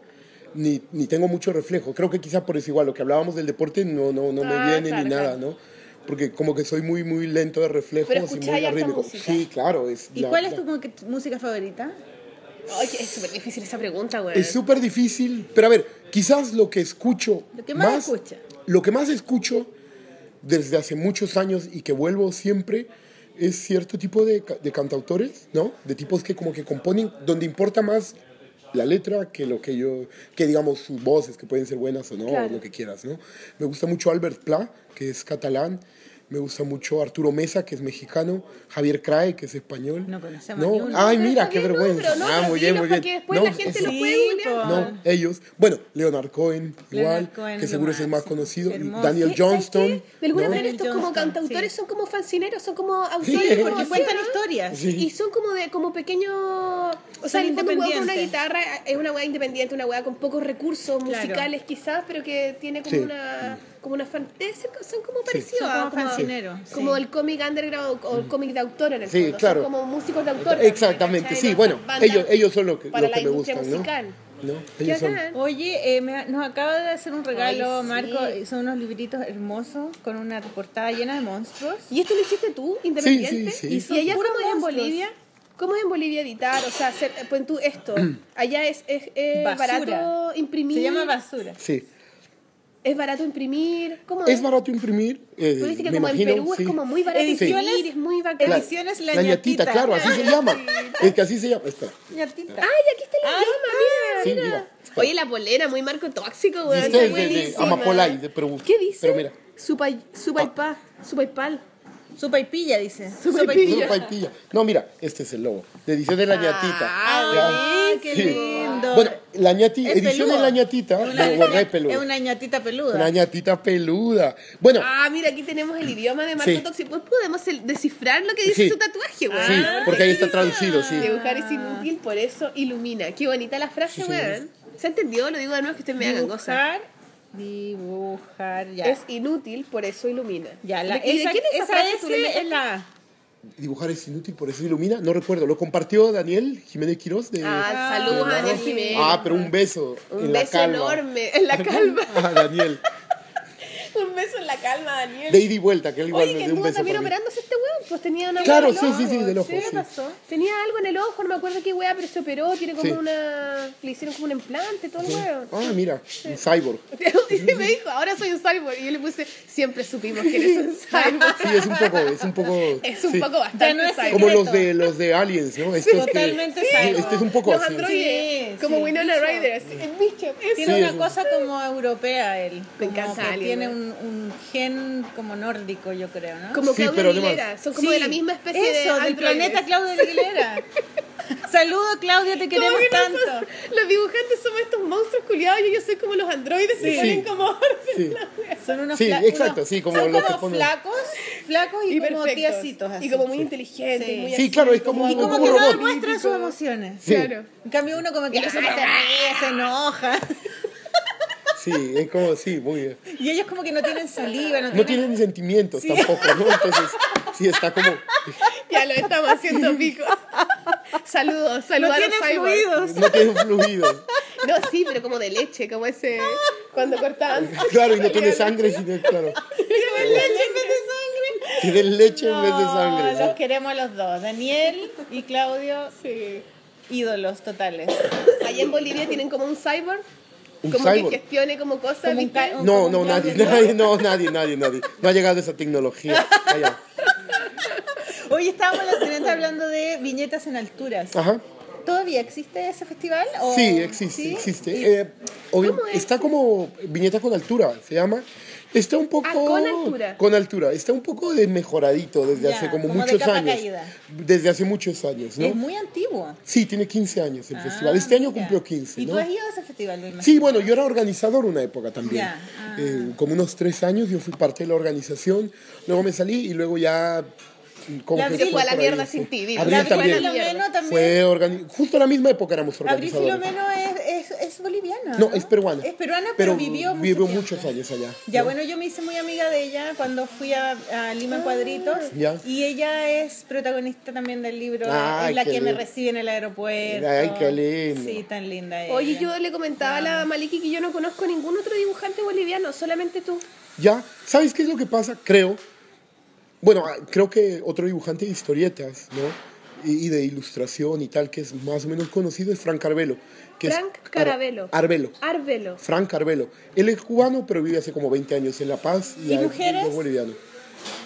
S5: ni, ni tengo mucho reflejo. Creo que quizá por eso igual lo que hablábamos del deporte no, no, no me
S13: Ah,
S5: viene
S13: claro,
S5: ni nada,
S13: claro.
S5: ¿no? Porque como que soy muy, muy lento de reflejos
S2: Pero
S5: y
S2: escucháis
S5: muy
S2: harta
S5: arrítmico.
S2: música.
S5: Sí, claro. Es
S1: ¿Y
S5: la-
S1: cuál es
S5: la-
S1: tu, como que tu música favorita?
S2: Oye, es súper difícil esa pregunta, güey.
S5: Es súper difícil. Pero a ver, quizás lo que escucho.
S1: Lo que más escucha.
S5: Lo que más escucho desde hace muchos años y que vuelvo siempre es cierto tipo de, ca- de cantautores, ¿no? De tipos que como que componen, donde importa más la letra que lo que yo, que digamos sus voces, que pueden ser buenas o no,
S2: Claro.
S5: lo que quieras, ¿no? Me gusta mucho Albert Pla, que es catalán. Me gusta mucho Arturo Mesa, que es mexicano. Javier Crae, que es español.
S1: No conocemos ni uno.
S5: Ay,
S2: Pero
S5: mira,
S2: está
S5: qué
S2: bien, no,
S5: vergüenza.
S2: pero no,
S5: ah,
S2: pero
S5: muy bien,
S2: dilos
S5: muy bien.
S2: porque después
S5: No,
S2: la gente
S5: eso-
S2: lo puede googlear.
S5: no, ellos. Bueno, Leonard Cohen, igual,
S1: Leonard Cohen
S5: que
S1: es
S5: seguro
S1: lo
S5: es el más
S1: máximo.
S5: conocido. y
S1: Hermoso.
S5: Daniel
S2: ¿Sabes qué?
S5: Johnston.
S2: De alguna
S5: ¿no?
S2: manera estos como
S1: Johnston,
S2: cantautores son como fancineros, son como
S5: Sí,
S2: autores.
S5: porque
S2: como
S1: Porque
S2: así,
S1: cuentan
S2: ¿no?
S1: historias.
S5: Sí.
S2: Y son como de como pequeños... O sea,
S1: Son
S2: en el fondo un hueá con una
S1: independientes.
S2: guitarra es una hueá independiente, una hueá con pocos recursos
S1: Claro.
S2: musicales quizás, pero que tiene como
S5: Sí.
S2: una... Como una fan- debe ser- Son como parecidos
S1: Son
S2: a-
S1: como fancineros. sí.
S2: como el cómic underground o el cómic de autor en el
S5: Mm. Sí,
S2: fondo.
S5: claro.
S2: Son como músicos de autor.
S5: Exactamente,
S2: ¿cachai?
S5: sí,
S2: Las
S5: bueno,
S2: bandas
S5: ellos, ellos son lo que,
S2: para
S5: lo
S2: la
S5: que me
S2: industria
S5: gustan, ¿no?
S2: musical.
S5: ¿no?
S2: que
S5: Ellos son.
S2: hagan.
S1: Oye, eh, me- nos acaba de hacer un regalo,
S2: Ay, sí.
S1: Marco. y Son unos libritos hermosos con una portada llena de monstruos.
S2: ¿Y esto lo hiciste tú, independiente?
S5: sí.
S2: ¿Y,
S1: son
S2: y allá
S1: puros
S2: cómo es en
S1: monstruos.
S2: Bolivia? ¿Cómo es en Bolivia editar? O sea, hacer, eh, pon tú esto. Allá es, es, es
S1: Basura.
S2: barato imprimir.
S1: Se llama basura.
S5: Sí.
S2: Es barato imprimir. ¿Cómo
S5: Es barato imprimir. eh,
S2: Tú dices que
S5: me
S2: como
S5: imagino,
S2: en Perú
S5: sí.
S2: es como muy barato
S1: Ediciones-
S2: imprimir, es muy bacán.
S5: La-
S1: Ediciones La
S5: la ñatita,
S1: Ñatita.
S5: claro, así se llama. Es que así se llama. Espera.
S1: Ñatita.
S2: ¡Ay, aquí está la
S1: Ahí
S2: llama!
S5: Sí,
S2: Mira, mira.
S5: mira.
S2: Oye, la polera, muy marco tóxico, güey.
S5: Viste,
S2: está
S5: este es de- de
S2: buenísima.
S5: Amapolay, de Perú.
S2: ¿Qué dice?
S5: Pero mira. Ah.
S2: Supay, supaipá, supaipal.
S1: Su paipilla, dice. Su
S5: Solo paipilla. No, mira, este es el lobo. De edición de la ñatita.
S1: Ah,
S5: Ya.
S1: qué
S5: Sí.
S1: lindo.
S5: Bueno, la ñati,
S1: Es
S5: edición de
S1: peludo.
S5: la ñatita.
S1: Es una-
S5: Me borré peludo.
S1: Es una ñatita peluda.
S5: Una ñatita peluda. Bueno,
S2: Ah, mira, aquí tenemos el idioma de Marco
S5: Sí.
S2: Tóxico. Pues podemos el- descifrar lo que dice
S5: Sí.
S2: su tatuaje, güey.
S5: sí, porque ahí está traducido, sí.
S2: Dibujar es inútil, por eso ilumina. Qué bonita la frase,
S5: Sí, sí.
S2: weón. ¿Se entendió? Lo digo de nuevo que ustedes me hagan gozar.
S1: dibujar. Dibujar, ya.
S2: Es inútil, por eso ilumina.
S1: ya la,
S2: ¿Y de
S1: esa,
S2: quién es esa,
S1: esa
S2: frase?
S1: S
S2: ¿Tú la
S1: es la.
S5: Dibujar es inútil, por eso ilumina. No recuerdo, lo compartió Daniel Jiménez Quirós de.
S2: Ah, saludos a Daniel Jiménez.
S5: Ah, pero un beso
S2: un
S5: en la
S2: beso
S5: calma.
S2: enorme en la calma.
S5: Ah, Daniel.
S2: un beso en la calma, Daniel.
S5: De ida y vuelta, que él igual
S2: Oye,
S5: me
S2: que
S5: dio un
S2: estuvo
S5: beso.
S2: también
S5: para mí.
S2: operándose este weón, pues tenía una
S5: Claro,
S2: weá en el
S5: sí, sí, sí,
S2: ojo.
S5: del ojo,
S2: ¿Qué le
S5: sí.
S2: pasó? Tenía algo en el ojo, no me acuerdo qué weá, pero se operó, tiene como
S5: Sí.
S2: una. Le hicieron como un implante, todo el weón.
S5: Ah, mira, un cyborg.
S2: Y me dijo, ahora soy un cyborg. Y yo le puse, siempre supimos que eres un cyborg.
S5: Sí, es un poco, es un poco.
S2: Es un
S5: sí.
S2: poco bastante
S1: Ya no es
S2: cyborg.
S5: Como los de los de Aliens, ¿no? Estos que-
S1: Totalmente
S5: sí,
S1: cyborg.
S5: Este es un poco
S2: Los
S5: así.
S2: androides.
S1: Sí,
S2: como
S1: sí.
S2: Winona Ryder, así, el bicho. eso.
S1: Tiene
S5: Sí, es
S1: una
S5: un-
S1: cosa como europea él.
S2: Me
S1: como
S2: encanta
S1: que
S2: Alien,
S1: Tiene
S2: ¿no?
S1: un, un gen como nórdico, yo creo, ¿no?
S2: Como
S5: Sí,
S2: Claudio
S5: pero además-
S2: Aguilera, son como
S1: Sí,
S2: de la misma especie de
S1: Eso, del
S2: androides.
S1: planeta Claudio Aguilera. Saludo, Claudia, te
S2: Como
S1: queremos
S2: que
S1: tanto.
S2: nosotros, Los dibujantes somos estos monstruos culiados y yo soy como los androides que
S5: Sí.
S2: ponen como orden.
S5: Sí.
S1: Son unos
S5: Sí,
S1: fla-
S5: exacto,
S1: unos-
S5: sí, como
S1: son
S5: lo que
S1: como
S5: ponen.
S1: flacos, flacos y,
S2: Y
S1: como
S2: perfectos.
S1: tiacitos así.
S2: Y como muy inteligentes.
S1: Sí.
S2: y muy
S5: Sí,
S2: así,
S5: claro, es como,
S1: Y
S5: un
S1: como
S5: como
S1: que no
S5: robot.
S1: demuestran sus emociones.
S5: Sí,
S2: Claro.
S1: En cambio uno como que "Ay, se ríe, se enoja.
S5: sí, es como, sí, muy bien.
S1: Y ellos como que no tienen saliva, no,
S5: No tienen sentimientos tampoco, ¿no? Entonces, sí, está como.
S2: Ya lo estamos haciendo pico. Saludos,
S1: no
S2: saludos a los
S1: tienen
S2: cyborgs.
S1: fluidos.
S5: No tienen fluidos.
S2: No, sí, pero como de leche, como ese. Cuando cortaban.
S5: Claro, y no tiene sangre, sino, claro.
S1: Tienen leche en vez de sangre.
S5: Tienen leche en vez de
S1: No,
S5: sangre.
S1: Los queremos a los dos, Daniel y Claudio, ídolos totales.
S2: Allá en Bolivia tienen como un cyborg.
S5: Un
S2: como
S5: cyborg.
S2: que gestione como cosas.
S1: Como un
S2: ¿viste?
S1: ca-
S5: sí. No, no, nadie, nadie, no, nadie, nadie, nadie. No ha llegado esa tecnología. Allá.
S1: Hoy estábamos la siguiente hablando de viñetas en alturas.
S5: Ajá.
S1: ¿Todavía existe ese festival? o-
S5: Sí, existe,
S1: Oh, ¿sí?
S5: existe. Eh, obvio- está como viñeta con altura, se llama. Está un poco.
S2: Ah, con altura.
S5: con altura. Está un poco desmejoradito desde
S1: Ya,
S5: hace como,
S1: como de
S5: muchos
S1: capa
S5: años.
S1: caída.
S5: Desde hace muchos años, ¿no?
S1: Es muy antiguo.
S5: Sí, tiene 15 años el festival.
S1: Ah,
S5: Este año
S1: mira.
S5: cumplió 15.
S1: ¿Y
S5: ¿no?
S1: tú has ido a ese festival? me imagino?
S5: Sí, bueno, yo era organizador una época también.
S1: Ya, ah.
S5: Eh, como unos tres años yo fui parte de la organización, luego me salí y luego ya con
S13: La
S5: que
S13: Abril
S5: fue
S13: a la
S5: por
S13: mierda
S5: ahí,
S13: sin
S5: sí.
S13: ti, digo.
S5: Abril
S2: La Abril a la
S5: también.
S13: Filomeno también.
S5: Fue organi- Justo a la misma época éramos
S13: Abril
S5: organizadores.
S13: Filomeno es, es, es boliviana.
S5: No, es peruana.
S13: Es peruana, pero, vivió, mucho tiempo.
S5: muchos años allá.
S13: Ya, bueno, yo me hice muy amiga de ella cuando fui a, a Lima en Cuadritos.
S5: Ah, Ya.
S13: Y ella es protagonista también del libro.
S5: Ay,
S13: es la
S5: qué
S13: que me
S5: lindo.
S13: recibe en el aeropuerto.
S5: Ay, qué lindo.
S13: Sí, tan linda ella.
S2: Oye, yo le comentaba a la Maliki que yo no conozco ningún otro dibujante boliviano, solamente tú.
S5: Ya, ¿sabes qué es lo que pasa? Creo. Bueno, ah, creo que otro dibujante de historietas, ¿no? Y, y de ilustración y tal, que es más o menos conocido, es Frank Arbelo. Que es
S2: Frank
S5: Ar-
S2: Carabelo. Ah.
S5: Arbelo.
S2: Arbelo.
S5: Frank Arbelo. Él es cubano, pero vive hace como 20 años en La Paz.
S13: ¿Y
S5: ha-
S13: mujeres?
S5: es boliviano.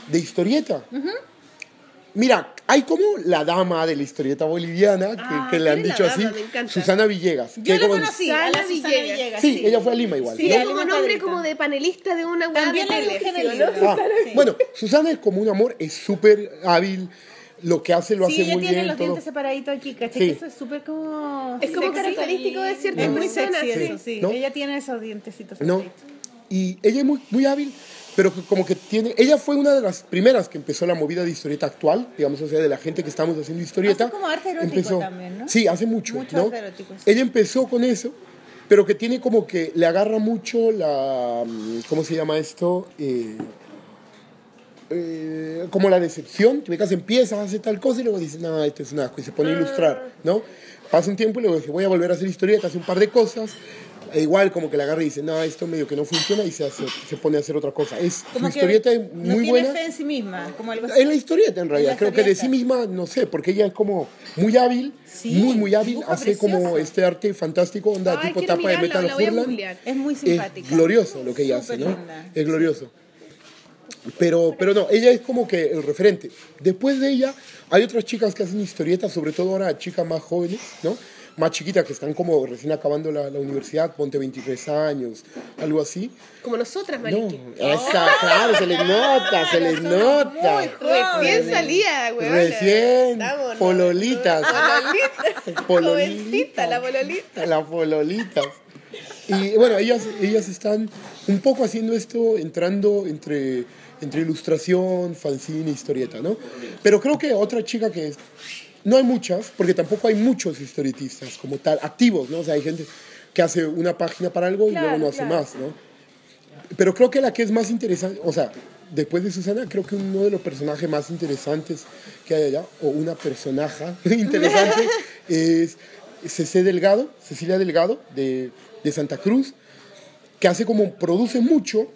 S5: De historieta. Mira, hay como la dama de la historieta boliviana, que,
S2: Ah,
S5: que le han
S2: ¿quién es
S5: dicho
S2: la
S5: así,
S2: dama? Me encanta.
S5: Susana Villegas. que
S13: Yo la
S5: como-
S13: conocí, a la Susana
S2: Villegas.
S13: Villegas.
S5: Sí, ella fue a Lima igual.
S13: Sí,
S5: ¿no?
S13: la
S2: Tiene
S13: Lima
S2: como nombre
S13: Cuadrito.
S2: como de panelista de una weá de
S13: También la
S2: tele.
S13: dibujé en
S2: ¿sí
S13: el
S2: o no?
S13: libro.
S5: Ah, Bueno, Susana es como un amor, es súper hábil, lo que hace lo
S13: Sí,
S5: hace
S13: ella
S5: muy
S13: tiene
S5: bien.
S13: los
S5: todo.
S13: dientes separaditos aquí, ¿cachai?
S5: Sí.
S13: Que Eso es súper como...
S2: Es como
S13: sexy.
S2: característico de ciertas
S13: Es muy
S2: personas.
S13: sexy eso,
S2: sí.
S13: sí.
S5: ¿No?
S13: Ella tiene esos dientecitos.
S5: No,
S13: así.
S5: y ella es muy, muy hábil, pero que como que tiene, ella fue una de las primeras que empezó la movida de historieta actual, digamos, o sea, de la gente que estamos haciendo historieta.
S13: Hace como arte erótico también, ¿no?
S5: Sí, hace mucho.
S13: Mucho
S5: ¿no?
S13: arte erótico, sí.
S5: Ella empezó con eso, pero que tiene como que le agarra mucho la, mm, ¿cómo se llama esto? Eh, eh, como la decepción, que ubicas, empiezas, hace tal cosa y luego dices, no, esto es un asco, y se pone a ilustrar, ¿no? Pasa un tiempo y luego dice, voy a volver a hacer historietas, hace un par de cosas, e igual como que la agarra y dice, no, esto medio que no funciona y se, hace- se pone a hacer otra cosa. Es, su
S13: Como que
S5: historieta es
S13: no
S5: muy
S13: tiene
S5: buena.
S13: fe en sí misma, como algo así.
S5: En la historieta, en realidad,
S13: la
S5: creo que de
S13: historieta.
S5: sí misma, no sé, porque ella es como muy hábil,
S13: Sí,
S5: muy, muy hábil,
S13: dibuja
S5: hace como
S13: precioso.
S5: este arte fantástico, onda
S2: Ay,
S5: tipo
S2: quiero
S5: tapa de
S2: mirarla,
S5: Metal
S2: la
S5: of
S2: voy a
S5: Hurlan.
S2: googlear.
S13: Es muy
S5: Es
S13: simpática.
S5: glorioso lo que ella hace,
S13: Súper
S5: ¿no?
S13: linda.
S5: Es glorioso. Pero, pero no, ella es como que el referente. Después de ella, hay otras chicas que hacen historietas, sobre todo ahora chicas más jóvenes, ¿no? Más chiquitas, que están como recién acabando la, la universidad, ponte 23 años, algo así.
S2: Como nosotras,
S5: No,
S2: Maliki.
S5: esa,
S13: Oh.
S5: claro, se les nota, se les nota.
S2: Recién salía, weón.
S5: Recién,
S2: Vámonos.
S5: pololitas.
S2: Jovencita, la pololita.
S5: Las pololitas. Y bueno, ellas, ellas están un poco haciendo esto, entrando entre, entre ilustración, fanzine, historieta, ¿no? Pero creo que otra chica que es... No hay muchas, porque tampoco hay muchos historietistas como tal, activos, ¿no? O sea, hay gente que hace una página para algo y luego no hace más, ¿no? Pero creo que la que es más interesante, o sea, después de Susana, creo que uno de los personajes más interesantes que hay allá, o una personaja interesante, es Cece Delgado, Cecilia Delgado, de, de Santa Cruz, que hace como, produce mucho.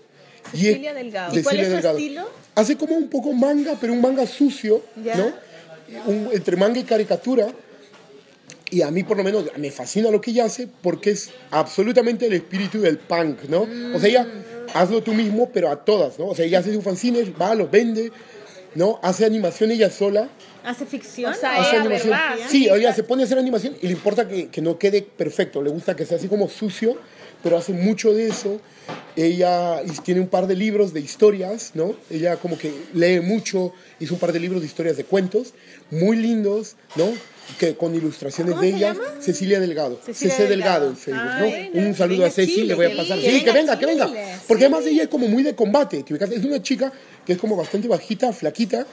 S5: y es-
S2: Cecilia Delgado.
S13: ¿Y cuál
S5: Cecilia
S13: es su estilo?
S5: Hace como un poco manga, pero un manga sucio,
S13: Ya.
S5: ¿no? Un- entre manga y caricatura. Y a mí por lo menos me fascina lo que ella hace porque es absolutamente el espíritu del punk, ¿no? O sea, ella hazlo tú mismo, pero a todas, ¿no? O sea, ella hace sus fanzines, va, los vende, ¿no? Hace animación ella sola.
S13: ¿Hace ficción?
S2: O sea,
S5: hace
S2: ella,
S5: animación.
S2: ¿verdad?
S5: Sí, ella se pone a hacer animación y le importa que, que no quede perfecto, le gusta que sea así como sucio, pero hace mucho de eso. Ella y tiene un par de libros de historias, ¿no? Ella como que lee mucho, hizo un par de libros de historias de cuentos, muy lindos, ¿no? Que con ilustraciones
S13: ¿Cómo
S5: de
S13: se
S5: ella,
S13: llama?
S5: Cecilia Delgado.
S13: Cecilia
S5: Cecilia
S13: Delgado.
S5: Delgado. en Facebook,
S13: Ah,
S5: ¿no?
S13: buena.
S5: Un saludo
S13: Venga
S5: a Ceci,
S13: Chile,
S5: le voy a
S13: que
S5: pasar.
S13: venga,
S5: Sí, que venga,
S13: venga
S5: que venga.
S13: Chile,
S5: Porque además ella es como muy de combate, ¿te ubicas? Es una chica que es como bastante bajita, flaquita,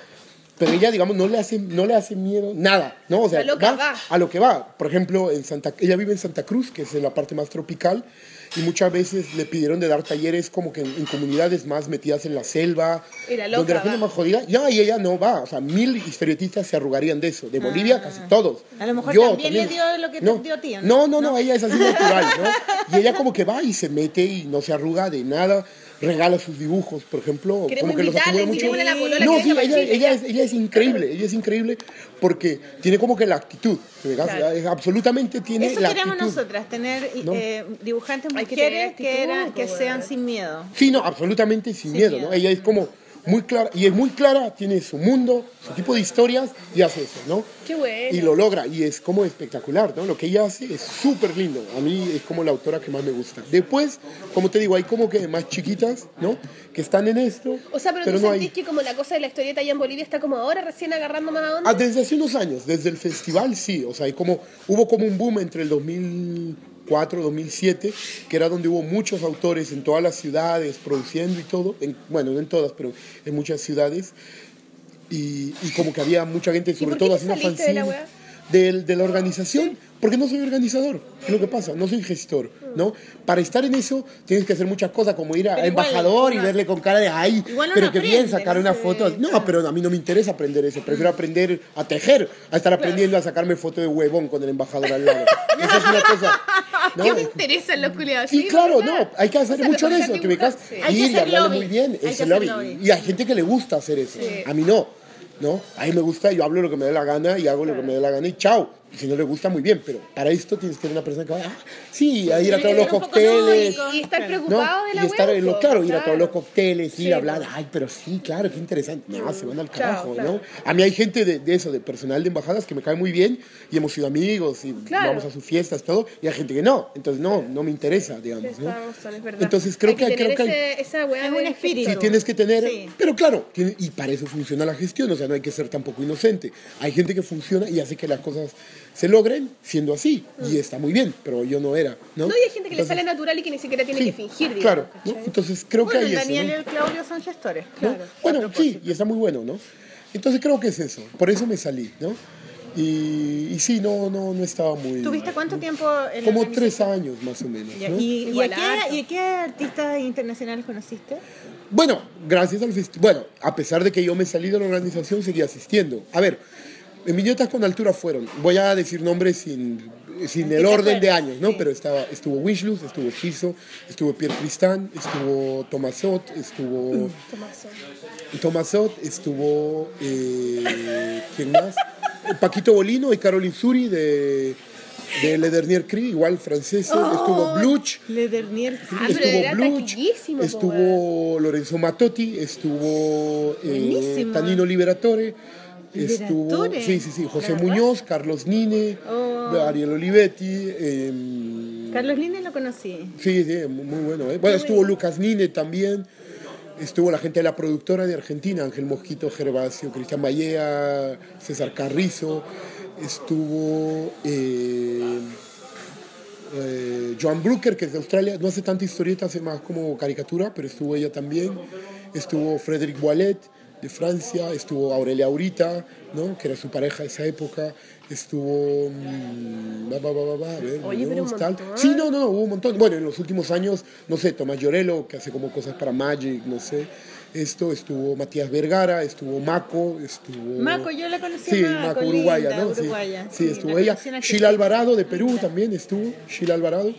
S5: pero ella, digamos, no le hace, no le hace miedo nada, ¿no? O sea,
S2: A lo que va.
S5: a lo que va. Por ejemplo, en Santa, ella vive en Santa Cruz, que es en la parte más tropical, y muchas veces le pidieron de dar talleres como que en, en comunidades más metidas en la selva,
S2: Era loca,
S5: donde la
S2: va.
S5: gente más jodida, ya, y ella no va. O sea, mil historietistas se arrugarían de eso. De Bolivia, casi todos.
S13: Ah. A lo mejor también le dio lo que te
S5: no,
S13: dio a ti, ¿o
S5: No, no, no, ella es así natural, ¿no? Y ella como que va y se mete y no se arruga de nada, regala sus dibujos, por ejemplo,
S2: Queremos
S5: como que los
S2: invitarla,
S5: acumula mucho.
S2: invitémosle a la polola
S5: No,
S2: que
S5: sí,
S2: venga
S5: ella,
S2: para Chile,
S5: ella
S2: ya.
S5: es, ella es increíble, ella es increíble porque tiene como que la actitud, ¿te fijas?
S2: Claro.
S5: Es- absolutamente tiene
S13: Eso
S5: la
S13: queremos
S5: actitud.
S13: nosotras, tener
S5: ¿No?
S13: eh, dibujantes
S2: Hay que tener
S13: mujeres que,
S2: actitud,
S13: eran- que
S2: pues,
S13: sean
S2: bueno.
S13: sin miedo.
S5: Sí, no, absolutamente sin, miedo, ¿no? Ella es como muy clara, y es muy clara, tiene su mundo, su tipo de historias, y hace eso, ¿no?
S2: Qué bueno.
S5: Y lo logra, y es como espectacular, ¿no? Lo que ella hace es súper lindo, a mí es como la autora que más me gusta. Después, como te digo, hay como que más chiquitas, ¿no? Que están en esto,
S2: O sea, pero, tú
S5: no
S2: sentís
S5: hay...
S2: que como la cosa de la historieta allá en Bolivia está como ahora recién agarrando más onda.
S5: Ah, desde hace unos años, desde el festival sí, o sea, hay como, hubo como un boom entre el 2004, 2007, que era donde hubo muchos autores en todas las ciudades produciendo y todo, en- bueno, no en todas, pero en muchas ciudades, y, y como que había mucha gente, sobre
S2: por qué
S5: todo
S2: te
S5: haciendo
S2: saliste de la
S5: fanzine
S2: weá?
S5: del- de la organización, porque no soy organizador, es lo que pasa, no soy gestor, ¿no? Para estar en eso tienes que hacer muchas cosas, como ir a
S1: Pero igual,
S5: embajador y
S1: uno-
S5: verle con cara de ay,
S1: Igual uno
S5: pero que bien
S1: aprende,
S5: sacar una foto. No, pero a mí no me interesa aprender eso,
S1: Mm.
S5: prefiero aprender a tejer, a estar aprendiendo a sacarme foto de huevón con el embajador al lado. Esa es una cosa. ¿no?
S2: ¿Qué me interesan los culiados?
S5: Sí, claro, no, hay que hacer
S2: O sea,
S5: mucho
S2: lo
S5: de
S2: podrías
S5: eso, te ubicas,
S2: dibujar, sí.
S1: Hay que
S5: ir y
S1: hacer
S5: hablarle
S1: lobby,
S5: muy bien,
S1: hay
S5: es
S1: que
S5: el
S1: hacer
S5: lobby.
S1: lobby.
S5: Y hay gente que le gusta hacer eso, a mí no, ¿no? A mí me gusta, yo hablo lo que me dé la gana y hago lo que me dé la gana y chao. Si no le gusta, muy bien, pero para esto tienes que ser una persona que vaya, ah, sí, a ir a todos los cócteles.
S2: Y estar
S5: pues, ¿no?
S2: preocupado de la
S5: Y estar en lo
S2: wea,
S5: claro,
S2: po,
S5: ir a todos
S2: claro.
S5: los cócteles, ir a hablar, ay, pero sí, claro, qué interesante. No, se van al carajo, ¿no? A mí hay gente de, de eso, de personal de embajadas que me cae muy bien y hemos sido amigos y vamos a sus fiestas, todo, y hay gente que no, entonces no, no me interesa, digamos, ¿no? Entonces creo
S2: Hay
S5: que, creo
S2: tener
S5: que hay-
S2: ese- esa wea
S1: Es
S2: del
S1: un espíritu.
S5: Sí, tienes que tener, pero claro, tiene- y para eso funciona la gestión, o sea, no hay que ser tampoco inocente. Hay gente que funciona y hace que las cosas se logren siendo así, y está muy bien, pero yo no era, ¿no?
S2: Mm. No, y hay gente que le
S5: Entonces,
S2: sale natural y que ni siquiera tiene que fingir, digamos.
S5: Claro, ¿no? entonces creo que
S1: Bueno,
S5: hay
S1: el
S5: eso. ¿no?
S1: Daniel y el Claudio son gestores.
S5: ¿no?
S1: Claro.
S5: Bueno, sí, y está muy bueno, ¿no? Entonces creo que es eso, por eso me salí, ¿no? Y, y sí, no, no, no estaba muy...
S1: ¿Tuviste cuánto tiempo en la
S5: Como
S1: organización?
S5: tres años más o menos,
S1: Ya,
S5: ¿no?
S1: ¿Y, y, a
S2: Igual
S1: qué,
S2: harto.
S1: y a qué artistas internacionales conociste?
S5: Bueno, gracias al festival. Bueno, a pesar de que yo me salí de la organización, seguí asistiendo. A ver, en Viñetas con Altura fueron, voy a decir nombres sin, sin el orden de años, ¿no? Pero estaba, estuvo Wishlus, estuvo Chiso, estuvo Pierre Cristán, estuvo Tomasot, estuvo. Tomasot, estuvo. eh, ¿Quién más? Paquito Bolino y Caroline Suri de. De Ledernier Cree, igual francés, estuvo Bluch,
S1: Le Dernier.
S2: Ah, pero
S5: estuvo
S2: era
S5: Bluch,
S2: taquillísimo, po,
S5: estuvo Lorenzo Matotti, estuvo eh,
S1: Buenísimo.
S5: Tanino Liberatore,
S1: Liberatore.
S5: estuvo sí, sí, sí, José Muñoz, Carlos Nine,
S2: Oh.
S5: eh, Ariel Olivetti, em,
S1: Carlos Linde lo conocí.
S5: sí, sí, mu- muy bueno. eh. Bueno, estuvo Lucas Nine también. Estuvo la gente de la productora de Argentina, Ángel Mosquito, Gervasio, Cristian Mallea, César Carrizo. Estuvo eh, eh, Joan Brooker, que es de Australia. No hace tanta historieta, hace más como caricatura, pero estuvo ella también. Estuvo Frédéric Boilet, de Francia. Estuvo Aurelia Aurita, ¿no? que era su pareja de esa época. Estuvo... mm, va, va, va, va, va, a ver,
S2: Oye, pero un
S5: tal.
S2: montón.
S5: Sí, no, no, no, hubo un montón. Bueno, en los últimos años, no sé, Tomás Llorello, que hace como cosas para Magic, no sé. Esto, estuvo Matías Vergara, estuvo Maco, estuvo...
S1: Maco, yo la conocí a
S5: Sí,
S1: Maco,
S5: Maco,
S1: linda,
S5: Uruguaya, ¿no? Sí.
S1: uruguaya,
S5: Sí,
S1: sí,
S5: estuvo
S1: la
S5: ella.
S1: conocí en
S5: Sheila
S1: Argentina.
S5: Alvarado de Perú también estuvo, Sheila Alvarado.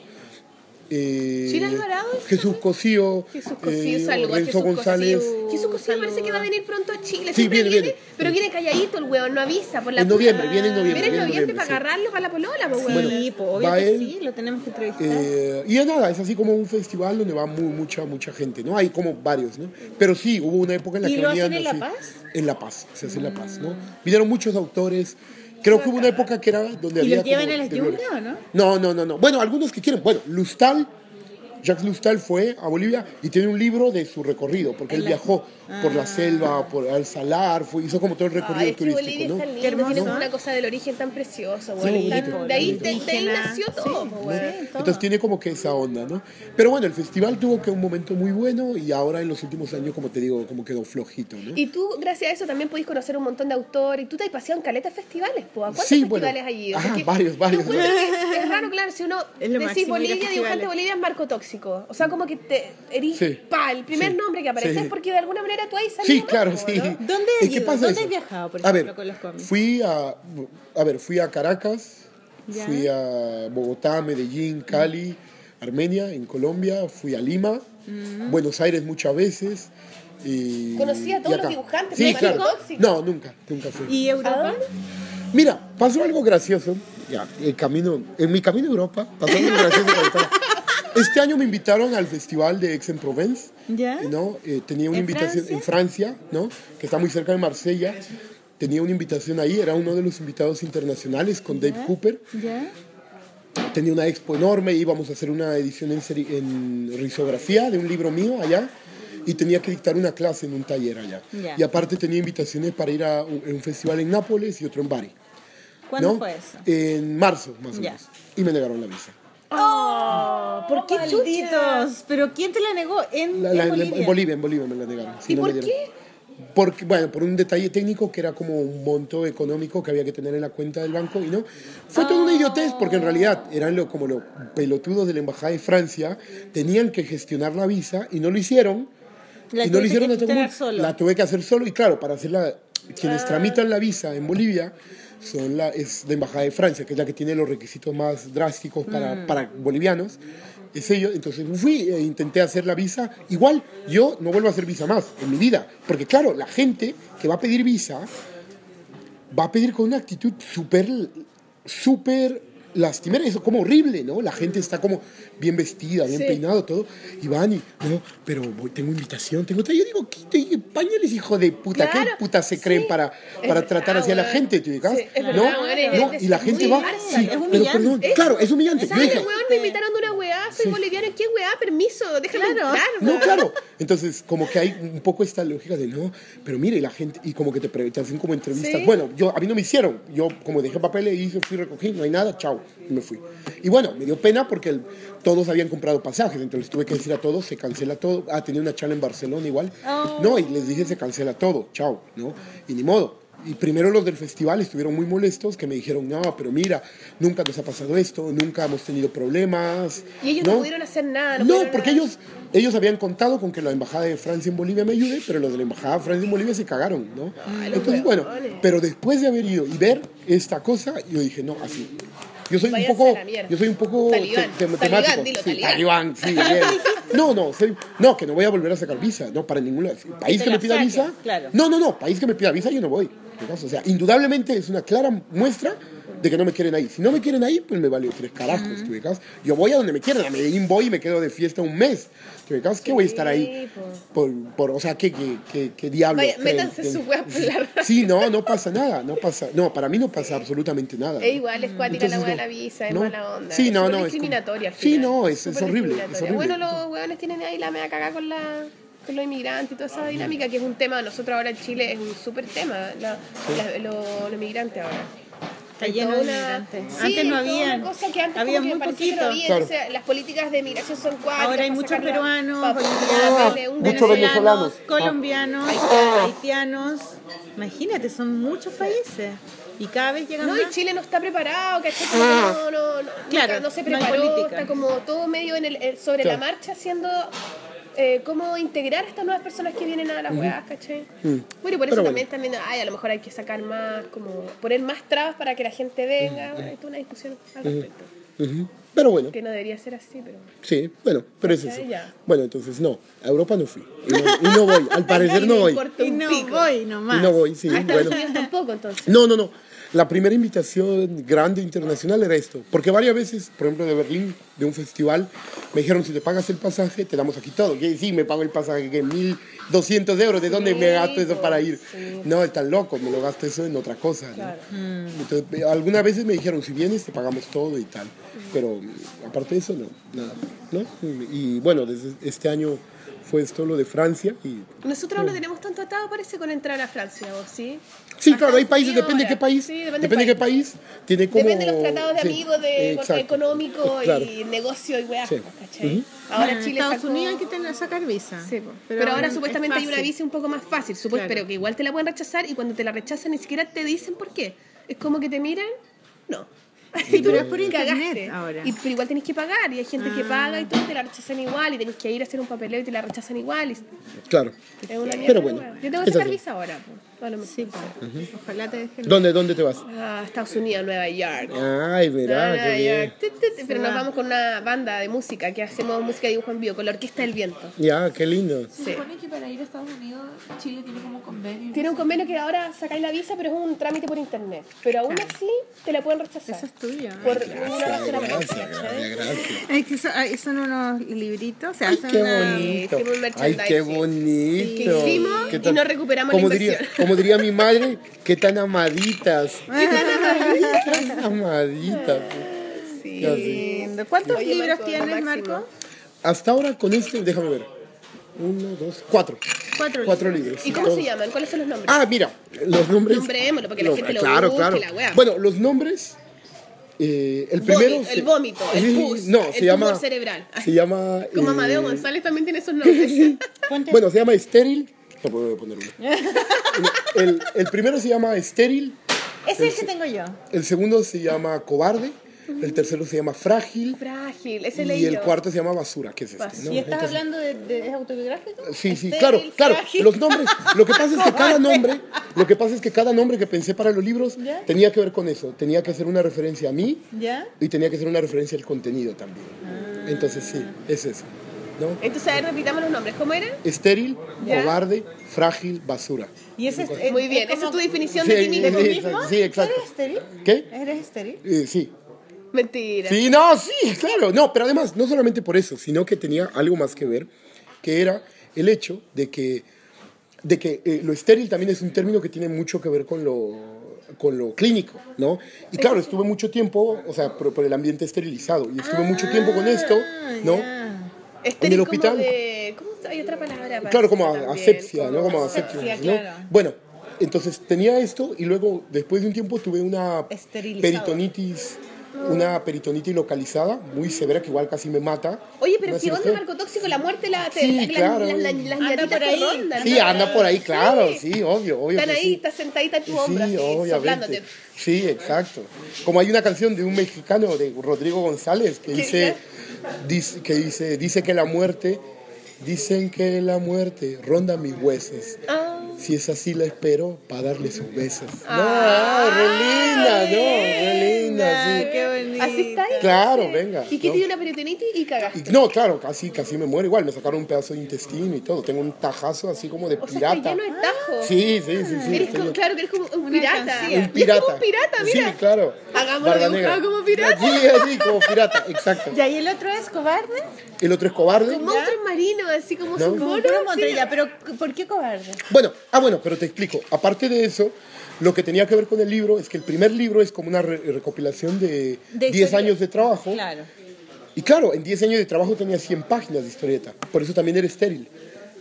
S5: Eh,
S2: Sheila Alvarado, ¿sí?
S5: Jesús Cosío,
S2: Jesús Cosío, saludos.
S5: Eh, Renzo
S2: Jesús
S5: González.
S2: Cosío. Jesús Cosío parece que va a venir pronto a Chile.
S5: Sí,
S2: Siempre
S5: viene,
S2: viene,
S5: viene.
S2: Pero viene calladito el weón, no avisa por la
S5: En
S2: puta.
S5: noviembre, viene en noviembre,
S2: Viene en
S5: viene en
S2: noviembre para
S5: noviembre,
S2: agarrarlo para la polola, po,
S1: Sí,
S2: weón.
S1: po, obvio
S5: va
S1: que
S5: él.
S1: sí, lo tenemos que entrevistar.
S5: Eh, y es nada, es así como un festival donde va muy, mucha, mucha gente, ¿no? Hay como varios, ¿no? Pero sí, hubo una época en la
S1: ¿Y
S5: que
S1: lo hacen
S5: habían
S1: en La
S5: así-
S1: Paz?
S5: En La Paz, se hace en La Paz, ¿no? Vinieron muchos autores. Creo que hubo una época que era donde
S1: ¿Y
S5: había.
S1: los llevan
S5: como
S1: a las
S5: de gloria.
S1: yungas o no?
S5: No, no, no, no. Bueno, algunos que quieren. Bueno, Lustal, Jacques Lustal fue a Bolivia y tiene un libro de su recorrido, porque él viajó por
S1: Ah.
S5: la selva, por el salar, fue, hizo como todo el recorrido
S2: Ay, es que Bolivia
S5: turístico, ¿no?
S2: es tan
S1: Qué
S2: lindo,
S1: hermoso,
S2: tiene como
S1: ¿eh?
S2: una cosa del origen tan preciosa,
S5: Sí,
S2: weón.
S5: bonito.
S2: Tan- de, ahí, de- de ahí
S1: Indígena,
S2: nació
S1: sí.
S2: todo, po, weón.
S1: Sí, todo.
S5: Entonces tiene como que esa onda, ¿no? Pero bueno, el festival tuvo que un momento muy bueno y ahora en los últimos años, como te digo, como quedó flojito, ¿no?
S2: Y tú, gracias a eso, también podéis conocer un montón de autores. Y tú te has paseado en caletas festivales, po. ¿A cuántos
S5: Sí, bueno.
S2: festivales hay ido?
S5: Ah,
S2: Porque
S5: varios, varios.
S2: yo encuentro que es raro, claro, si uno
S1: Es lo
S2: decís
S1: máximo ir a
S2: Bolivia, dibujante
S1: festivales.
S2: Bolivia es marco tóxico. O sea, como que te erís
S5: Sí.
S2: pa, el primer
S5: Sí.
S2: nombre que aparece
S5: Sí.
S2: porque de alguna manera tú ahí saliste.
S5: Sí, claro, sí.
S1: ¿Dónde has
S5: ¿Y qué
S1: ido?
S5: pasa
S1: ¿Dónde
S5: eso?
S1: has viajado, por
S5: a ver,
S1: ejemplo, con los cómics?
S5: Fui a, a ver, fui a Caracas,
S1: Ya.
S5: fui a Bogotá, Medellín, Cali, Armenia, en Colombia, fui a Lima,
S1: Mm.
S5: Buenos Aires muchas veces. Y,
S2: Conocí a todos
S5: y
S2: los
S5: acá.
S2: dibujantes,
S5: Sí,
S2: ¿no?
S5: claro.
S2: Tóxico.
S5: No, nunca, nunca fui.
S1: ¿Y Europa?
S2: ¿Ah?
S5: Mira, pasó algo gracioso. Ya, el camino, en mi camino a Europa, pasó algo gracioso. cuando estaba- Este año me invitaron al festival de Aix-en-Provence.
S1: ¿Ya?
S5: ¿no? Eh, tenía una
S1: ¿En
S5: invitación
S1: Francia?
S5: en Francia, ¿no? Que está muy cerca de Marsella. Tenía una invitación ahí, era uno de los invitados internacionales con Dave Cooper.
S1: ¿Ya?
S5: Tenía una expo enorme, íbamos a hacer una edición en, seri- en risografía de un libro mío allá. Y tenía que dictar una clase en un taller allá.
S1: Ya.
S5: Y aparte tenía invitaciones para ir a un, un festival en Nápoles y otro en Bari.
S1: ¿Cuándo
S5: ¿no?
S1: fue eso?
S5: En marzo, más o
S1: Ya.
S5: menos. Y me negaron la visa.
S1: ¿Por qué malditos? ¿Pero quién te la negó? En,
S5: La-
S1: en
S5: la- la-
S1: Bolivia.
S5: en Bolivia, en Bolivia me la negaron. Sí,
S2: ¿Y
S5: no
S2: por
S5: me dieron.
S2: qué?
S5: porque, bueno, por un detalle técnico que era como un monto económico que había que tener en la cuenta del banco y no. Fue toda una idiotez porque en realidad eran lo, como los pelotudos de la Embajada de Francia, tenían que gestionar la visa y no lo hicieron.
S1: La
S5: y no lo
S1: tuviste
S5: hicieron
S1: que
S5: hasta
S1: gestionar
S5: muy-
S1: solo. Ah.
S5: La tuve que hacer solo y claro, para hacerla, quienes tramitan la visa en Bolivia son la, es la Embajada de Francia, que es la que tiene los requisitos más drásticos para,
S1: Mm.
S5: para bolivianos. Es ellos, entonces fui e intenté hacer la visa. Igual yo no vuelvo a hacer visa más en mi vida, porque claro, la gente que va a pedir visa va a pedir con una actitud súper, súper lastimera. Eso como horrible, ¿no? La gente está como bien vestida, bien peinado, todo. Y van y, no, pero voy- tengo invitación, tengo... tal". Yo digo, quítate pañales, hijo de puta. ¿Qué
S2: Claro,
S5: puta se creen
S2: sí.
S5: para, para
S2: Es
S5: tratar
S2: verdad,
S5: así a la
S2: weón.
S5: gente? ¿Te ubicas?
S2: Sí, es
S5: ¿No?
S2: verdad, weón,
S5: No,
S2: es-
S5: Y la
S2: es
S5: gente
S2: muy
S5: va...
S2: humillante,
S5: Sí,
S1: es
S5: pero
S1: humillante.
S5: perdón, claro, es humillante. Yo
S2: ¿Sabes,
S5: dije,
S2: weón? Me invitaron de una weá, soy
S5: Sí.
S2: boliviano, ¿qué weá? Permiso, déjame
S1: Claro.
S2: entrar, weón.
S5: No, claro. Entonces, como que hay un poco esta lógica de no, pero mire, la gente, y como que te, pre- te hacen como entrevistas.
S2: Sí.
S5: Bueno, yo, a mí no me hicieron. Yo, como dejé papeles y hice, fui, recogí, no hay nada, chao, y me fui. Y bueno, me dio pena porque el- todos habían comprado pasajes, entonces tuve que decir a todos, se cancela todo. Ah, tenía una charla en Barcelona igual.
S2: Oh.
S5: No, y les dije, se cancela todo, chao, ¿no? Y ni modo. Y primero los del festival estuvieron muy molestos que me dijeron, no, pero mira, nunca nos ha pasado esto, nunca hemos tenido problemas.
S2: Y ellos no, pudieron hacer nada.
S5: No,
S2: pudieron
S5: porque
S2: nada.
S5: ellos, ellos habían contado con que la embajada de Francia en Bolivia me ayude, pero los de la embajada de Francia en Bolivia se cagaron, ¿no?
S2: Ay, los
S5: Entonces, bueno,
S2: huevones.
S5: pero después de haber ido y ver esta cosa, yo dije, no, así. Yo soy
S2: Váyanse
S5: un poco,
S2: a la mierda.
S5: yo soy un poco
S2: Talibán,
S5: te- te-
S2: talibán,
S5: temático.
S2: dilo,
S5: sí,
S2: talibán.
S5: talibán, sí, bien. No, no, soy- no, que no voy a volver a sacar visa, no, para ningún lado. País
S1: te
S5: que me
S1: la
S5: pida
S1: saquen,
S5: visa,
S1: claro.
S5: no, no, no, país que me pida visa yo no voy. ¿Entendés? O sea, indudablemente es una clara muestra de que no me quieren ahí. Si no me quieren ahí, pues me vale tres carajos, ¿te ubicas? Yo voy a donde me quieran, a Medellín voy y me quedo de fiesta un mes. ¿Te ubicas? ¿Qué voy a estar ahí?
S1: pues.
S5: Por, por- o sea, ¿qué, qué, qué, qué diablo?
S2: Vaya,
S5: creen?
S2: métanse su weá por la raja.
S5: Sí, no, no pasa nada, no pasa. No, para mí no pasa absolutamente nada.
S2: Es
S5: ¿no?
S2: igual, es cuática
S5: Entonces,
S2: la weá de la
S5: no,
S2: visa, es
S5: no.
S2: mala onda.
S5: Sí,
S2: súper
S5: no, no, es como-
S2: discriminatoria al
S5: Sí,
S2: final,
S5: no, es- es
S2: súper
S5: horrible, es
S2: discriminatoria.
S5: horrible.
S2: Bueno, los weones tienen ahí la mea cagada con la con los inmigrantes y toda esa dinámica que es un tema, nosotros ahora en Chile es un súper tema, la, la- lo- los inmigrantes ahora.
S1: Está lleno
S2: Toda
S1: de
S2: una-
S1: inmigrantes.
S2: Sí,
S1: antes no
S2: toda
S1: había.
S2: Una cosa que antes
S1: había
S2: como que
S1: muy
S2: parecía que
S1: poquito.
S2: no había,
S5: Claro.
S2: entonces, las políticas de migración son cuatro.
S1: Ahora hay muchos peruanos, bolivianos,
S2: bolivianos,
S5: Ah, muchos venezolanos. Ah.
S1: colombianos, haitianos. Imagínate, son muchos países. Y cada vez llegan
S2: No,
S1: más.
S2: y Chile no está preparado, ¿cachai? Como que No, no, no,
S1: Ah. Claro,
S2: nunca- no se
S1: no hay
S2: preparó,
S1: política.
S2: está como todo medio en el, eh, sobre
S5: Claro.
S2: la marcha haciendo eh, cómo integrar a estas nuevas personas que vienen a las huevas, ¿cachai? Bueno, y por eso
S5: Mm. Pero
S2: también, también, ay, a lo mejor hay que sacar más, como poner más trabas para que la gente venga, bueno, esto es una discusión al respecto,
S5: Mm, Ujú. Pero bueno,
S2: que no debería ser así, pero...
S5: sí, bueno, pero es eso.
S2: ya.
S5: Bueno, entonces no, a Europa no fui. Y no, y no voy, al parecer no voy.
S2: importa
S1: Y
S2: un
S1: no
S2: pico.
S1: voy nomás.
S5: Y no voy, sí,
S2: a Estados
S5: bueno.
S2: Unidos tampoco, entonces.
S5: No, no, no. La primera invitación grande internacional era esto. Porque varias veces, por ejemplo, de Berlín, de un festival, me dijeron, si te pagas el pasaje, te damos aquí todo. Y sí, me pago el pasaje, que 1.200 euros, ¿de dónde me gasto eso para ir? No, están locos, me lo gasto eso en otra cosa. ¿no? Entonces, eh, algunas veces me dijeron, si vienes, te pagamos todo y tal. Pero mm, aparte de eso, no, nada. ¿no? Y bueno, desde este año fue esto lo de Francia y Mm.
S2: Nosotros no tenemos tanto atado, parece, con entrar a Francia, ¿vos sí?
S5: Sí,
S2: Ajá,
S5: claro, hay países,
S2: sí,
S5: depende
S2: ahora.
S5: de qué país.
S2: Sí,
S5: depende
S2: depende
S5: de
S2: del
S5: qué país. Tiene como...
S2: Depende de los tratados de
S5: sí,
S2: amigos de
S5: exacto.
S2: económico
S5: Claro.
S2: y negocio y weá,
S5: Sí.
S2: ¿cachai? Ahora
S1: Bueno, en
S2: Chile
S1: Ah, Estados
S2: sacó-
S1: Unidos hay que tener, sacar visa.
S2: Sí, po. pero,
S1: Pero ahora
S2: ahora
S1: es
S2: supuestamente hay una
S1: fácil.
S2: visa un poco más fácil, supuesto,
S1: Claro.
S2: pero que igual te la pueden rechazar y cuando te la rechazan ni siquiera te dicen por qué. Es como que te miran, no.
S1: Sí, pero es por
S2: Cagaste.
S1: internet ahora.
S2: Y, pero igual tenés que pagar y hay gente que paga y todo te la rechazan igual y tenés que ir a hacer un papeleo y te la rechazan igual. y
S5: Claro.
S2: es una mierda,
S5: Pero bueno,
S2: weá. Yo tengo
S5: es
S2: que sacar
S5: así.
S2: visa ahora. po. A lo mejor.
S1: Sí, po. Ojalá te dejen.
S5: ¿Dónde, dónde te vas?
S2: Ah, Estados Unidos, Nueva York.
S5: Ay, verá,
S2: Nueva
S5: qué bien.
S2: York. Tut, tut, tut. Pero nos vamos con una banda de música que hacemos música de dibujo en vivo con la Orquesta del Viento.
S5: Ya, qué lindo.
S2: Sí.
S3: Se supone que para ir a Estados Unidos, Chile tiene como convenio.
S2: Tiene un convenio que ahora sacáis la visa, pero es un trámite por internet. Pero aún así te la pueden rechazar.
S1: Eso es tuyo.
S2: Por una basura más.
S5: Gracias, gracias, gracias.
S1: Ay, que son, ay, son unos libritos. Se
S5: Ay,
S1: hacen
S5: qué
S1: una-
S5: bonito.
S2: hicimos un
S5: Ay, qué
S2: merchandising.
S5: bonito.
S2: Que hicimos
S5: ¿Qué
S2: y
S5: tan-
S2: no recuperamos
S5: como
S2: la
S5: diría,
S2: inversión.
S5: como diría mi madre, qué tan amaditas. Qué tan amaditas. Ya sé.
S1: Lindo. ¿Cuántos
S2: Oye,
S1: libros
S2: Marco,
S1: tienes,
S2: lo máximo.
S1: Marco?
S5: Hasta ahora con este, déjame ver. Uno, dos, cuatro.
S1: Cuatro
S5: Cuatro libros.
S2: ¿Y cómo
S5: Todos.
S2: se llaman? ¿Cuáles son los nombres?
S5: Ah, mira, los nombres.
S2: Nombrémoslo, porque la gente lo
S5: claro,
S2: busque,
S5: claro.
S2: la wea.
S5: Bueno, los nombres. eh, el
S2: Vómito,
S5: primero.
S2: el vómito, el pus,
S5: No,
S2: el
S5: se
S2: tumor
S5: llama.
S2: cerebral.
S5: Se llama.
S2: Como
S5: eh,
S2: Amadeo González también tiene esos nombres.
S5: Bueno, se llama estéril Te voy a poner uno. El, el primero se llama Estéril,
S1: Ese es el que tengo yo.
S5: el segundo se llama Cobarde, el tercero se llama Frágil
S2: Frágil, ese leí
S5: y el
S2: yo.
S5: cuarto se llama Basura, que es este. ¿no?
S1: ¿Y estás hablando de, de- es autobiográfico? Este,
S5: Sí, sí,
S1: Estéril,
S5: claro, claro.
S1: frágil.
S5: Los nombres. Lo que pasa es que cada nombre, lo que pasa es que cada nombre que pensé para los libros tenía que ver con eso. Tenía que hacer una referencia a mí
S1: ¿Ya?
S5: y tenía que hacer una referencia al contenido también. Entonces sí, es eso. ¿no?
S2: Entonces, a ver, repitamos los nombres. ¿Cómo era?
S5: Estéril,
S2: Ya.
S5: cobarde, frágil, basura.
S1: Y ese es,
S2: Muy bien, esa es tu definición de ti
S5: sí,
S2: mismo.
S5: exacto, sí, exacto.
S1: ¿Eres estéril?
S5: ¿Qué?
S1: ¿Eres estéril?
S5: Eh, sí.
S2: Mentira.
S5: Sí, no, sí, claro. No, pero además, no solamente por eso, sino que tenía algo más que ver, que era el hecho de que, de que eh, lo estéril también es un término que tiene mucho que ver con lo con lo clínico, ¿no? Y claro, estuve mucho tiempo, o sea, por, por el ambiente esterilizado, y estuve mucho tiempo con esto, ¿no?
S1: Ah,
S2: Este
S5: En el
S2: es
S5: hospital.
S2: Como de, ¿Cómo hay otra palabra? para
S5: Claro, como
S2: eso
S5: a-
S2: también?
S5: asepsia, ¿no?
S2: Como-
S5: Como asepsia, ¿no? Bueno, entonces tenía esto y luego después de un tiempo tuve una
S1: Esterilizado.
S5: peritonitis, una peritonitis localizada muy severa que igual casi me mata.
S2: Oye, pero
S5: Una
S2: ¿qué onda
S5: cirugía.
S2: narcotóxico? La muerte, la, te-
S5: Sí,
S2: la- la-
S5: claro.
S2: las, las, las
S1: Anda
S2: ñatitas
S1: por ahí.
S2: que rondan.
S5: Sí, anda por ahí, claro, sí, obvio, obvio.
S2: Están
S5: que
S2: ahí,
S5: sí.
S2: estás sentadita en
S5: Sí,
S2: tu hombro, así, soplándote.
S5: obviamente. Sí, exacto. Como hay una canción de un mexicano, de Rodrigo González, que dice, dice, que dice, dice que la muerte, dicen que la muerte ronda mis huesos.
S2: Ah.
S5: Si es así, la espero para darle sus besos. No,
S2: Ah.
S5: ay, re linda, no, re linda, sí.
S1: Qué bonito.
S2: Así está ahí.
S5: Claro, venga.
S2: ¿Y qué
S5: ¿no?
S2: te dio una peritonitis? Y cagaste.
S5: Y- no, claro, casi, casi me muero igual. Me sacaron un pedazo de intestino y todo. Tengo un tajazo así como de
S2: O sea, está
S5: pirata.
S2: lleno de tajos.
S5: Sí, sí, sí, sí.
S2: Eres
S5: tengo-
S2: como, claro que eres como un pirata.
S1: alcancía.
S2: Y
S5: El
S2: es
S5: pirata.
S2: como un pirata, mira.
S5: Sí, claro.
S2: Hagámoslo
S5: Barba
S2: dibujado
S5: negra.
S2: como pirata.
S5: Sí, así, como pirata, exacto.
S1: Ya, y el otro es cobarde.
S5: El otro es cobarde.
S2: Como monstruos marinos, así como su
S5: ¿No? Como
S1: Como
S2: mono.
S1: otro
S2: así.
S1: monstruo, ya, pero ¿por qué cobarde?
S5: Bueno, ah, bueno, pero te explico. Aparte de eso, lo que tenía que ver con el libro es que el primer libro es como una re- recopilación de
S1: De
S5: 10
S1: historia.
S5: años de trabajo.
S1: Claro.
S5: Y claro, en 10 años de trabajo tenía 100 páginas de historieta. Por eso también era estéril.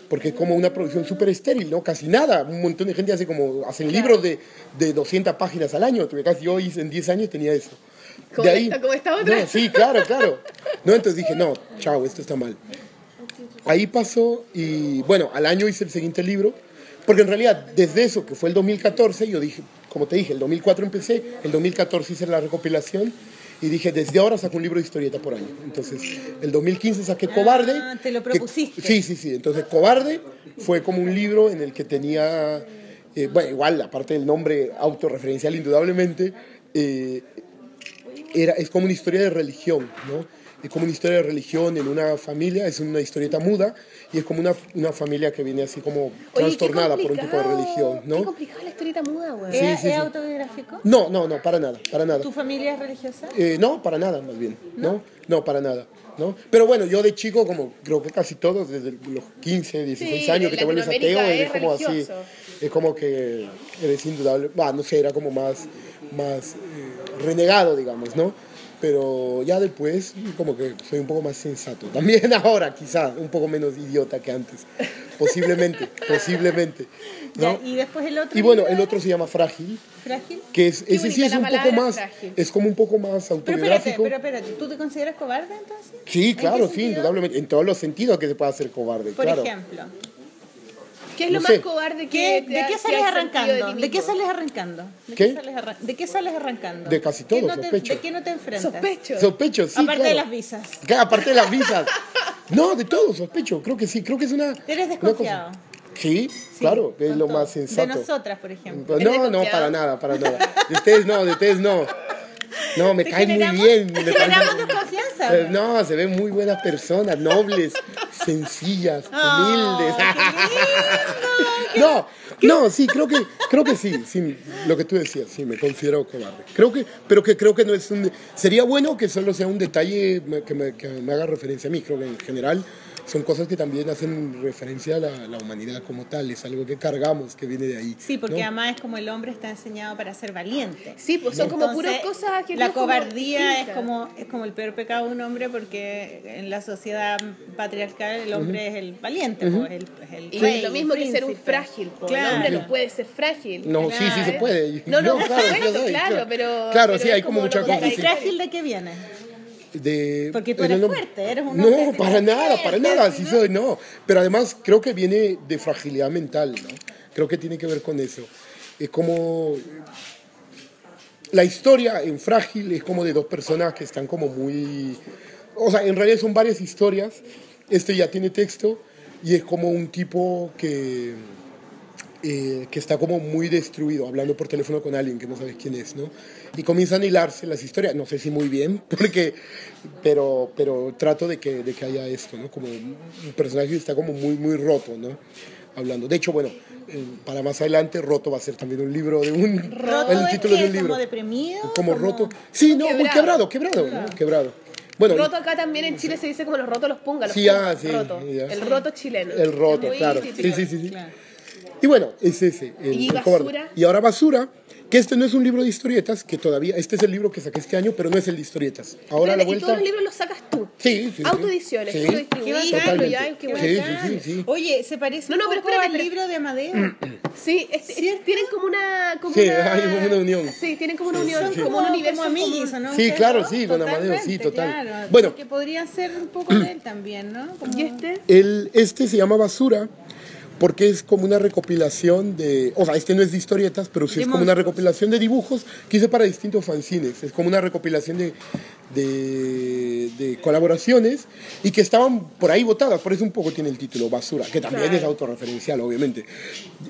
S5: Porque es como una producción súper estéril, ¿no? Casi nada. Un montón de gente hace como, hacen libros de, de 200 páginas al año. Casi yo hice en 10 años tenía eso.
S2: Como esta- como esta otra.
S5: No, sí, claro, claro. No, entonces dije, no, chao, esto está mal. Ahí pasó y bueno, al año hice el siguiente libro, porque en realidad desde eso, que fue el 2014, yo dije, como te dije, el 2004 empecé, el 2014 hice la recopilación y dije, desde ahora saco un libro de historieta por año. Entonces, el 2015 saqué Cobarde.
S1: Ah, te lo
S5: que-
S1: propusiste.
S5: sí, sí, sí. Entonces, Cobarde fue como un libro en el que tenía, eh, bueno, igual, aparte del nombre autorreferencial indudablemente, eh, era, es como una historia de religión, ¿no? Es como una historia de religión en una familia, es una historieta muda y es como una, una familia que viene así como
S2: Oye, qué
S5: trastornada por un tipo de
S2: complicado,
S5: religión,
S2: Qué
S5: ¿no?
S2: complicada la historieta muda, güey.
S5: Sí,
S1: ¿Es,
S5: sí,
S1: es
S5: sí.
S1: autobiográfico?
S5: No, no, no, para nada, para nada.
S1: ¿Tu familia es religiosa?
S5: Eh, no, para nada, más bien, ¿no? No, para nada, ¿no? Pero bueno, yo de chico, como creo que casi todos, desde los 15, 16
S2: Sí,
S5: años que te vuelves ateo,
S2: Latinoamérica
S5: eres
S2: es
S5: como así,
S2: religioso.
S5: es como que eres indudable, bah, no sé, era como más, más eh, renegado, digamos, ¿no? Pero ya después, como que soy un poco más sensato. También ahora, quizás, un poco menos idiota que antes. Posiblemente, posiblemente.
S1: Ya,
S5: ¿no?
S1: y después el otro.
S5: Y bueno,
S1: libro
S5: el
S1: era
S5: otro se llama Frágil,
S1: Frágil.
S5: que es,
S2: Qué
S5: ese sí
S2: bonita
S5: es
S2: la
S5: un poco
S2: palabra,
S5: más,
S2: frágil.
S5: es como un poco más
S1: Pero espérate,
S5: autobiográfico.
S1: pero espérate, ¿tú te consideras cobarde entonces?
S5: Sí,
S1: ¿En qué
S5: claro, sí,
S1: sentido?
S5: indudablemente. En todos los sentidos que se pueda hacer cobarde,
S1: Por
S5: claro.
S1: ejemplo,
S2: ¿Qué es lo
S5: no
S2: más
S5: sé.
S2: cobarde
S1: ¿qué-
S2: que te
S1: ¿de
S2: ha- que
S1: qué
S2: has
S1: sales
S2: sentido
S1: arrancando?
S2: ti
S1: ¿De qué
S2: mismo?
S1: sales arrancando? ¿De
S5: ¿Qué?
S1: sales arran- ¿De qué sales arrancando?
S5: De casi
S1: ¿Qué
S5: todo,
S1: no te-
S5: sospecho.
S1: ¿De qué no te enfrentas?
S2: Sospecho.
S5: Sospecho, sí,
S1: Aparte de
S5: claro.
S1: las visas.
S5: Claro, Aparte de las visas. No, de todo, sospecho. Creo que sí, creo que es una...
S1: Eres
S5: una
S1: desconfiado.
S5: cosa- Sí, claro, es
S1: Con
S5: lo
S1: todo.
S5: más
S1: De
S5: sensato.
S1: nosotras, por ejemplo.
S5: Pero No, no,
S2: desconfiado.
S5: para nada, para nada. De ustedes no, de ustedes no. No, me
S1: Te
S5: caen muy
S1: generamos-
S5: bien. me
S1: te
S5: parecen-
S1: generamos desconfianza.
S5: Eh, No, se ven muy buenas personas, nobles, sencillas, humildes.
S1: Oh,
S5: no, no, sí, creo que, creo que sí, sí, lo que tú decías, sí, me considero cobarde. Creo que, pero que creo que no es un. de- Sería bueno que solo sea un detalle me- que me, que me haga referencia a mí. Creo que en general son cosas que también hacen referencia a la, la humanidad como tal, es algo que cargamos, que viene de ahí.
S1: Sí, porque
S5: ¿no?
S1: además es como el hombre está enseñado para ser valiente.
S2: Sí, pues son como puras
S1: Entonces,
S2: cosas que
S1: La cobardía es como es como el peor pecado de un hombre porque en la sociedad patriarcal el hombre es el valiente, pues, el, es el
S2: Y
S1: rey,
S2: lo mismo
S1: el
S2: que ser un
S1: príncipe.
S2: frágil, po.
S1: Claro.
S2: el hombre no puede ser frágil.
S5: No, sí, sí se puede.
S2: No, no, por
S5: yo
S2: supuesto,
S5: soy,
S2: claro, pero-
S5: Claro,
S2: pero
S5: sí,
S2: es
S5: hay como
S2: como
S5: mucha
S2: lo
S1: Ya,
S5: cosa.
S1: ¿Y
S5: sí.
S1: frágil de qué viene?
S5: de...
S1: Porque tú
S5: en
S1: eres
S5: el nom-
S1: fuerte, eres un hombre
S5: No, para nada, para nada, sí soy, no. Pero además creo que viene de fragilidad mental, ¿no? Creo que tiene que ver con eso. Es como... La historia en Frágil es como de dos personas que están como muy... O sea, en realidad son varias historias. Este ya tiene texto y es como un tipo que eh, que está como muy destruido, hablando por teléfono con alguien que no sabes quién es, ¿no? Y comienzan a hilarse las historias, no sé si muy bien, porque, pero, pero trato de que, de que haya esto, ¿no? Como un personaje que está como muy, muy roto, ¿no? Hablando. De hecho, bueno, eh, para más adelante, Roto va a ser también un libro de un...
S1: Roto
S5: el
S1: es
S5: título
S1: que
S5: de un
S1: es
S5: libro.
S1: como deprimido,
S5: Como
S1: como-
S5: roto. Sí, no, muy quebrado,
S2: Quebrado.
S5: quebrado, ¿no? Quebrado. Bueno, y-
S2: Roto acá también en Chile se dice como los rotos los punga, los
S5: Sí,
S2: punga,
S5: ah, sí,
S2: roto.
S5: ya.
S2: El roto chileno.
S5: El roto,
S2: Muy
S5: claro. Sí,
S2: típico.
S5: sí, sí. sí. Y bueno, es ese. el-
S2: Y
S5: el
S2: basura.
S5: cobarde. Y ahora basura, que este no es un libro de historietas, que todavía, este es el libro que saqué este año, pero no es el de historietas. Ahora
S2: Espérate,
S5: la
S2: Y
S5: vuelta...
S2: todos los libros los sacas tú.
S5: Sí, sí, sí.
S2: Autoediciones,
S5: Sí,
S2: tú lo distribuyes,
S5: totalmente.
S2: lo ya, qué
S5: sí,
S2: bacán.
S5: sí, sí, sí.
S1: Oye, se parece
S2: No,
S1: un
S2: no, pero
S1: poco
S2: espérate,
S1: al
S2: pero-
S1: libro de Amadeo.
S2: Sí, es- es- tienen como una. Como
S5: Sí,
S2: una...
S5: hay como una unión.
S2: Sí, tienen como una
S5: Sí,
S2: unión,
S5: sí, sí.
S2: como un universo.
S1: como amiguis,
S2: común.
S1: ¿o ¿no?
S5: Sí,
S1: Ustedes
S5: claro,
S1: dos,
S5: sí, con Amadeo, sí, total.
S1: Claro,
S5: Bueno.
S1: que podría ser un poco de él también, ¿no? Como-
S2: ¿Y este?
S5: El, este se llama Basura porque es como una recopilación de, o sea, este no es de historietas, pero sí es como una recopilación de dibujos que hice para distintos fanzines. Es como una recopilación de, de, de colaboraciones y que estaban por ahí votadas, por eso un poco tiene el título Basura, que también es autorreferencial, obviamente.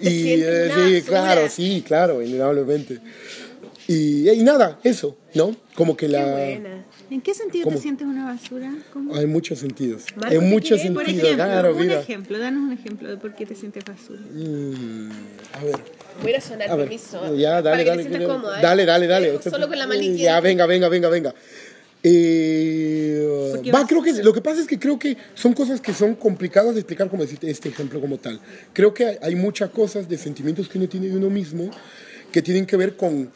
S5: Y
S2: sientes
S5: eh,
S2: una
S5: sí,
S2: basura.
S5: claro, sí, claro, indudablemente. Y, y nada, eso, ¿no? Como que la...
S2: Buena.
S1: ¿En qué sentido
S5: ¿Cómo?
S1: te sientes una basura? ¿Cómo?
S5: Hay muchos sentidos.
S2: Marco,
S5: en
S2: ¿te
S5: muchos
S2: quieres? Por
S1: Ah, Por
S5: sentidos,
S1: ejemplo,
S5: claro,
S1: un
S5: vida.
S1: ejemplo, danos un ejemplo de por qué te sientes basura.
S5: Mm, a ver.
S2: Voy a ir a sonar
S5: A ver,
S2: permiso. para
S5: ya, dale,
S2: que
S5: dale,
S2: te sientas
S5: dale,
S2: cómoda, ¿eh?
S5: dale, dale, dale.
S2: Te
S5: Mm,
S2: dejo Solo con la malicia.
S5: Ya, venga, venga, venga, venga. Eh,
S1: Porque
S5: va,
S1: vas-
S5: creo que lo que pasa es que creo que son cosas que son complicadas de explicar como decirte este ejemplo como tal. Creo que hay- hay muchas cosas de sentimientos que uno tiene de uno mismo que tienen que ver con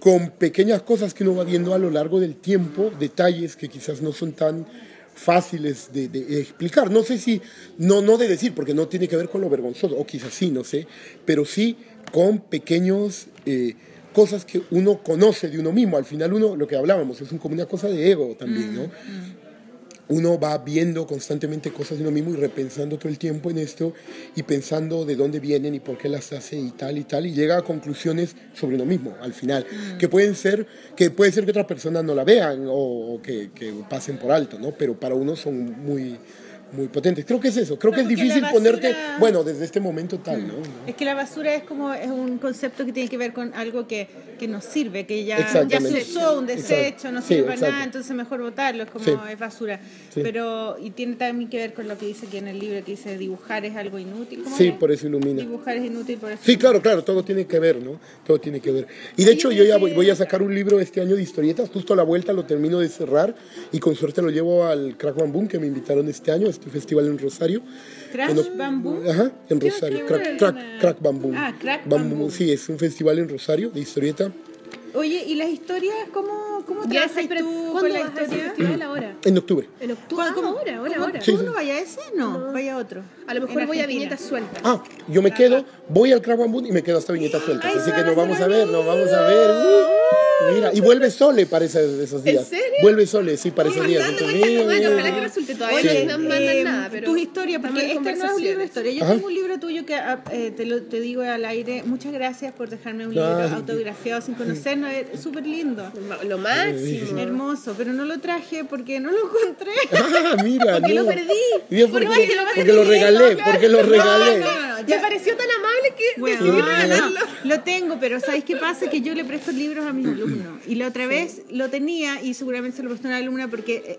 S5: con pequeñas cosas que uno va viendo a lo largo del tiempo, detalles que quizás no son tan fáciles de, de explicar. No sé si, no, no de decir, porque no tiene que ver con lo vergonzoso, o quizás sí, no sé, pero sí con pequeños eh, cosas que uno conoce de uno mismo. Al final uno, lo que hablábamos, es un- como una cosa de ego también, ¿no? uno va viendo constantemente cosas de uno mismo y repensando todo el tiempo en esto y pensando de dónde vienen y por qué las hace y tal y tal y llega a conclusiones sobre uno mismo al final
S1: Mm.
S5: que pueden ser que puede ser que otras personas no la vean o, o que, que pasen por alto no pero para uno son muy muy potentes creo que es eso creo que es
S1: porque la
S5: difícil
S1: basura-
S5: ponerte bueno desde este momento tal no
S1: Es que la basura es como es un concepto que tiene que ver con algo que, que nos sirve, que ya, ya
S5: Exactamente.
S1: se usó, un desecho,
S5: Exacto.
S1: no
S5: Sí,
S1: sirve para
S5: exacto.
S1: nada, entonces mejor botarlo, es como
S5: Sí.
S1: es basura.
S5: Sí.
S1: Pero, y tiene también que ver con lo que dice aquí en el libro, que dice dibujar es algo inútil. ¿cómo
S5: sí
S1: era?
S5: por eso ilumina
S1: Dibujar es inútil, por eso.
S5: Sí, claro, claro, todo tiene que ver, ¿no? Todo tiene que ver. Y de hecho yo ya voy, voy a sacar un libro este año de historietas, justo a la vuelta lo termino de cerrar y con suerte lo llevo al Crack Bam Boom que me invitaron este año, este festival en Rosario.
S1: Crash,
S5: En-
S1: Bam Boom.
S5: Ajá, en
S1: Qué-
S5: Rosario.
S1: qué
S5: Crack,
S1: buena.
S5: crack, crack Bam Boom.
S1: Ah, Crack
S5: Bam
S1: Bam
S5: Boom,
S1: Boom.
S5: Sí, es un festival en Rosario de historieta.
S1: Oye, ¿y las historias? ¿Cómo, cómo
S2: Ya,
S1: trabajas
S2: pero
S1: tú
S2: ¿cuándo
S1: con la
S2: vas a ese
S1: historia?
S2: festival ahora?
S5: En octubre.
S2: En octubre. Ah,
S1: ¿Cómo-
S2: ahora, ahora,
S1: cómo-
S2: ahora.
S5: Sí,
S1: ¿Tú
S5: sí.
S1: no vayas a ese? No, vaya a otro.
S2: A lo
S1: En
S2: mejor voy a
S1: Argentina.
S2: viñetas sueltas.
S5: Ah, yo me quedo, voy al Crack Bam Boom y me quedo hasta viñetas sueltas.
S1: Ay,
S5: Así
S1: se
S5: que
S1: van a
S5: nos vamos a
S1: hacer
S5: ver, nos vamos a ver. Uh, mira, y vuelve Sole para esos, esos días.
S2: serio?
S5: Vuelve Sole, sí, para esos
S2: Ojalá,
S5: días.
S2: ojalá,
S5: Entonces, mira,
S2: ojalá,
S5: mira.
S2: ojalá que resulte todavía.
S5: Oye,
S2: no mandan
S1: Eh,
S2: nada, pero.
S1: tus historias, porque
S2: estamos en
S1: este no es un libro de
S2: conversaciones.
S1: historia. Yo
S5: Ajá.
S1: tengo un libro tuyo que ah, eh, te, lo, te digo al aire. Muchas gracias por dejarme un libro
S5: Ay.
S1: autografiado sin conocernos. Es súper lindo,
S2: Lo máximo.
S1: hermoso, pero no lo traje porque no lo encontré.
S5: Ah, mira,
S2: Porque lo
S5: no.
S2: perdí.
S5: Mira,
S2: Porque
S5: porque,
S2: lo
S5: porque
S2: perdí,
S5: lo regalé,
S2: no,
S5: porque lo
S2: claro.
S5: regalé.
S2: Me pareció tan amable que
S1: Bueno,
S2: decidí
S1: "Ah, no,
S2: regalarlo.
S1: lo tengo, pero ¿sabéis qué pasa? Que yo le presto libros a mis alumnos. Y la otra vez lo tenía y seguramente se lo prestó una alumna porque eh,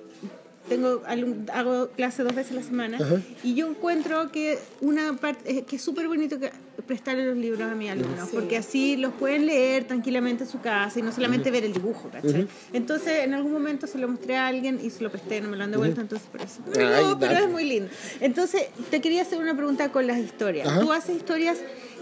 S1: tengo alum- hago clase dos veces a la semana. Y yo encuentro que una parte eh, que es súper bonito que prestarle los libros a mis alumnos, porque así los pueden leer tranquilamente en su casa y no solamente ver el dibujo, ¿cachai? Entonces, en algún momento se lo mostré a alguien y se lo presté, no me lo han devuelto, entonces por eso.
S5: Ay,
S1: No, pero
S5: dale.
S1: es muy lindo. Entonces, te quería hacer una pregunta con las historias.
S5: Ajá.
S1: Tú haces historias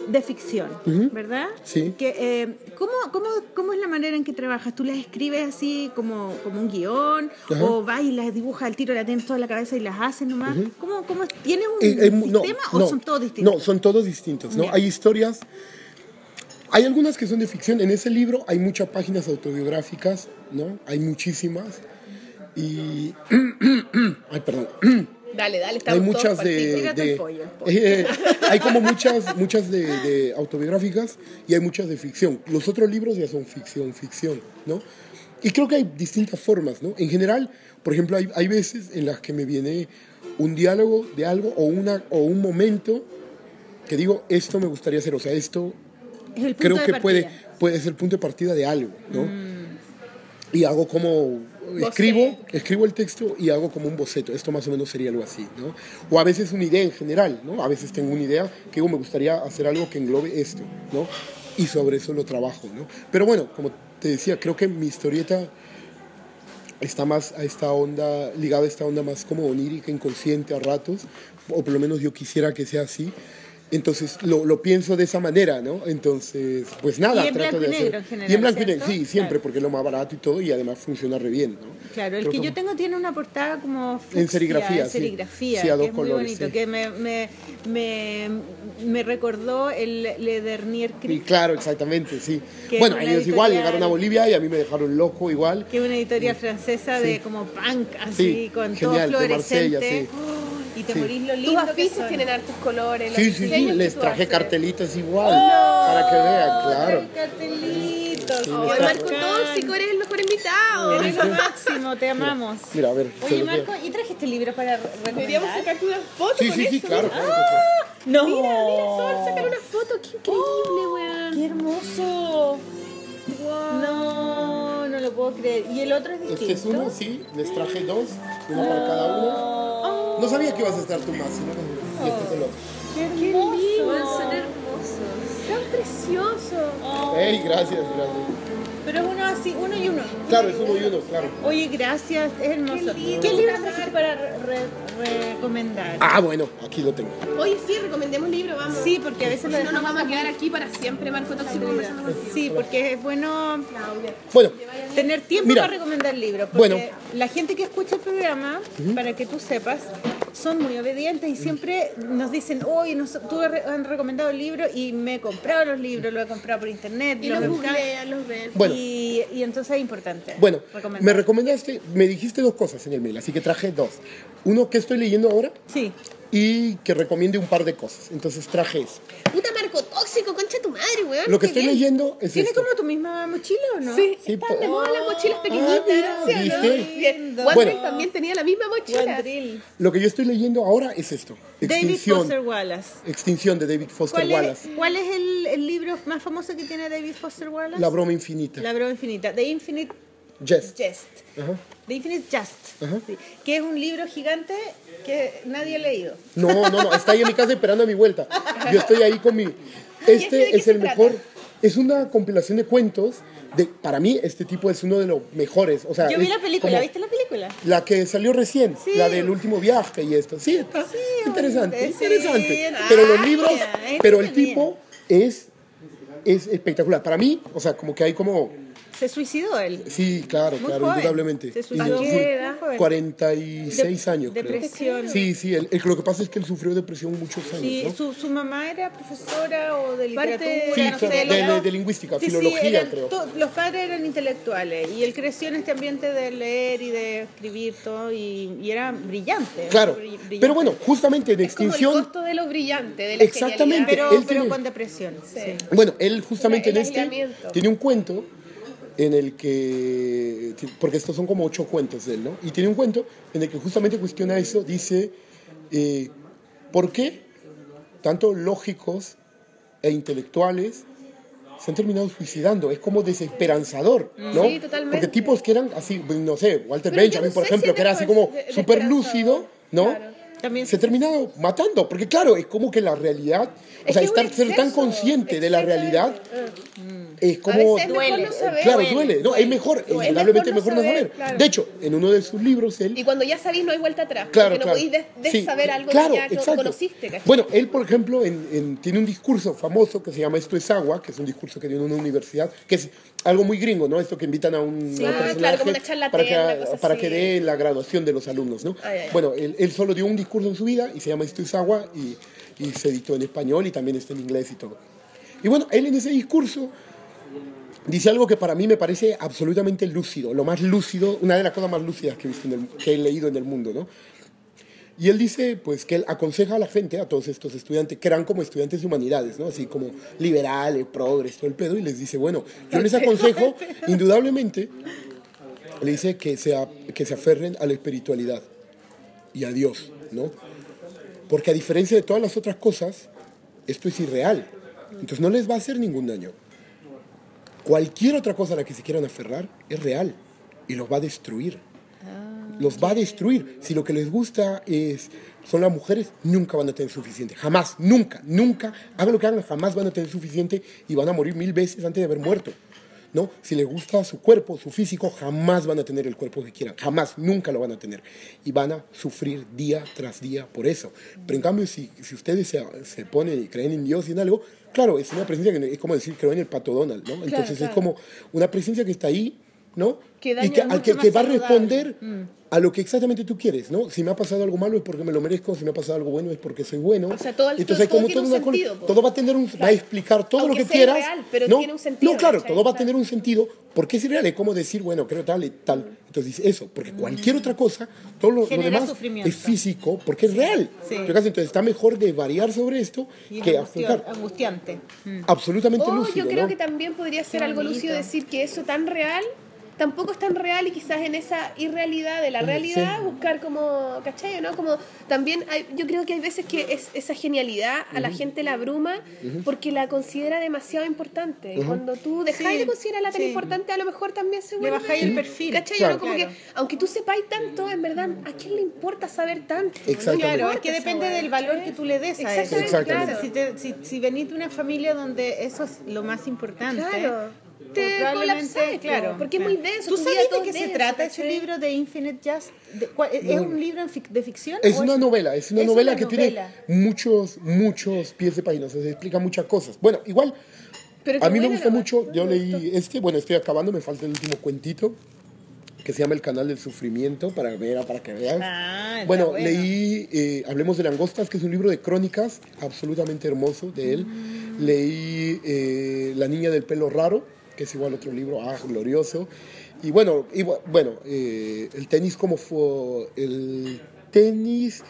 S1: de ficción, ¿verdad?
S5: Sí.
S1: Que, eh, ¿cómo, cómo, cómo es la manera en que trabajas? ¿Tú las escribes así como, como un guión?
S5: Ajá.
S1: ¿O vas y las dibujas al tiro, la tienes toda la cabeza y las haces nomás? ¿Cómo, cómo, es? ¿Tienes un
S5: Eh, eh, mu-
S1: sistema o son todos distintos?
S5: No, son todos distintos. ¿no? Hay historias Hay algunas que son de ficción. En ese libro hay muchas páginas autobiográficas, ¿no? Hay muchísimas. Y. Ay, perdón.
S2: Dale, dale,
S5: hay
S2: estamos todos
S5: muchas
S2: partidos.
S5: de.
S1: Tírate
S5: de-
S1: el pollo, el pollo.
S5: Eh, hay como muchas, muchas de, de autobiográficas y hay muchas de ficción. Los otros libros ya son ficción, ficción, ¿no? Y creo que hay distintas formas, ¿no? En general, por ejemplo, hay, hay veces en las que me viene un diálogo de algo o, una, o un momento que digo, esto me gustaría hacer, o sea, esto
S1: Es el punto
S5: creo
S1: de
S5: que
S1: partida. Mm.
S5: puede, puede ser punto de partida de algo, ¿no? Y hago como,
S2: Boceto.
S5: escribo, escribo el texto y hago como un boceto, esto más o menos sería algo así, ¿no? O a veces una idea en general, ¿no? A veces tengo una idea que digo, me gustaría hacer algo que englobe esto, ¿no? Y sobre eso lo trabajo, ¿no? Pero bueno, como te decía, creo que mi historieta está más a esta onda, ligada a esta onda más como onírica, inconsciente a ratos, o por lo menos yo quisiera que sea así. Entonces lo, lo pienso de esa manera, ¿no? Entonces, pues nada,
S1: Y en
S5: trato
S1: blanco y
S5: de hacer.
S1: negro en general,
S5: y en blanco y
S1: ¿cierto?
S5: negro, sí, siempre,
S1: Claro.
S5: porque es lo más barato y todo, y además funciona re bien, ¿no?
S1: Claro, el
S5: Creo
S1: que yo tengo tiene una portada como fucsia,
S5: En serigrafía,
S1: en
S5: sí.
S1: serigrafía,
S5: Sí, a
S1: que
S5: dos
S1: es muy
S5: colores,
S1: bonito,
S5: sí.
S1: que me, me, me, me recordó el Le Dernier
S5: Y
S1: Cric,
S5: claro, exactamente, sí.
S1: Que
S5: Bueno,
S1: es una
S5: ellos igual
S1: editorial-
S5: llegaron a Bolivia y a mí me dejaron loco igual.
S1: que es una editorial francesa
S5: Sí.
S1: de como punk, así,
S5: Sí,
S1: con
S5: genial,
S1: todo
S5: de Marsella,
S1: fluorescente.
S5: sí.
S1: Oh, y te
S5: Sí.
S1: morís lo
S2: Tus
S1: lindo que
S2: afiches
S1: son.
S2: tienen hartos colores.
S5: Sí,
S2: los
S5: sí, sí,
S2: diseños que
S5: les
S2: tú
S5: traje
S2: haces.
S5: cartelitas igual, para que
S1: Oh,
S5: vean, claro.
S1: Ay, cartelito.
S5: Sí,
S2: Ay,
S5: les traje-
S2: Oh, Marco Tóxico, eres el mejor invitado.
S1: Eres lo máximo, te amamos.
S5: Mira, a ver. se
S1: Oye,
S5: los voy a-
S1: Marco, ¿y trajiste libros para re-
S2: Deberíamos
S1: recomendar?
S2: sacarte una foto
S5: Sí,
S2: con
S5: sí,
S2: eso.
S5: sí, claro. claro,
S1: Ah.
S13: No.
S2: Mira, mira, Sol, sacar una foto, qué increíble, weón.
S1: Oh, ¡Qué hermoso! No, no lo puedo creer. ¿Y el otro es
S5: claro.
S1: distinto?
S5: Este es uno, sí, les traje dos, uno para cada uno.
S1: Ah.
S5: No sabía que ibas a estar tú más, sino que este es el otro.
S1: ¡Qué
S2: Weón,
S1: hermoso!
S2: son hermosos. Tan preciosos.
S1: Oh, Ah.
S5: Ey, gracias, gracias.
S1: Pero es uno así, uno y uno.
S5: Claro, es uno y uno, claro.
S1: Oye, gracias, es hermoso. ¿Qué, libros trajiste para re- re- recomendar?
S5: Ah, bueno, aquí lo tengo.
S2: Oye, sí, recomendemos libro, vamos.
S1: Sí, porque a veces lo
S2: Si no nos
S1: dejamos
S2: vamos a quedar aquí para siempre, Marco Tóxico, conversando con
S1: Sí, porque es bueno
S5: Bueno,
S1: tener tiempo
S5: Mira.
S1: para recomendar libros. Porque
S5: Bueno.
S1: la gente que escucha el programa, para que tú sepas, son muy obedientes y siempre nos dicen, oye, nos, tú re- han recomendado libros y me he comprado los libros, lo he comprado por internet.
S2: Y
S1: lo
S2: los
S1: he buscado".
S2: googlean, los ven.
S5: bueno,
S1: Y, y entonces es importante.
S5: bueno,
S1: recomendar.
S5: me recomendaste, me dijiste dos cosas en el mail, así que traje dos. Uno que estoy leyendo ahora
S1: Sí.
S5: y que recomiende un par de cosas. Entonces traje eso.
S2: Puta Marco Tóxico, concha tu madre, weón.
S5: Lo que
S2: qué
S5: estoy
S2: bien.
S5: leyendo es
S1: ¿Tienes
S5: esto.
S1: como tu misma mochila o no?
S2: Sí,
S5: Sí,
S2: están de
S5: po-
S2: moda las mochilas
S5: Ah,
S2: pequeñitas.
S5: mira,
S2: ¿sí o no?
S5: ¿viste?
S2: Bien.
S1: Lindo.
S2: Wandrell
S5: Bueno.
S2: también tenía la misma mochila.
S1: Wandril.
S5: Lo que yo estoy leyendo ahora es esto.
S1: David
S5: Extinción.
S1: Foster Wallace.
S5: Extinción de David Foster
S1: ¿Cuál es,
S5: Wallace.
S1: cuál es el, el libro más famoso que tiene David Foster Wallace?
S5: La broma infinita.
S1: La broma infinita. The Infinite
S5: Yes.
S1: Jest.
S5: Ajá.
S1: The Infinite Jest.
S5: Ajá.
S1: Sí, Que es un libro gigante que nadie ha leído.
S5: No, no, no, está ahí en mi casa esperando a mi vuelta. Yo estoy ahí con mi...
S2: este de
S5: Este
S2: qué
S5: es
S2: se
S5: el
S2: trata?
S5: mejor... Es una compilación de cuentos. De, para mí, este tipo es uno de los mejores. O sea,
S1: Yo vi
S5: Ah, es
S1: la película,
S5: como
S1: ¿viste la película?
S5: La que salió recién,
S1: Sí.
S5: la del último viaje y esto. Sí, está interesante,
S1: sí, este
S5: interesante.
S1: entretenida,
S5: Pero los libros,
S1: entretenida.
S5: pero el tipo es, es espectacular. Para mí, o sea, como que hay como...
S1: Se suicidó él.
S5: Sí, claro,
S1: Muy
S5: claro,
S1: joven.
S5: indudablemente.
S1: Se
S5: Y
S1: suicidó
S5: sí,
S1: muy joven.
S5: 46 años. creo.
S1: Depresión.
S5: Sí, sí, el- el- lo que pasa es que él sufrió depresión muchos años.
S1: Sí,
S5: ¿no?
S1: su, su mamá era profesora o de
S2: Parte-
S1: literatura,
S5: Sí,
S1: no sé,
S5: claro, de,
S1: lo-
S5: de- de lingüística,
S1: Sí, sí,
S5: filología,
S1: eran
S5: creo.
S1: to- los padres eran intelectuales y él creció en este ambiente de leer y de escribir todo y, y era brillante.
S5: Claro.
S1: brill- brillante.
S5: Pero bueno, justamente en
S2: Es como el
S5: extinción.
S2: costo de lo brillante, de la genialidad.
S5: Exactamente.
S1: pero,
S5: él
S1: pero
S5: tiene-
S1: con depresión. sí.
S5: Bueno, él justamente
S2: El- el
S5: en este
S2: aislamiento.
S5: tiene un cuento en el que, porque estos son como ocho cuentos de él, ¿no? Y tiene un cuento en el que justamente cuestiona eso, dice, eh, ¿por qué tanto lógicos e intelectuales se han terminado suicidando? Es como desesperanzador, ¿no?
S2: Mm. Sí, totalmente.
S5: Porque tipos que eran así, pues, no sé, Walter
S2: Pero yo
S5: Benjamin,
S2: no
S5: por
S2: sé si
S5: ejemplo,
S2: es
S5: que era así
S2: desper-
S5: como
S2: de-
S5: súper lúcido, ¿no?
S2: claro.
S1: También
S5: se ha terminado matando, porque claro, es como que la realidad, o
S2: Es
S5: sea,
S2: que es un
S5: estar, ser tan
S2: exceso,
S5: consciente de la
S2: exactamente.
S5: realidad es como...
S2: veces es mejor no saber.
S5: Claro,
S2: Duele,
S5: duele. No, es mejor,
S2: Duele.
S5: indudablemente
S2: Es
S5: mejor no saber.
S2: claro.
S5: De hecho, en uno de sus libros él...
S2: Y cuando ya sabís, no hay vuelta atrás.
S5: Claro,
S2: porque
S5: claro.
S2: no podís des- des-
S5: Sí,
S2: saber algo
S5: claro,
S2: que ya no
S5: exacto.
S2: conociste. ¿cachai?
S5: Bueno, él, por ejemplo, en- en- tiene un discurso famoso que se llama Esto es agua, que es un discurso que dio en una universidad, que es algo muy gringo, ¿no? Esto que invitan a un a un
S2: claro,
S5: personaje
S2: como una charla
S5: para, que,
S2: tierna, cosas
S5: para
S2: así.
S5: que dé la graduación de los alumnos, ¿no?
S2: Ay, ay, ay.
S5: Bueno, él, él solo dio un discurso en su vida y se llama Esto es agua y, y se editó en español y también está en inglés y todo. Y bueno, él en ese discurso dice algo que para mí me parece absolutamente lúcido, lo más lúcido, una de las cosas más lúcidas que he, visto en el- que he leído en el mundo, ¿no? Y él dice, pues, que él aconseja a la gente, a todos estos estudiantes, que eran como estudiantes de humanidades, ¿no? Así como liberales, progres, todo el pedo, y les dice, bueno, yo les aconsejo, indudablemente, le dice que se, a- que se aferren a la espiritualidad y a Dios, ¿no? Porque a diferencia de todas las otras cosas, esto es irreal. Entonces no les va a hacer ningún daño. Cualquier otra cosa a la que se quieran aferrar es real y los va a destruir. Los va a destruir. Si lo que les gusta es, son las mujeres, nunca van a tener suficiente. Jamás, nunca, nunca. Hagan lo que hagan, jamás van a tener suficiente y van a morir mil veces antes de haber muerto. ¿No? Si les gusta su cuerpo, su físico, jamás van a tener el cuerpo que quieran. Jamás, nunca lo van a tener. Y van a sufrir día tras día por eso. Pero en cambio, si, si ustedes se, se ponen y creen en Dios y en algo, claro, es una presencia que no- es como decir, creo en el pato Donald, ¿no? Entonces es como una presencia que está ahí, ¿no?
S1: Que daña
S5: y que, al
S1: mucho
S5: que,
S1: más
S5: que va a
S1: saludable.
S5: responder a lo que exactamente tú quieres, ¿no? Si me ha pasado algo malo es porque me lo merezco, si me ha pasado algo bueno es porque soy bueno.
S10: O sea, todo- todo-
S5: Entonces, como
S10: todo tiene
S5: toda
S10: un
S5: una col-
S10: sentido, po.
S5: todo va a tener un, va a explicar todo
S2: Aunque
S5: lo que
S2: sea
S5: quieras.
S2: irreal, pero
S5: ¿no?
S2: tiene un sentido,
S5: No, claro,
S2: ¿cachai?
S5: todo va a
S2: Claro.
S5: tener un sentido porque es irreal, es como decir, bueno, creo tal y tal. Entonces, dice eso, porque cualquier otra cosa, todo lo, lo
S1: Genera
S5: demás
S1: sufrimiento.
S5: es físico porque es real.
S1: Sí.
S5: Entonces, entonces, está mejor de variar sobre esto
S1: Y es
S5: que
S1: angustio-
S5: afrontar.
S1: angustiante.
S5: Absolutamente
S2: O
S5: lúcido,
S2: Oh, yo creo
S5: ¿no?
S2: que también podría ser algo lúcido decir que eso tan real tampoco es tan real y quizás en esa irrealidad de la realidad
S5: sí.
S2: buscar como, ¿cachai? o ¿no? Como también hay- yo creo que hay veces que es, esa genialidad a la gente la abruma porque la considera demasiado importante. Y Cuando tú dejáis
S1: Sí,
S2: de considerarla tan
S1: sí.
S2: importante, a lo mejor también se
S1: Le
S2: vuelve...
S1: bajáis el perfil.
S2: ¿Cachai?
S5: Claro.
S2: ¿no? Como
S1: Claro.
S2: que, aunque tú sepáis tanto, en verdad, ¿a quién le importa saber tanto? ¿no?
S5: Exactamente.
S1: Claro,
S2: No
S1: es que
S2: importa
S1: depende
S2: esa
S1: del
S2: weá,
S1: valor que
S2: ¿cachai?
S1: tú le des a eso.
S2: Exactamente,
S5: Exactamente.
S1: O sea, Si, te- si, si venís de una familia donde eso es lo más importante.
S2: Claro.
S1: pues
S2: Te
S1: probablemente,
S2: colapsáis, claro. Porque es muy
S1: claro.
S2: denso.
S1: ¿Tú
S2: tu día
S1: sabes de
S2: todo
S1: qué
S2: es
S1: se
S2: denso,
S1: trata ese
S2: ¿cachai?
S1: libro de Infinite Just? De- cuál- ¿Es es un libro en fic- de ficción?
S5: Es
S1: o
S5: una novela, es una
S1: es
S5: novela
S1: una
S5: que
S1: novela.
S5: tiene muchos, muchos pies de página, o sea, se explica muchas cosas. Bueno, igual,
S2: Pero qué
S5: a mí me
S2: buena
S5: gusta
S2: la
S5: mucho,
S2: wea.
S5: yo leí este, bueno, estoy acabando, me falta el último cuentito, que se llama El Canal del Sufrimiento, para ver, para que veas.
S1: Ah, está
S5: bueno,
S1: bueno.
S5: leí eh, Hablemos de Langostas, que es un libro de crónicas absolutamente hermoso de él.
S1: Mm.
S5: Leí eh, La Niña del Pelo Raro, que es igual otro libro, ah, glorioso. Y bueno, y bu- bueno eh, el tenis como fue, el tenis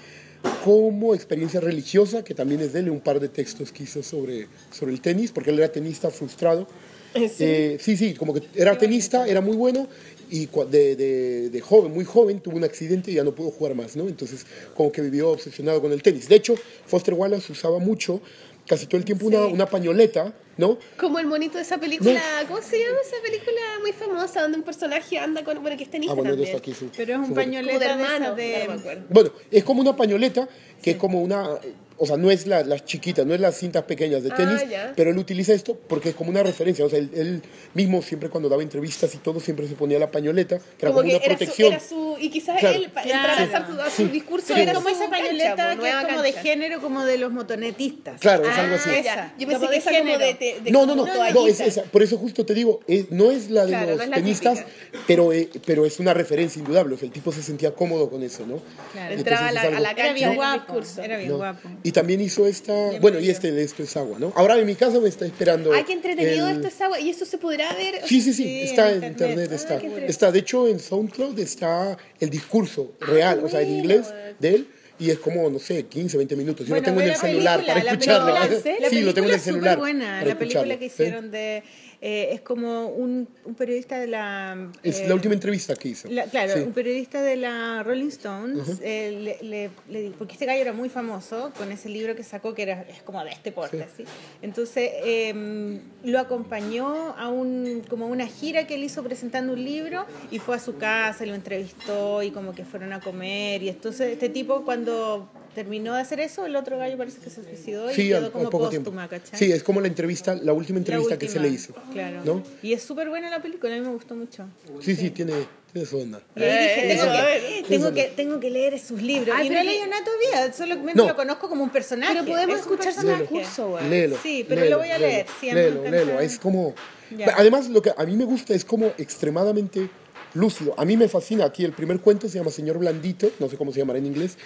S5: como experiencia religiosa, que también es de él, un par de textos que hizo sobre, sobre el tenis, porque él era tenista frustrado. Eh, sí, sí, como que era tenista, era muy bueno y cua- de, de- de joven, muy joven, tuvo un accidente y ya no pudo jugar más, ¿no? Entonces, como que vivió obsesionado con el tenis. De hecho, Foster Wallace usaba mucho, casi todo el tiempo, una, una pañoleta, ¿no?
S2: Como el monito de esa película, ¿cómo se llama esa película muy famosa donde un personaje anda con, bueno, que es tenista
S5: Ah, bueno, de
S2: también.
S5: eso aquí sí.
S1: Pero es un
S5: Sí,
S2: Como de
S1: pañoleta de,
S2: hermano,
S1: esas de-
S2: claro, me acuerdo.
S5: Bueno, es como una pañoleta que es como una. O sea, no es la- las chiquitas, no es las cintas pequeñas de
S2: Ah,
S5: tenis,
S2: ya.
S5: pero él utiliza esto porque es como una referencia. O sea, él, él mismo siempre cuando daba entrevistas y todo, siempre se ponía la pañoleta, que era como,
S2: que
S5: una
S2: era
S5: protección.
S2: Su, era su, y quizás
S5: Claro.
S2: él pa- entraba a hacer su, a su discurso
S5: Sí.
S2: era
S1: como
S2: su
S1: esa
S2: cancha,
S1: pañoleta
S2: po,
S1: que es
S2: nueva
S1: como de
S2: cancha.
S1: género, como de los motonetistas.
S5: Claro, es algo así.
S2: Ah,
S1: Esa.
S2: ya. Yo pensé
S1: Como
S2: que
S1: de
S2: esa como de,
S1: género.
S2: de- de
S5: No, no, no,
S2: como
S5: no, es
S2: toallita.
S5: esa. Por eso justo te digo, es- no es la de
S2: Claro, no
S5: los
S2: es la
S5: tenistas,
S2: típica.
S5: pero, eh, pero es una referencia indudable. O sea, el tipo se sentía cómodo con eso, ¿no?
S1: Claro.
S2: Entraba a la,
S5: Entonces es
S2: a
S5: algo-
S2: la
S1: Era
S2: cancha
S1: bien
S2: del
S1: guapo.
S2: discurso.
S1: Era bien
S5: ¿no?
S1: guapo.
S5: Y también hizo esta, bueno, y este, de esto es agua, ¿no? Ahora en mi casa me está esperando.
S2: Ay, qué entretenido
S5: el-
S2: esto es agua. Y eso se podrá ver. o
S5: Sí, sí, sí,
S1: Sí,
S5: está
S1: en
S5: en internet,
S1: internet.
S5: está.
S1: Ah, qué entretenido.
S5: está, de hecho, en SoundCloud está el discurso real, o sea, en
S2: bueno.
S5: inglés de él. Y es como, no sé, 15, 20 minutos. Pues Yo
S1: Bueno,
S5: lo tengo en
S1: ve
S5: el
S1: la
S5: celular
S1: película,
S5: para escucharlo.
S1: La película, la
S5: sí, lo tengo en
S1: película
S5: el
S1: es súper
S5: celular.
S1: buena,
S5: para
S1: la película
S5: escucharlo,
S1: que
S5: ¿sí?
S1: hicieron de eh, es como un, un periodista de la
S5: Es
S1: eh,
S5: la última entrevista que hizo.
S1: la- claro,
S5: Sí.
S1: un periodista de la Rolling Stones, eh, le- le- le- porque este gallo era muy famoso con ese libro que sacó que era es como de este porte, ¿sí? Entonces eh, lo acompañó a un como a una gira que él hizo presentando un libro y fue a su casa, lo entrevistó y como que fueron a comer y entonces este tipo cuando terminó de hacer eso, el otro gallo parece que se suicidó y
S5: Sí, al,
S1: quedó
S5: al
S1: como
S5: poco tiempo.
S1: póstuma, ¿cachai?
S5: Sí, es como la entrevista, la última
S1: La
S5: entrevista que se
S1: última,
S5: le hizo.
S1: Claro.
S5: ¿no?
S1: Y es súper buena la película, a mí me gustó mucho.
S5: Sí, sí, tiene, tiene su onda.
S1: Y ahí dije,
S5: Eh, eso,
S1: tengo,
S5: a
S1: que, tengo, que, tengo que leer sus libros.
S2: Ay,
S1: y no
S2: pero
S1: he leído nada todavía, solamente
S5: No.
S1: lo conozco como un personaje.
S2: Pero podemos
S1: es un
S2: escuchar su
S1: personaje.
S2: discurso, weón.
S5: Léelo.
S1: Sí, pero
S5: léelo,
S1: lo voy a
S5: léelo,
S1: leer, sí, a mí me
S5: léelo,
S1: encanta.
S5: léelo. Es como.
S1: Ya.
S5: Además, lo que a mí me gusta es como extremadamente lúcido. A mí me fascina. Aquí el primer cuento se llama Señor Blandito, no sé cómo se llamará en inglés,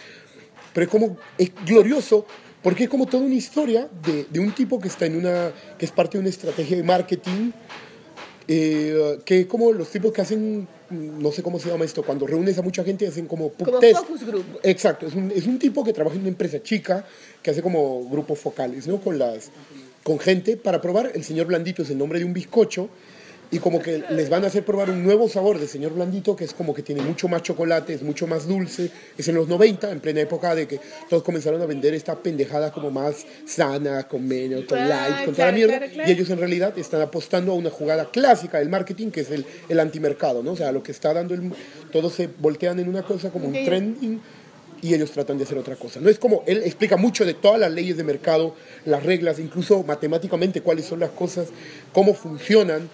S5: pero es como. Es glorioso Porque es como toda una historia de, de un tipo que está en una. que es parte de una estrategia de marketing. eh, que es como los tipos que hacen. No sé cómo se llama esto. Cuando reúnes a mucha gente hacen como pub
S2: Como
S5: test.
S2: focus group.
S5: Exacto. Es un, es un tipo que trabaja en una empresa chica que hace como grupos focales, ¿no? Con las. con gente para probar. El señor Blandito es el nombre de un bizcocho. Y como que les van a hacer probar un nuevo sabor del señor Blandito, que es como que tiene mucho más chocolate, es mucho más dulce. Es en los 90, en plena época de que todos comenzaron a vender esta pendejada como más sana, con menos, con
S2: Ah,
S5: light, con toda la
S2: claro,
S5: mierda.
S2: claro, claro.
S5: Y ellos en realidad están apostando a una jugada clásica del marketing, que es el, el antimercado, ¿no? O sea, lo que está dando el... Todos se voltean en una cosa como un trending y ellos tratan de hacer otra cosa. No es como, él explica mucho de todas las leyes de mercado, las reglas, incluso matemáticamente cuáles son las cosas, cómo funcionan,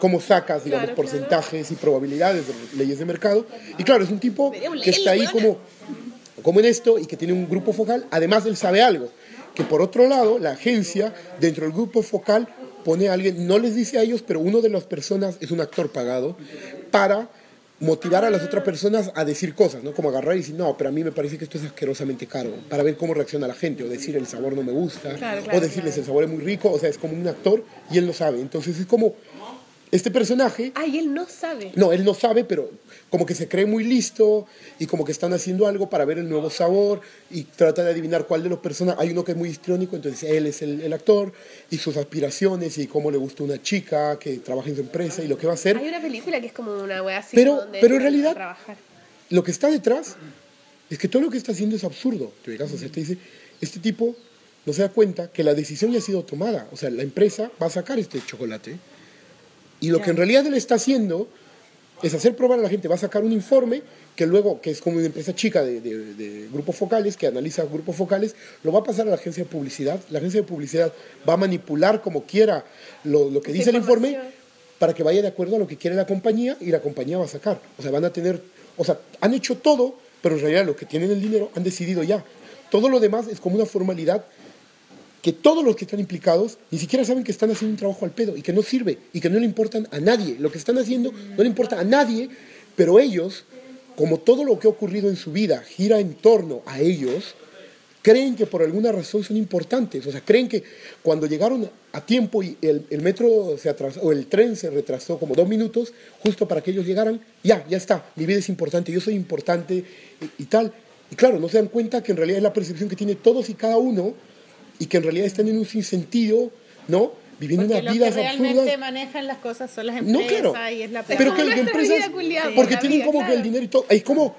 S5: cómo sacas, digamos, porcentajes y probabilidades de leyes de mercado. Y claro, es un tipo que está ahí como, como en esto y que tiene un grupo focal, además él sabe algo, que por otro lado, la agencia, dentro del grupo focal, pone a alguien, no les dice a ellos, pero uno de las personas es un actor pagado para motivar a las otras personas a decir cosas, ¿no? Como agarrar y decir, no, pero a mí me parece que esto es asquerosamente caro, para ver cómo reacciona la gente, o decir el sabor no me gusta, o decirles el sabor es muy rico, o sea, es como un actor y él lo sabe. Entonces es como, este personaje
S2: Ay, él no sabe.
S5: no, él no sabe, pero como que se cree muy listo y como que están haciendo algo para ver el nuevo sabor y trata de adivinar cuál de los personajes. Hay uno que es muy histriónico, entonces él es el, el actor y sus aspiraciones y cómo le gusta una chica que trabaja en su empresa y lo que va a hacer.
S2: Hay una película que es como una wea así.
S5: Pero-
S2: como donde
S5: pero en
S2: él va a
S5: realidad-
S2: trabajar.
S5: Lo que está detrás es que todo lo que está haciendo es absurdo. Te ubicas, o sea, te dice, este tipo no se da cuenta que la decisión ya ha sido tomada. O sea, la empresa va a sacar este chocolate y lo que en realidad él está haciendo es hacer probar a la gente, va a sacar un informe que luego, que es como una empresa chica de, de- de grupos focales, que analiza grupos focales, lo va a pasar a la agencia de publicidad. La agencia de publicidad va a manipular como quiera lo, lo que dice el informe para que vaya de acuerdo a lo que quiere la compañía y la compañía va a sacar. O sea, van a tener, o sea, han hecho todo, pero en realidad los que tienen el dinero han decidido ya. Todo lo demás es como una formalidad que todos los que están implicados ni siquiera saben que están haciendo un trabajo al pedo y que no sirve y que no le importan a nadie. Lo que están haciendo no le importa a nadie, pero ellos, como todo lo que ha ocurrido en su vida gira en torno a ellos, creen que por alguna razón son importantes. O sea, creen que cuando llegaron a tiempo y el, el metro se atrasó, o el tren se retrasó como dos minutos, justo para que ellos llegaran, ya, ya está, mi vida es importante, yo soy importante y, y tal. Y claro, no se dan cuenta que en realidad es la percepción que tiene todos y cada uno y que en realidad están en un sinsentido, ¿no? Viviendo
S1: Porque
S5: unas
S1: los que
S5: vidas
S1: realmente
S5: absurdas.
S1: manejan las cosas son las
S5: No,
S1: empresas
S5: claro.
S1: y es la
S5: Pero que
S2: como
S5: las
S2: nuestra
S5: empresas.
S2: vida culiada, pues,
S5: Porque
S2: la
S5: tienen
S2: vida,
S5: como que
S2: claro.
S5: el dinero y todo. Es como.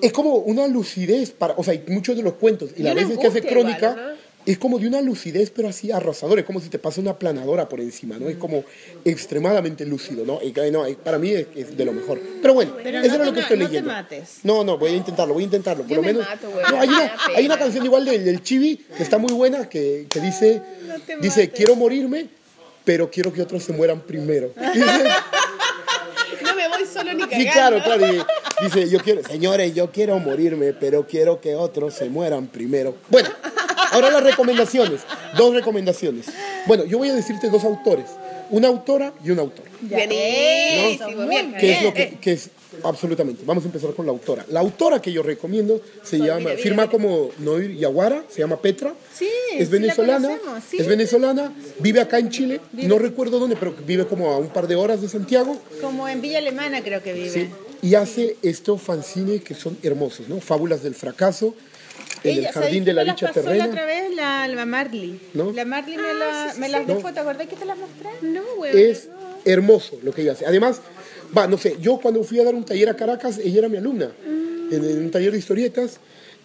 S5: Es como una lucidez para. O sea, y muchos de los cuentos y las
S2: una
S5: veces que hace
S2: angustia
S5: crónica.
S2: igual, ¿no?
S5: Es como de una lucidez, pero así arrasadora. Es como si te pasa una planadora por encima, ¿no? Es
S2: Mm.
S5: como extremadamente lúcido, ¿no? Y que, no, eh, para mí es, es de lo mejor. Pero bueno,
S1: Pero
S5: eso
S1: no
S5: era
S1: te
S5: lo que
S1: ma-
S5: estoy
S1: no te
S5: leyendo.
S1: mates.
S5: No, no, voy a intentarlo, voy a intentarlo. Por
S2: Yo
S5: lo
S2: me
S5: menos.
S2: mato, güey.
S5: No, hay,
S2: Me
S5: una,
S2: da
S5: hay una
S2: pena.
S5: canción igual del, del Chibi que está muy buena que, que dice, dice, quiero morirme, pero quiero que otros se mueran primero.
S2: No me voy solo ni cagando.
S5: Sí, claro, claro. y dice, yo quiero, señores, yo quiero morirme, pero quiero que otros se mueran primero. Bueno, ahora las recomendaciones. Dos recomendaciones. Bueno, yo voy a decirte dos autores. Una autora y un autor.
S2: Buenísimo, bien.
S5: Que
S1: Eh,
S5: es lo que, que es absolutamente. Vamos a empezar con la autora. La autora que yo recomiendo se llama, firma como Noir Yaguara, se llama Petra.
S1: Sí, sí
S5: es
S1: la
S5: venezolana.
S1: conocemos, sí.
S5: Es venezolana, vive acá en Chile, no recuerdo dónde, pero vive como a un par de horas de Santiago.
S1: Como en Villa Alemana creo que vive.
S5: Sí, y hace estos fanzines que son hermosos, ¿no? Fábulas del fracaso, en el
S1: Ella, ¿sabes
S5: jardín
S1: que
S5: de la
S1: me las
S5: dicha
S1: pasó La otra
S5: terrena.
S1: vez la, la Marley.
S5: ¿No?
S1: La Marley me, la- me las
S5: No.
S1: dejó, ¿te acordás que te las mostré? No, güey.
S5: Es hermoso lo que ella hace. Además, va, no sé, yo cuando fui a dar un taller a Caracas, ella era mi alumna, en, en un taller de historietas.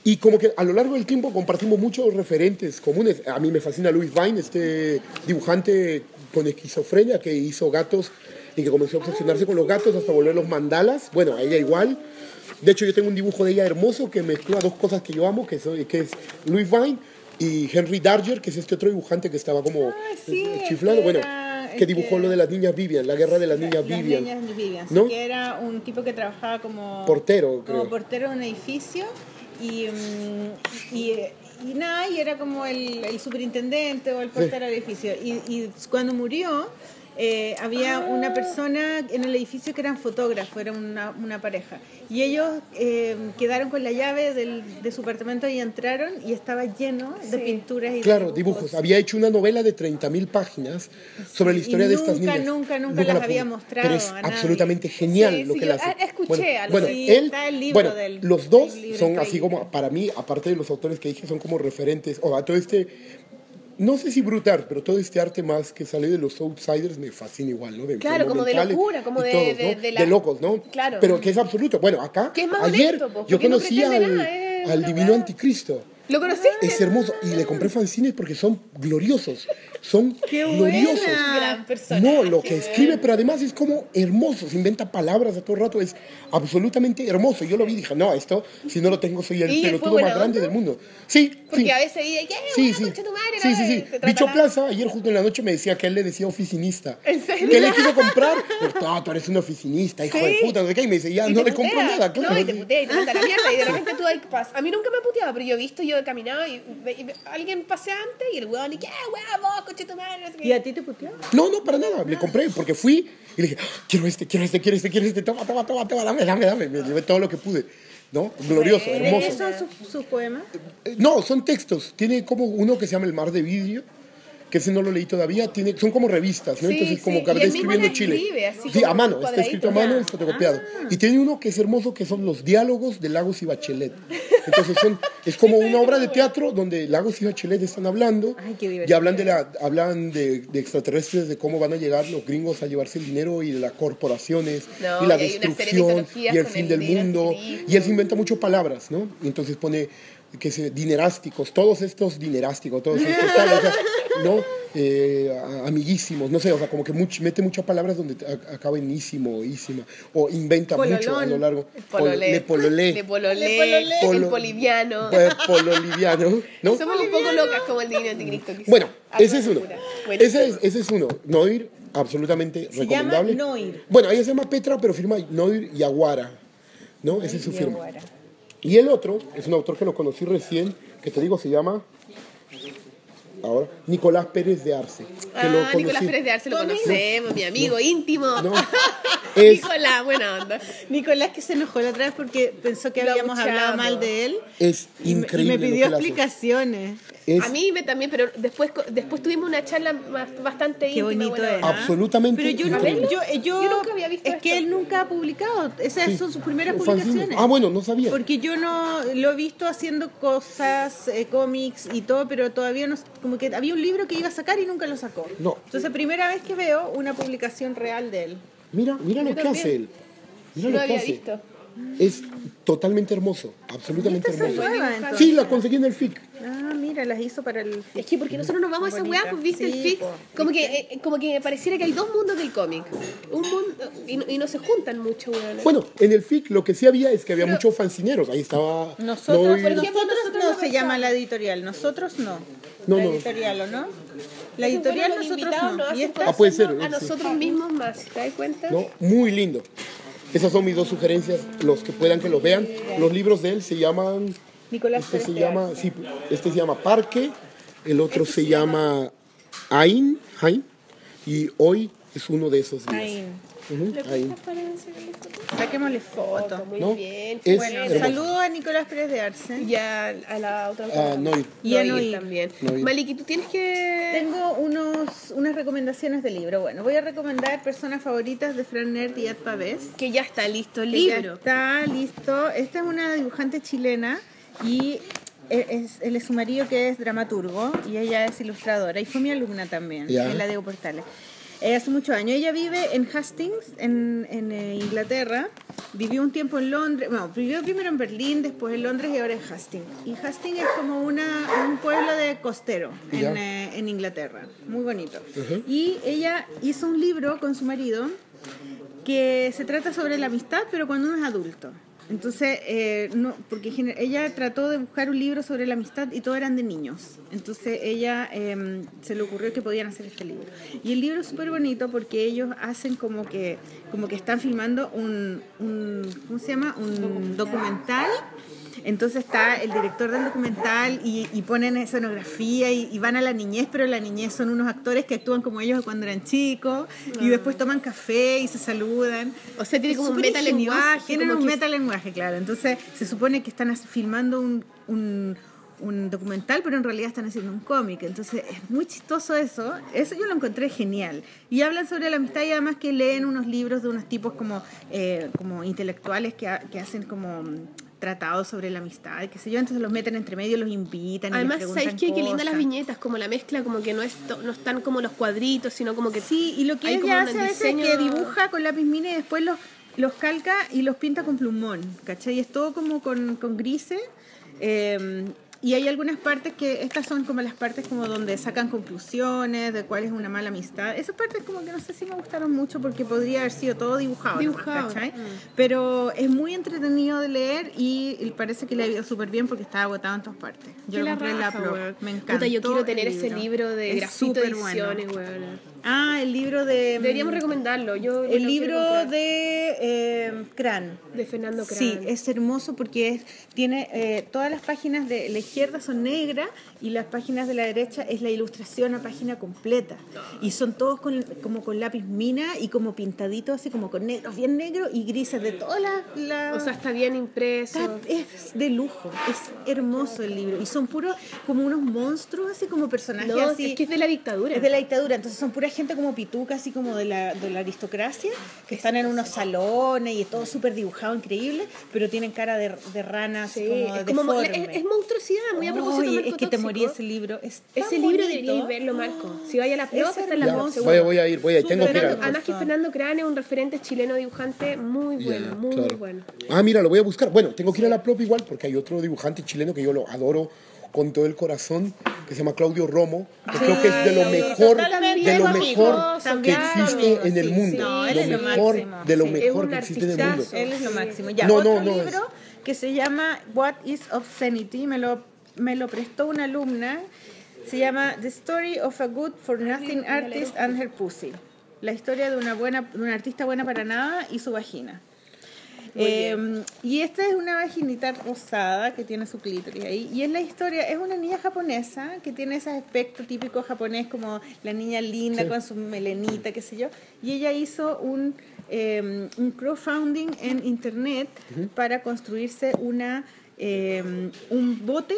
S5: Y como que a lo largo del tiempo compartimos muchos referentes comunes. A mí me fascina Louis Vine, este dibujante con esquizofrenia que hizo gatos y que comenzó a obsesionarse con los gatos hasta volver los mandalas. Bueno, a ella igual. De hecho, yo tengo un dibujo de ella hermoso que mezcla dos cosas que yo amo, que, soy, que es Louis Vine y Henry Darger, que es este otro dibujante que estaba como
S1: Ah, sí,
S5: eh,
S1: el
S5: chiflado,
S1: que
S5: bueno,
S1: era- el
S5: que dibujó
S1: que-
S5: lo de las niñas Vivian, la guerra de las niñas
S1: Las
S5: Vivian.
S1: niñas Vivian,
S5: ¿No?
S1: que era un tipo que trabajaba como
S5: Portero, creo.
S1: como portero de un edificio y, mm, y, y nada, y era como el, el superintendente o el portero del edificio. Y, y cuando murió, eh, había
S5: Ah.
S1: una persona en el edificio que eran fotógrafos, era una, una pareja. Y ellos eh, quedaron con la llave del- de su apartamento y entraron y estaba lleno de pinturas y de
S5: Claro, dibujos. Había hecho una novela de 30.000 páginas sobre la
S1: Y
S5: historia de estas
S1: nunca,
S5: niñas.
S1: nunca, nunca las
S5: la
S1: había
S5: publicó.
S1: mostrado
S5: Pero es
S1: a nadie.
S5: absolutamente genial
S1: Sí,
S5: lo
S1: sí,
S5: que
S1: yo
S5: la hace.
S1: a- escuché
S5: bueno,
S1: algo
S5: bueno,
S1: así.
S5: él,
S1: Está el libro
S5: bueno,
S1: del-
S5: los dos
S1: del libro
S5: son
S1: increíble.
S5: así como, para mí, aparte de los autores que dije, son como referentes. O a todo este, no sé si brutal, pero todo este arte más que sale de los outsiders me fascina igual, ¿no? De
S2: Claro,
S5: enfermos
S2: como de
S5: mentales
S2: locura, como
S5: y
S2: de-
S5: todos,
S2: de-
S5: ¿no?
S2: de la-
S5: De locos, ¿no?
S2: Claro.
S5: Pero que es absoluto. Bueno, acá,
S2: Que es más
S5: ayer,
S2: honesto,
S1: pues,
S2: po,
S5: yo
S2: porque no
S5: conocí
S2: pretende
S5: al,
S2: nada, es
S5: al
S2: una
S5: divino
S2: weá.
S5: anticristo.
S2: ¿Lo conociste?
S5: Es hermoso. Y le compré fanzines porque son gloriosos. Son gloriosos.
S10: Gran persona.
S5: No, lo que escribe, pero además es como hermoso. Se inventa palabras a todo rato. Es absolutamente hermoso. Yo lo vi y dije, no, esto, si no lo tengo, soy el
S2: ¿Y fue
S5: pelotudo
S2: buena
S5: más grande
S2: onda?
S5: del mundo. Sí,
S2: Porque
S5: sí.
S2: a veces dije, ¿qué?
S5: Sí,
S2: Sí,
S5: sí.
S2: tu madre,
S5: sí,
S2: la-
S5: sí,
S2: te
S5: sí.
S2: tratará".
S5: Bicho Plaza, ayer justo en la noche me decía que él le decía oficinista.
S2: ¿En serio?
S5: Que él le quiso comprar. Pero, "No, tú eres un oficinista, hijo de puta, no sé qué. Y me dice, ya,
S2: Y
S5: Ah, no
S2: te
S5: le compro
S2: putea.
S5: nada, claro.
S2: No, y te
S5: sí.
S2: putea y te manda a la mierda y de repente tú ahí pasas. A mí nunca me puteaba, pero yo he visto, yo he caminado y, y alguien pasé antes y el weón, y qué, weón, vos, coche tu madre, no sé qué.
S1: ¿Y a ti te putearon?
S5: No, no, para nada. Le compré porque fui y le dije, "Ah, quiero este, quiero este, quiero este, quiero este. Toma, toma, toma, toma, dame, dame, dame. Me llevé todo lo que pude. ¿No? Glorioso, hermoso.
S1: ¿Esos son sus, sus poemas?
S5: Eh, No, son textos. Tiene como uno que se llama El Mar de Vidrio, que ese no lo leí todavía. Tiene, son como revistas, ¿no?
S2: Sí,
S5: Entonces,
S2: sí,
S5: como
S2: y
S5: que
S2: él mismo
S5: escribiendo
S2: la
S5: Chile.
S2: escribe, así
S5: sí,
S2: como
S5: a mano, está
S2: cuadradito,
S5: escrito a mano,
S2: ya. Ah.
S5: es fotocopiado. Y tiene uno que es hermoso, que son los diálogos de Lagos y Bachelet. Entonces, son, es como una obra de teatro donde Lagos y Bachelet están hablando.
S1: Ay, qué divertido.
S5: y hablan, de, la, hablan de, de extraterrestres, de cómo van a llegar los gringos a llevarse el dinero y de las corporaciones
S2: No,
S5: y la
S2: y hay una serie de
S5: destrucción
S2: mitologías
S5: y el
S2: con
S5: fin
S2: el
S5: del
S2: dinero
S5: mundo.
S2: antiguo.
S5: Y él se inventa mucho palabras, ¿no? Y entonces pone que se, dinerásticos, todos estos dinerásticos, todos estos tal, o sea, ¿no? Eh, a- amiguísimos, no sé, o sea, como que much- mete muchas palabras donde te- a- acaba en ísimo, ísima, o inventa mucho a lo largo.
S2: Pololé.
S5: Le pololé.
S2: Le pololé.
S5: Polo-
S2: El poliviano.
S5: eh, pololiviano, ¿no?
S2: Somos un poco locas como el divino anticristo. quizás.
S5: Bueno,
S2: Algo
S5: ese es
S2: de
S5: uno.
S2: locura.
S5: Ese es, ese es uno. Noir, absolutamente recomendable.
S1: llama Noir.
S5: Bueno, ella se llama Petra, pero firma Noir Yaguara. ¿No? Ese es su firma. Y el otro es un autor que lo conocí recién, que te digo se llama. Ahora, Nicolás Pérez de Arce. Que lo
S2: Ah,
S5: conocí.
S2: Nicolás Pérez de Arce lo conocemos, mi amigo íntimo.
S5: No, es-
S2: Nicolás, buena onda.
S1: Nicolás que se enojó la otra vez porque pensó que
S2: Lo
S1: habíamos hablado
S2: abucheamos.
S1: mal de él.
S5: Es
S1: Y me-
S5: increíble.
S1: Y me pidió
S5: lo que él hace.
S1: explicaciones.
S5: Es
S2: A mí me también, pero después, co- después tuvimos una charla más- bastante
S1: Qué
S2: íntima.
S1: bonito
S2: buena
S1: es.
S2: onda.
S1: ¿ah?
S5: absolutamente.
S1: Pero yo, no-
S5: increíble.
S1: yo, eh, yo-
S2: Yo nunca había visto
S1: Es que
S2: esto.
S1: él nunca ha publicado. Esas
S5: Sí.
S1: son sus primeras
S5: Fanzine.
S1: publicaciones.
S5: Ah, bueno, no sabía.
S1: Porque yo no lo he visto haciendo cosas, eh, cómics y todo, pero todavía no. Como que había un libro que iba a sacar y nunca lo sacó.
S5: No.
S1: Entonces, primera vez que veo una publicación real de él.
S5: Mira, mira lo que hace él. Mira
S2: Lo
S5: lo que
S2: había
S5: hace.
S2: visto. Este
S5: Es totalmente hermoso, absolutamente
S1: Estas son
S5: hermoso.
S1: nuevas, entonces.
S5: Sí, la conseguí en el FIC.
S1: Ah, mira, las hizo para el.
S2: Es que porque nosotros nos vamos a esa
S1: Bonita.
S2: weá, pues
S1: Sí,
S2: viste el fic.
S1: po.
S2: Como que, eh, como que pareciera que hay dos mundos del cómic. Un mundo. Y, no- y no se juntan mucho, weón.
S5: Bueno, en el FIC lo que sí había es que había muchos fancineros. Ahí estaba.
S1: Nosotros,
S5: Noir-
S1: nosotros
S2: nosotros
S1: no
S2: no
S1: se llama la editorial, nosotros no.
S5: No,
S1: la
S5: no.
S1: editorial, ¿o no? La editorial
S2: Bueno, los
S1: nosotros
S2: invitados
S1: no.
S2: nos
S1: Y
S2: hacen
S1: esta-
S5: Ah, puede ser,
S2: conocernos
S5: eh,
S2: A
S5: sí.
S2: nosotros mismos más, ¿te das cuenta?
S5: ¿no? Muy lindo. Esas son mis dos sugerencias. Los que puedan que los vean. Los libros de él se llaman.
S1: Nicolás
S5: Este se
S1: Pérez de
S5: llama. sí, este se llama Parque. El otro
S2: Este
S5: se llama Ain. Ain. Y hoy es uno de esos días.
S13: Ain.
S5: Ujú, Ain,
S1: oh, Saquémosle foto.
S2: Muy
S5: ¿no?
S2: bien.
S5: Es
S2: bueno,
S5: hermoso.
S1: Saludo a Nicolás Pérez de Arce.
S2: Y a, a la otra
S5: Ah, Noir.
S1: Y a
S2: Noir
S1: Noir.
S2: también.
S5: Noir.
S2: Maliki, tú tienes que.
S1: Tengo unos, unas recomendaciones de libro. Bueno, voy a recomendar Personas Favoritas de Fran Nerd y Ed Pavés.
S2: Que ya está listo el
S1: que ya
S2: libro.
S1: Está listo. Esta es una dibujante chilena y e- es, él es su marido que es dramaturgo y ella es ilustradora y fue mi alumna también
S5: Ya.
S1: en la Deo Portales. Eh, hace muchos años. Ella vive en Hastings, en, en, eh, Inglaterra. Vivió un tiempo en Londres. Bueno, vivió primero en Berlín, después en Londres y ahora en Hastings. Y Hastings es como una, un pueblo de costero
S5: Ya.
S1: en, eh, en Inglaterra. Muy bonito. Y ella hizo un libro con su marido que se trata sobre la amistad, pero cuando uno es adulto. Entonces, eh, no, porque gener- ella trató de buscar un libro sobre la amistad y todo eran de niños. Entonces, ella eh, se le ocurrió que podían hacer este libro. Y el libro es súper bonito porque ellos hacen como que, como que están filmando un, un- ¿cómo se llama? Un documental Entonces está el director del documental y, y ponen escenografía y, y van a la niñez, pero la niñez son unos actores que actúan como ellos cuando eran chicos y después toman café y se saludan.
S2: Ah. O sea, tiene
S1: Es
S2: como un
S1: súper
S2: metalenguaje,
S1: ingenioso, Tienen
S2: como
S1: un
S2: que-
S1: metalenguaje, claro. Entonces se supone que están as- filmando un, un- un documental, pero en realidad están haciendo un cómic. Entonces es muy chistoso eso. Eso yo lo encontré genial. Y hablan sobre la amistad y además que leen unos libros de unos tipos como, eh, como intelectuales que, ha- que hacen como mm, tratados sobre la amistad, qué sé yo. Entonces los meten entre medio, los invitan. y les
S2: Además,
S1: preguntan
S2: ¿sabéis qué? Qué linda las
S1: cosas.
S2: viñetas, como la mezcla, como que no, es to- no están como los cuadritos, sino como que...
S1: Sí, y lo que
S2: hay como
S1: ella
S2: un
S1: hace a veces
S2: diseño-
S1: es que dibuja con lápiz mina y después los, los calca y los pinta con plumón, ¿cachai? Y es todo como con, con grises. eh, y hay algunas partes que, estas son como las partes como donde sacan conclusiones de cuál es una mala amistad. Esas partes como que no sé si me gustaron mucho porque podría haber sido todo dibujado. nomás,
S2: Dibujado, mm.
S1: ¿cachai? Pero es muy entretenido de leer y y parece que le ha ido súper bien porque está agotado en todas partes. Yo
S2: Qué
S1: lo
S2: la
S1: compré en la
S2: raja,
S1: Pro.
S2: weón.
S1: Me encanta.
S2: Puta, yo quiero tener ese libro de grafito
S1: súper
S2: ediciones, weón.
S1: Ah, el libro de...
S2: Deberíamos recomendarlo. Yo
S1: El libro de eh, Cran.
S2: de Fernando Cran.
S1: Sí, es hermoso porque es, tiene eh, todas las páginas de la izquierda son negras y las páginas de la derecha es la ilustración a página completa. Y son todos con- como con lápiz mina y como pintaditos así como con negros, bien negros y grises de todas las... las-
S2: O sea, está bien impreso.
S1: Está- es de lujo, es hermoso el libro. Y son puros como unos monstruos, así como personajes
S2: No,
S1: así.
S2: es que es de la dictadura.
S1: Es de la dictadura, entonces son pura gente como pituca, así como de la, de la aristocracia, que están en unos salones y todo súper dibujado, increíble, pero tienen cara de, de ranas
S2: Sí,
S1: como
S2: es, como,
S1: deforme.
S2: es, es monstruosidad, muy a propósito.
S1: Ay,
S2: de
S1: es que te
S2: narcotóxico.
S1: morí ese libro. Es tan
S2: Ese libro
S1: bonito.
S2: deberíais verlo, Marco. Si vaya a la
S1: Es
S2: flota, está en la
S5: Ya,
S2: Pro,
S1: hermoso.
S2: seguro.
S5: voy, voy a ir, voy a ir, tengo que ir.
S2: Fernando-
S5: a-
S2: además que Fernando Cran es un referente chileno dibujante muy bueno,
S5: Ya,
S2: muy,
S5: claro.
S2: bueno.
S5: Ah, mira, lo voy a buscar. Bueno, tengo que ir a la prop igual porque hay otro dibujante chileno que yo lo adoro con todo el corazón que se llama Claudio Romo, que creo que es de lo mejor,
S1: totalmente
S5: de lo
S1: amigo,
S5: mejor que
S2: también
S5: existe
S2: amigo,
S5: en el
S2: sí, sí.
S5: mundo,
S1: No, él es
S5: lo
S1: lo
S5: mejor,
S1: máximo,
S5: de lo
S1: sí.
S5: mejor
S2: Es
S5: que
S2: un
S5: existe en el mundo.
S2: artistazo.
S1: Él es lo máximo. Ya,
S5: No,
S1: otro
S5: no, no,
S1: libro que se llama What is Obscenity, me lo, me lo prestó una alumna, se llama The Story of a Good for Nothing Artist and Her Pussy. La historia de una, buena, de una artista buena para nada y su vagina. Eh, y esta es una vaginita rosada que tiene su clítoris ahí. Y es la historia, es una niña japonesa que tiene ese aspecto típico japonés como la niña linda con su melenita, qué sé yo. Y ella hizo un, eh, un crowdfunding en internet para construirse una, eh, un bote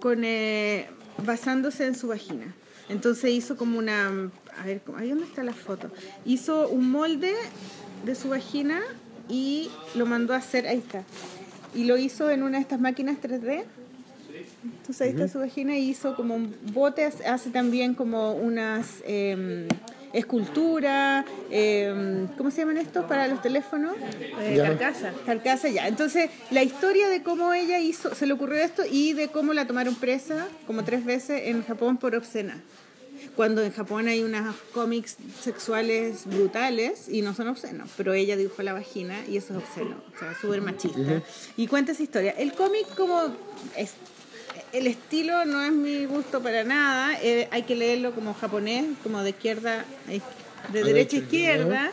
S1: con, eh, basándose en su vagina. Entonces hizo como una... A ver, ¿cómo- ahí dónde está la foto. Hizo un molde de su vagina y lo mandó a hacer, ahí está. Y lo hizo en una de estas máquinas 3D. Entonces ahí está su vagina y hizo como un bote, hace- hace también como unas eh, esculturas, eh, ¿cómo se llaman estos para los teléfonos? Eh,
S5: Ya.
S1: Carcasa. Carcasa, ya. Entonces la historia de cómo ella hizo, se le ocurrió esto y de cómo la tomaron presa como tres veces en Japón por obscena cuando en Japón hay unas cómics sexuales brutales y no son obscenos, pero ella dibujó la vagina y eso es obsceno, o sea, súper machista. Y cuenta esa historia. El cómic como es, el estilo no es mi gusto para nada, eh, hay que leerlo como japonés, como de izquierda, a iz- de derecha
S5: A
S1: a
S5: derecha,
S1: izquierda.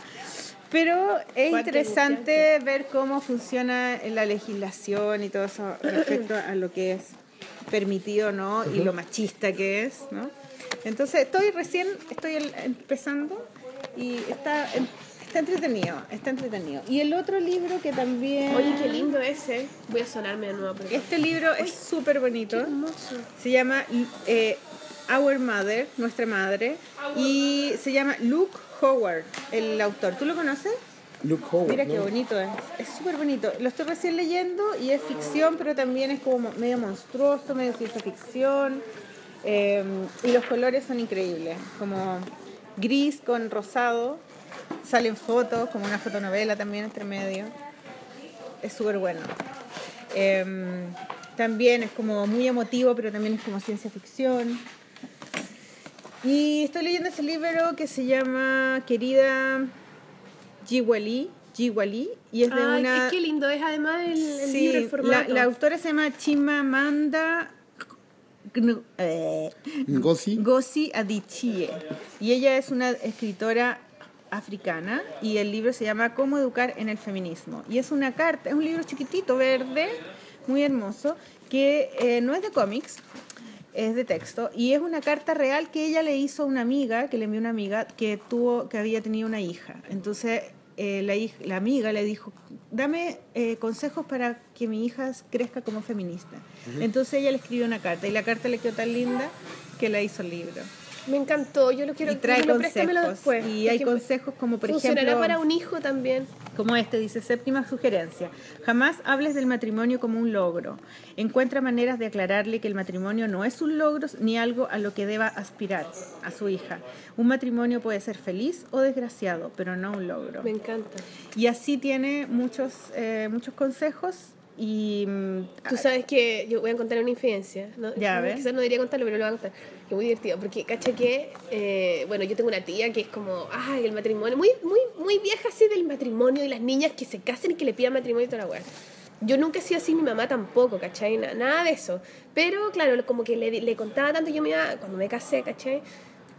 S1: Pero es interesante ver cómo funciona la legislación y todo eso respecto a lo que es permitido no y lo machista que es no entonces estoy recién estoy el- empezando y está en- está entretenido está entretenido y el otro libro que también
S2: Oye, qué lindo ese. Voy a sonarme de nuevo. porque-
S1: este libro es súper bonito se llama eh, Our Mother nuestra madre y se llama Luke Howard el autor tú lo conoces
S5: Luke Howard,
S1: Mira qué
S5: ¿no?
S1: bonito es, es súper bonito. Lo estoy recién leyendo y es ficción, pero también es como mo- medio monstruoso, medio ciencia ficción. Eh, y los colores son increíbles, como gris con rosado. Salen fotos, como una fotonovela también entre medio. Es súper bueno. Eh, también es como muy emotivo, pero también es como ciencia ficción. Y estoy leyendo ese libro que se llama Querida Jiwali, Jiwali y es de
S2: Ay,
S1: una...
S2: es que lindo es además el, el
S1: Sí,
S2: libro, el
S1: la,
S2: formato.
S1: la autora se llama Chimamanda Gnu- eh,
S5: Ngozi.
S1: Ngozi Adichie y ella es una escritora africana y el libro se llama Cómo educar en el feminismo y es una carta, es un libro chiquitito verde muy hermoso, que eh, no es de cómics, es de texto, y es una carta real que ella le hizo a una amiga, que le envió una amiga, que tuvo, que había tenido una hija. Entonces, eh, la, hij- la amiga le dijo, dame eh, consejos para que mi hija crezca como feminista. Entonces ella le escribió una carta, y la carta le quedó tan linda que la hizo libro.
S2: Me encantó, yo lo quiero
S1: Y trae
S2: dímelo, préstamelo
S1: consejos.
S2: después.
S1: Y hay
S2: Porque
S1: consejos como, por
S2: Funcionará
S1: ejemplo...
S2: para un hijo también.
S1: Como este dice, séptima sugerencia. Jamás hables del matrimonio como un logro. Encuentra maneras de aclararle que el matrimonio no es un logro ni algo a lo que deba aspirar a su hija. Un matrimonio puede ser feliz o desgraciado, pero no un logro.
S2: Me encanta.
S1: Y así tiene muchos, eh, muchos consejos y mm,
S2: Tú sabes que yo voy a contar una infidencia. ¿no?
S1: Ya, a ver.
S2: Quizás no debería contarlo, pero lo voy a contar. Que es muy divertido. Porque, cacha que, eh, bueno, yo tengo una tía que es como, ay, el matrimonio. Muy, muy, muy vieja así del matrimonio y las niñas que se casen y que le pidan matrimonio y toda la weá. Yo nunca he sido así, mi mamá tampoco, ¿cachai? Na- nada de eso. Pero, claro, como que le, le contaba tanto, yo me iba, cuando me casé, ¿cachai?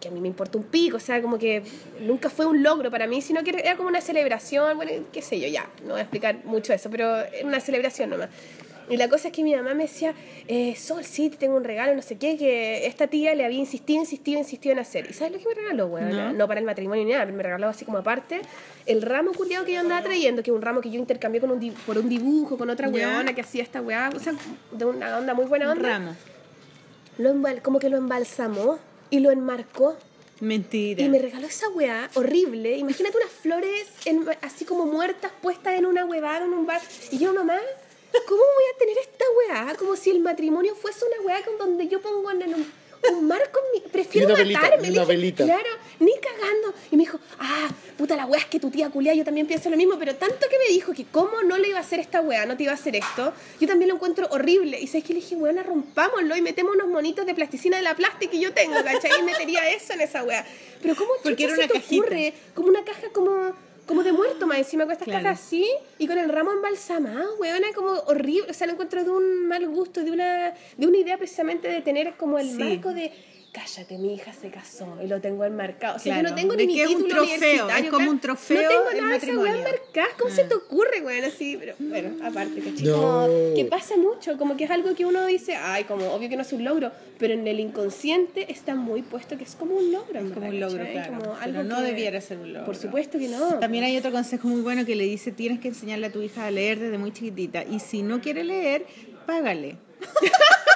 S2: que a mí me importa un pico, o sea, como que nunca fue un logro para mí, sino que era como una celebración, bueno, qué sé yo, ya, no voy a explicar mucho eso, pero era una celebración nomás. Y la cosa es que mi mamá me decía, eh, Sol, sí, te tengo un regalo, no sé qué, que esta tía le había insistido, insistido, insistido en hacer. ¿Y sabes lo que me regaló, weón? No. para el matrimonio ni nada, pero me regaló así como aparte el ramo curioso que yo andaba trayendo, que es un ramo que yo intercambié con un di- por un dibujo, con otra
S1: Ya.
S2: weona que hacía esta weá, o sea, de una onda muy buena onda.
S1: ramos.
S2: Lo embal- como que lo embalsamó y lo enmarcó.
S1: Mentira.
S2: Y me regaló esa weá horrible. Imagínate unas flores en- así como muertas puestas en una huevada en un bar. Y yo, mamá, ¿cómo voy a tener esta weá? Como si el matrimonio fuese una weá con donde yo pongo en el- un, marco. en mi- Prefiero
S5: Y una velita,
S2: matarme.
S5: y
S2: Le
S5: una
S2: dije,
S5: velita.
S2: Claro, ni cagando. Y me dijo, ah, puta la weá es que tu tía culia, yo también pienso lo mismo. Pero tanto que me dijo que cómo no le iba a hacer esta weá, no te iba a hacer esto. Yo también lo encuentro horrible. Y sabes que le dije, weona, rompámoslo y metemos unos monitos de plasticina de la plástica que yo tengo, ¿cachai? Y metería eso en esa weá. Pero ¿cómo
S1: Porque
S2: Porque
S1: era
S2: se
S1: una
S2: te
S1: cajita.
S2: ocurre como una caja como, como de muerto más encima con estas cajas así y con el ramo embalsamado, weona, como horrible. O sea, lo encuentro de un mal gusto, de una, de una idea precisamente de tener como el marco de cállate, mi hija se casó y lo tengo enmarcado. O sea,
S1: Claro,
S2: yo no tengo
S1: de
S2: ni mi
S1: que es un
S2: título
S1: trofeo,
S2: universitario,
S1: es como un trofeo
S2: No
S1: el
S2: tengo nada de esa weá
S1: matrimonio.
S2: enmarcada. ¿Cómo se te ocurre, weón? Así, pero bueno, aparte, ¿cachai?
S5: No.
S2: Como que pasa mucho, como que es algo que uno dice, ay, como obvio que no es un logro, pero en el inconsciente está muy puesto que es como un logro. en
S1: como
S2: verdad,
S1: un logro,
S2: ¿cachai?
S1: claro.
S2: Como
S1: Pero
S2: algo
S1: no
S2: que-
S1: debiera ser un logro.
S2: Por supuesto que no.
S1: También hay otro consejo muy bueno que le dice, tienes que enseñarle a tu hija a leer desde muy chiquitita. Y si no quiere leer, págale.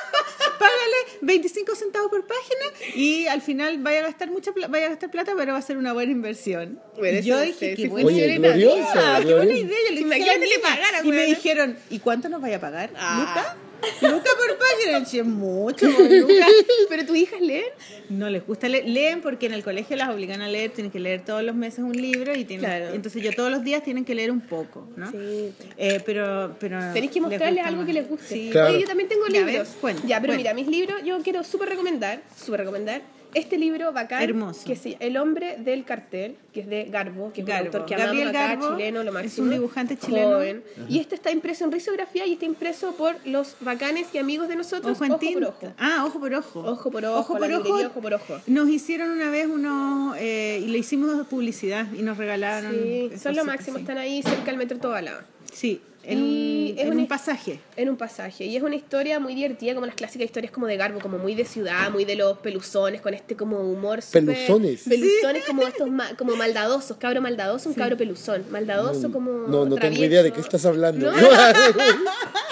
S1: págale 25 centavos por página y al final vaya a gastar mucha pla- vaya a gastar plata, pero va a ser una buena inversión.
S2: Bueno,
S1: Y
S2: eso
S1: yo
S2: no
S1: dije,
S2: sé,
S1: qué
S2: si
S1: buena
S5: Oye, gloriosa,
S1: qué buena
S5: gloriosa.
S1: idea. Yo le dije,
S2: Imagínate
S1: "Ay,
S2: que
S1: niña".
S2: pagara,
S1: Y me
S2: weona.
S1: dijeron, ¿y cuánto nos vaya a pagar?
S2: Ah.
S1: ¿Luca? ¿Luca por página? Che, mucho, Luca.
S2: pero tu hija leen.
S1: No les gusta leer. Leen porque en el colegio las obligan a leer, tienen que leer todos los meses un libro y tienen,
S2: Claro.
S1: entonces yo todos los días tienen que leer un poco, ¿no?
S2: Sí.
S1: Eh, pero, pero
S2: Tenéis que
S1: les
S2: mostrarles
S1: gusta
S2: algo
S1: más.
S2: que les guste.
S1: Sí.
S5: Claro.
S2: Oye, yo también tengo
S1: Ya
S2: libros.
S1: ves, cuenta,
S2: ya, pero
S1: cuenta.
S2: mira, mis libros yo quiero súper recomendar, súper recomendar. Este libro bacán,
S1: Hermoso.
S2: que sí, El hombre del cartel, que es de Garbo, que es
S1: Garbo.
S2: un autor que
S1: Gabriel
S2: amamos acá,
S1: Garbo
S2: chileno, lo
S1: es
S2: máximo.
S1: un dibujante chileno.
S2: Joven. Y este está impreso en risografía y está impreso por los bacanes y amigos de nosotros,
S1: Ojo en
S2: ojo por
S1: tinta.
S2: ojo.
S1: Ah, ojo por ojo.
S2: Ojo por ojo, la librería Ojo por Ojo.
S1: Nos hicieron una vez unos. eh, y le hicimos publicidad y nos regalaron.
S2: Sí, son lo
S1: cositas,
S2: máximo,
S1: sí.
S2: están ahí cerca del metro Tobalaba.
S1: Sí, en,
S2: Y
S1: un-
S2: es
S1: en
S2: una-
S1: un pasaje.
S2: en un pasaje. Y es una historia muy divertida, como las clásicas historias como de Garbo, como muy de ciudad, muy de los peluzones, con este como humor súper-
S5: Peluzones.
S2: Peluzones como estos ma- como maldadosos, cabro maldadoso, un cabro peluzón. Maldadoso como
S5: Mm. No, no tengo
S2: travieso.
S5: idea de qué estás hablando.
S2: No.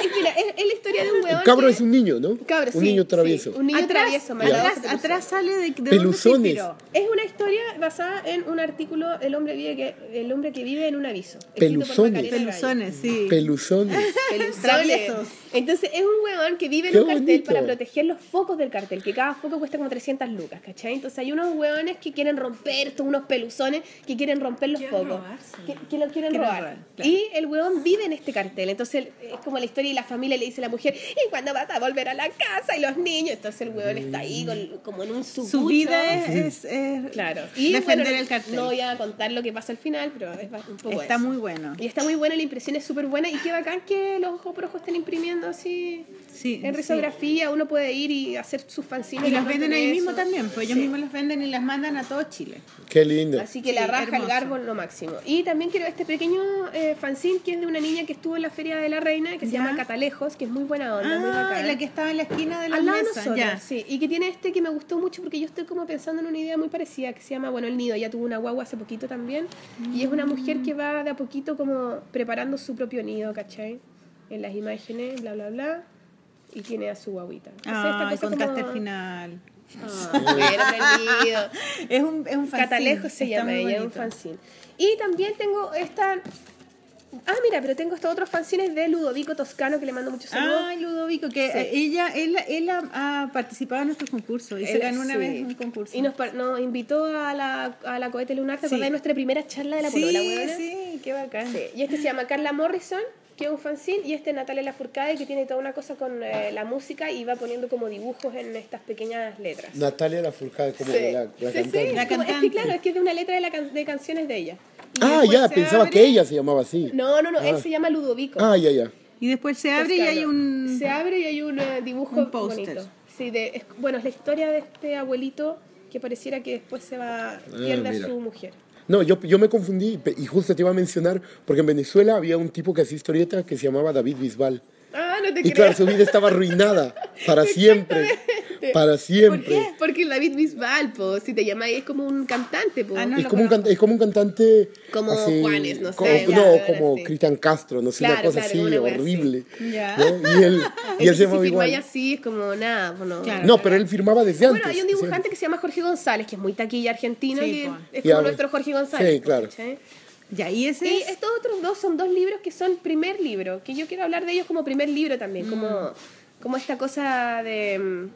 S2: Es que la- es, es la historia de un
S5: Un
S2: huevón
S5: cabro
S2: que-
S5: es un niño, ¿no?
S2: Cabro,
S5: un
S2: sí,
S5: niño
S2: sí,
S5: travieso.
S2: un niño travieso, maldadoso.
S1: atrás,
S2: peluzón.
S1: atrás sale de, de
S5: Peluzones.
S1: Dónde se inspiró.
S2: Es una historia basada en un artículo El hombre vive que el hombre que vive en un aviso. escrito por
S5: Peluzones.
S2: Macarena Gallo.
S1: Peluzones, sí.
S5: Peluzones.
S2: Peluzones.
S1: Traviesos.
S2: Entonces es un huevón que vive en
S5: Qué
S2: un cartel
S5: bonito.
S2: para proteger los focos del cartel, que cada foco cuesta como 300 lucas, ¿cachai? Entonces hay unos huevones que quieren romper, estos unos peluzones que quieren romper los focos. Que, que lo quieren robar. Y el huevón vive en este cartel. Entonces el- es como la historia y la familia le dice a la mujer, ¿y cuándo vas a volver a la casa? Y los niños. Entonces el huevón está ahí con- como en un subucho.
S1: Su vida es. es- es
S2: Claro. Y
S1: defender
S2: bueno,
S1: el cartel.
S2: No voy a contar lo que pasa al final, pero es un poco
S1: Está
S2: eso.
S1: muy bueno.
S2: Y está muy buena, la impresión es súper buena. Y qué bacán que los ojos por ojos estén imprimiendo así
S1: Sí,
S2: en
S1: sí.
S2: risografía. Uno puede ir y hacer sus fanzines.
S1: Y los
S2: de
S1: venden
S2: pronto
S1: ahí
S2: de
S1: mismo
S2: eso.
S1: también, pues ellos
S2: Sí.
S1: mismos los venden y las mandan a todo Chile.
S5: Qué lindo.
S2: Así que la
S1: Sí,
S2: raja,
S1: hermoso.
S2: el garbo, lo máximo. Y también quiero este pequeño eh, fanzine que es de una niña que estuvo en la Feria de la Reina que se
S1: Ya.
S2: llama Catalejo. lejos, que es muy buena onda, muy
S1: Ah,
S2: bacán.
S1: la que estaba en la esquina de la
S2: Al lado de
S1: mesa.
S2: nosotros,
S1: Ya.
S2: sí. Y que tiene este que me gustó mucho porque yo estoy como pensando en una idea muy parecida que se llama, bueno, El Nido. Ya tuvo una guagua hace poquito también. Y es
S1: Mm.
S2: una mujer que va de a poquito como preparando su propio nido, ¿cachai? En las imágenes, bla, bla, bla. Y tiene a su guaguita. Entonces, esta
S1: Ay,
S2: cosa
S1: contaste
S2: como-
S1: el final.
S2: Ah, bueno, El Nido.
S1: Es un, es un fanzine,
S2: Catalejo
S1: está
S2: se llama
S1: muy
S2: ella, es un
S1: bonito.
S2: fanzine. Y también tengo esta... Ah, mira, pero tengo estos otros fanzines de Ludovico Toscano que le mando muchos saludos.
S1: Ay, Ludovico, que
S2: Sí.
S1: eh, ella, él, él ha, ha participado en nuestros concursos y se
S2: Él-
S1: ganó una
S2: sí.
S1: vez un concurso.
S2: Y nos, par- nos invitó a la, a la cohete lunar, ¿te
S1: Sí.
S2: acordás de nuestra primera charla de la
S1: sí,
S2: polola, huevona?
S1: sí, qué bacán.
S2: Sí. Y este se llama Carla Morrison, que es un fanzine, y este Natalia Lafourcade, que tiene toda una cosa con eh, la música y va poniendo como dibujos en estas pequeñas letras.
S5: Natalia Lafourcade, como
S2: Sí.
S5: la, la
S2: Sí, sí,
S5: cantante.
S2: es
S1: La
S2: como- es que
S1: cantante.
S2: claro, es que es de una letra de, la can- de canciones de ella.
S5: Ah,
S1: después
S5: ya,
S1: se
S5: pensaba
S1: abre.
S5: que ella se llamaba así.
S2: No, no, no, él
S5: Ah.
S2: se llama Ludovico.
S5: Ah, ya, ya.
S1: Y después se abre y
S2: Toscano.
S1: hay un...
S2: Se abre y hay un eh, dibujo
S1: un póster.
S2: bonito. Sí, de, es- bueno, es la historia de este abuelito que pareciera que después se va pierde
S5: Ah, mira.
S2: a su mujer.
S5: No, yo, yo me confundí pe- y justo te iba a mencionar, porque en Venezuela había un tipo que hacía historieta que se llamaba David Bisbal.
S2: Ah, no te
S5: Y
S2: creo.
S5: claro, su vida estaba arruinada. Para siempre. Para
S2: ¿Por
S5: siempre.
S2: qué? Porque el David Bisbal, po, si te llamáis, es como un cantante, po.
S1: Ah, no.
S5: Es
S1: lo
S5: como, un
S1: conozco.
S5: can- es como un cantante.
S2: Como Juanes, no sé,
S5: como-
S2: ya,
S5: no,
S2: ahora
S5: como
S2: sí.
S5: Cristian Castro, no sé, una
S2: Claro,
S5: cosa
S2: claro, una
S5: así,
S2: wea así.
S5: horrible.
S1: Ya.
S5: ¿no? Y él, y él
S2: Entonces,
S5: se llamaba
S2: si firmáis
S5: igual.
S2: así, es como nada, po, no.
S1: Claro.
S5: No, pero él firmaba desde antes.
S2: Bueno, hay un
S5: o sea,
S2: dibujante que se llama Jorge González, que es muy taquilla argentina,
S1: Sí,
S2: que
S1: po.
S2: es
S5: Y
S2: como
S5: a-
S2: nuestro Jorge González.
S5: Sí,
S2: po,
S5: claro.
S2: ¿cachai?
S1: Ya, y ese
S2: Y
S1: es-
S2: estos otros dos son dos libros que son primer libro, que yo quiero hablar de ellos como primer libro también, como,
S1: Mm.
S2: como esta cosa de mm,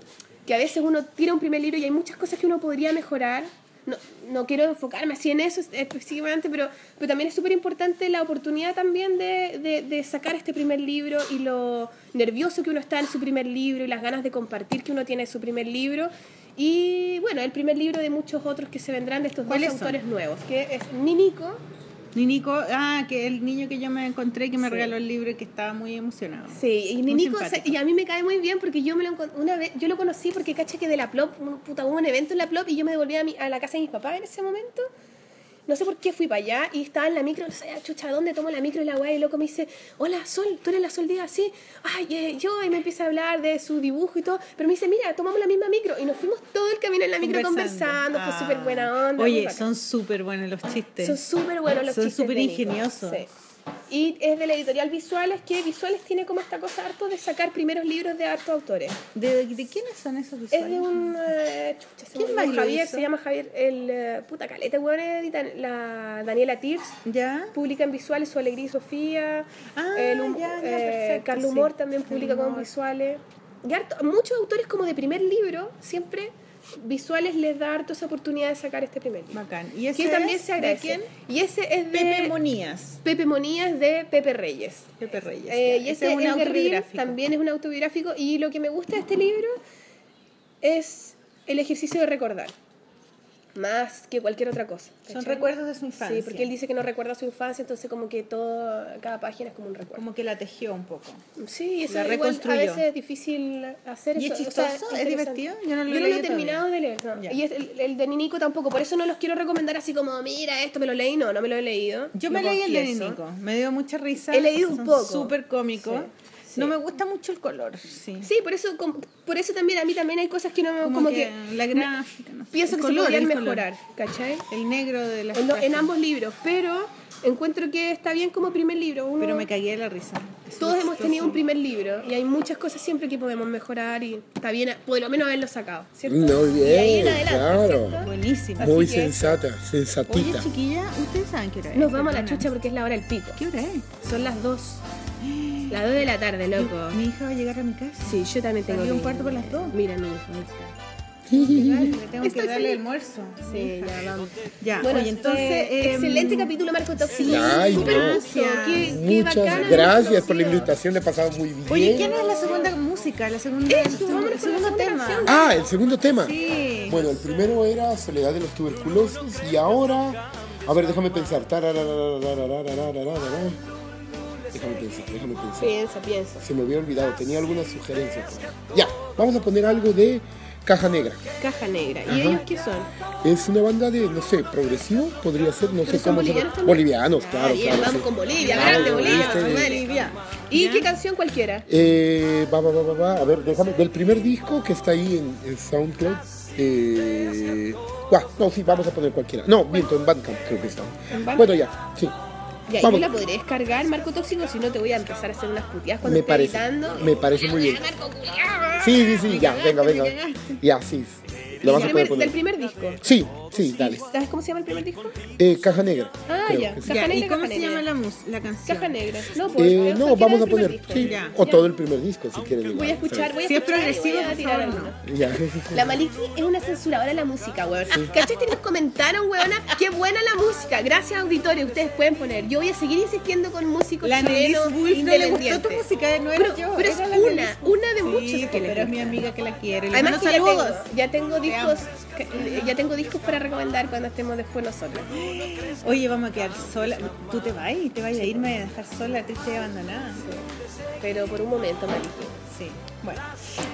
S2: que a veces uno tira un primer libro y hay muchas cosas que uno podría mejorar. No, no quiero enfocarme así en eso específicamente, pero, pero también es súper importante la oportunidad también de, de- de sacar este primer libro y lo nervioso que uno está en su primer libro y las ganas de compartir que uno tiene en su primer libro. Y bueno, el primer libro de muchos otros que se vendrán de estos dos
S1: ¿Cuáles son?
S2: autores nuevos, que es Ninico,
S1: Ninico, ah, que el niño que yo me encontré que me
S2: Sí.
S1: regaló el libro y que estaba muy emocionado.
S2: Sí, y
S1: Muy
S2: Ninico, o sea,
S1: simpático.
S2: y a mí me cae muy bien porque yo me lo encon- una vez, yo lo conocí porque caché que de la Plop, un- puta, hubo un evento en la Plop y yo me devolví a, mi- a la casa de mis papás en ese momento. No sé por qué fui para allá y estaba en la micro, no sé, ah, chucha, ¿dónde tomo la micro? Y la weá, y loco me dice, hola, Sol, tú eres la Sol Díaz, sí. Ay, eh, yo, y me empieza a hablar de su dibujo y todo. Pero me dice, mira, tomamos la misma micro. Y nos fuimos todo el camino en la micro conversando,
S1: Ah.
S2: fue súper buena onda. muy
S1: Oye,
S2: bacán.
S1: son súper buenos los chistes.
S2: Son súper buenos los
S1: Son
S2: chistes.
S1: súper
S2: de Nico.
S1: ingeniosos.
S2: Sí. Y es de la editorial Visuales, que Visuales tiene como esta cosa harto de sacar primeros libros de hartos autores.
S1: ¿De, de quiénes son esos
S2: Es de
S1: usuarios?
S2: un. eh, chucha, se
S1: ¿Quién
S2: me
S1: más
S2: olvidó,
S1: lo
S2: Javier,
S1: hizo?
S2: se llama Javier. El. eh, puta caleta, weón, editan- la Daniela Tirs.
S1: ¿Ya?
S2: Publica en Visuales Su Alegría y Sofía.
S1: Ah,
S2: el hum-
S1: ya, ya,
S2: eh,
S1: perfecto,
S2: Carl
S1: sí.
S2: Humor también
S1: Carl
S2: publica con
S1: Humor.
S2: Visuales. Y harto- muchos autores, como de primer libro, siempre Visuales les da harto esa oportunidad de sacar este primer libro.
S1: Bacán. ¿Y ese
S2: Que también
S1: es
S2: se
S1: de
S2: agradece.
S1: quién?
S2: Y ese es de
S1: Pepe Monías.
S2: Pepe Monías de Pepe Reyes.
S1: Pepe Reyes.
S2: Eh,
S1: ya.
S2: y este es,
S1: un
S2: de Reel,
S1: autobiográfico.
S2: también es un autobiográfico. Y lo que me gusta de este libro es el ejercicio de recordar, más que cualquier otra cosa.
S1: Son
S2: ¿cachai?
S1: recuerdos de su infancia.
S2: Sí, porque él dice que no recuerda su infancia, entonces como que todo, cada página es como un recuerdo.
S1: Como que la tejió un poco.
S2: Sí, eso
S1: La
S2: igual
S1: reconstruyó.
S2: a veces es difícil hacer
S1: ¿Y
S2: eso.
S1: es
S2: o sea,
S1: chistoso? ¿Es
S2: interesante.
S1: divertido? Yo no lo he
S2: Yo no lo
S1: leído
S2: he terminado de leer. no.
S1: Ya.
S2: Y es- el, el de Ninico tampoco, por eso no los quiero recomendar así como, mira, esto me lo leí. No, no me lo he leído.
S1: Yo
S2: lo
S1: me leí el de
S2: confieso.
S1: Nico. Me dio mucha risa.
S2: He leído un
S1: Son
S2: poco.
S1: Súper cómico.
S2: Sí, sí.
S1: No me gusta mucho el color. Sí.
S2: Sí, por eso, com- por eso también a mí también hay cosas que no
S1: Como,
S2: como
S1: que,
S2: que,
S1: la gráfica. no sé.
S2: pienso
S1: El
S2: que
S1: color,
S2: se podrían
S1: el color.
S2: mejorar, ¿cachai?
S1: El negro de la
S2: En, lo- en ambos libros, pero encuentro que está bien como primer libro. uno-
S1: Pero me cagué de la risa. Es
S2: todos hemos
S1: chistoso.
S2: tenido un primer libro y hay muchas cosas siempre que podemos mejorar y está bien a- por lo menos haberlo sacado, ¿cierto?
S5: Muy bien,
S2: y ahí en adelante,
S5: claro.
S2: ¿cierto?
S1: Buenísimo.
S5: Muy
S1: Así que-
S5: sensata,
S1: Oye,
S5: sensatita.
S1: chiquilla, ustedes saben qué hora es.
S2: Nos vamos a la
S1: Perdona.
S2: chucha porque es la hora del pico.
S1: ¿Qué hora es?
S2: Son las 2. Las 2 de la tarde, loco.
S1: Mi hija va a llegar a mi casa.
S2: Sí, yo también tengo
S1: Salió un
S2: que-
S1: cuarto por las dos.
S2: Mira, mi hijo.
S1: Le tengo que darle el almuerzo.
S2: Sí, ya vamos.
S1: Ya,
S2: Bueno,
S1: oye, entonces.
S2: fue
S1: eh,
S2: excelente capítulo, Marco Toxi.
S5: Ay,
S2: Súper
S5: no.
S2: gusto. Qué, qué bacana
S5: Muchas
S2: haber
S5: gracias por la
S2: conocido.
S5: invitación, le he pasado muy bien.
S1: Oye, ¿quién es la segunda música? La segunda, el
S2: Eso,
S1: segundo-
S2: vámonos
S1: el
S2: con la
S1: segundo
S2: segunda
S1: tema.
S2: canción.
S5: Ah, el segundo tema.
S1: Sí.
S5: Bueno, el primero era Soledad de los Tuberculosos y ahora... A ver, déjame pensar. Tarararararararararararara. Déjame pensar, déjame pensar.
S2: Piensa, piensa.
S5: Se me había olvidado, tenía algunas sugerencias. Ya, vamos a poner algo de Caja Negra.
S2: Caja Negra. ¿Y ellos qué son?
S5: Es una banda de, no sé, progresivo, podría ser, no sé
S2: son
S5: cómo. se-
S2: bolivianos también?
S5: Bolivianos,
S2: Ah,
S5: claro.
S2: y
S5: claro,
S2: vamos
S5: sí.
S2: con Bolivia,
S5: Claro,
S2: grande Bolivia,
S5: ¿viste?
S2: con Bolivia. ¿Y qué canción cualquiera?
S5: Eh, va, va, va, va, va. A ver, déjame. Del primer disco que está ahí en, en SoundCloud. Eh, guau, no, sí, vamos a poner cualquiera. No, miento, en Bandcamp creo que está. Bueno, ya, sí.
S2: Ya, y yo
S5: Vamos.
S2: la podré descargar, Marco Tóxico, si no te voy a empezar a hacer unas puteadas cuando
S5: Me
S2: esté
S5: parece.
S2: editando.
S5: Me parece muy bien. Sí, sí, sí, ya, venga, venga. Ya, sí. Lo vas a
S2: Del primer-
S5: poder poner.
S2: Del primer disco.
S5: Sí, sí, dale.
S2: ¿Sabes cómo se llama el primer disco?
S5: Eh, caja negra.
S2: Ah,
S5: creo
S2: ya.
S5: que sí.
S2: Caja
S1: Ya,
S2: negra,
S1: ¿Y cómo
S2: caja
S1: se
S2: negra.
S1: llama la, mus- la canción?
S2: Caja Negra. No, pues,
S5: Eh,
S2: cualquiera
S5: no, vamos a
S2: del primer
S5: poner,
S2: disco.
S5: sí,
S1: Ya.
S5: o todo el primer disco, si quieren.
S2: Voy a escuchar, voy a
S1: Si es
S2: escuchar y voy
S1: progresivo,
S2: a
S1: por
S2: tirar
S1: favor,
S2: alguna.
S1: no.
S5: Ya, sí, sí, sí.
S2: La Maliki es una censuradora de la música, weón. ¿Cachaste? Nos comentaron, weona, qué buena la música. Gracias, auditorio. Ustedes pueden poner. Yo voy a seguir insistiendo con músicos
S1: La Annelies
S2: chilenos
S1: Wolf no le gustó tu
S2: independientes.
S1: música, no era
S2: Pero,
S1: yo.
S2: pero es
S1: era la
S2: una,
S1: Annelies.
S2: una de
S1: Sí,
S2: muchas que les
S1: pero es mi
S2: gusta.
S1: amiga que la quiere. Le
S2: Además
S1: mando
S2: que ya tengo,
S1: saludos.
S2: ya tengo discos, que- ya tengo discos para recomendar cuando estemos después nosotros.
S1: Oye, vamos a quedar sola. Tú te vas, te vas a irme a dejar sola, triste y abandonada.
S2: Pero por un momento, Maliki.
S1: Sí, bueno,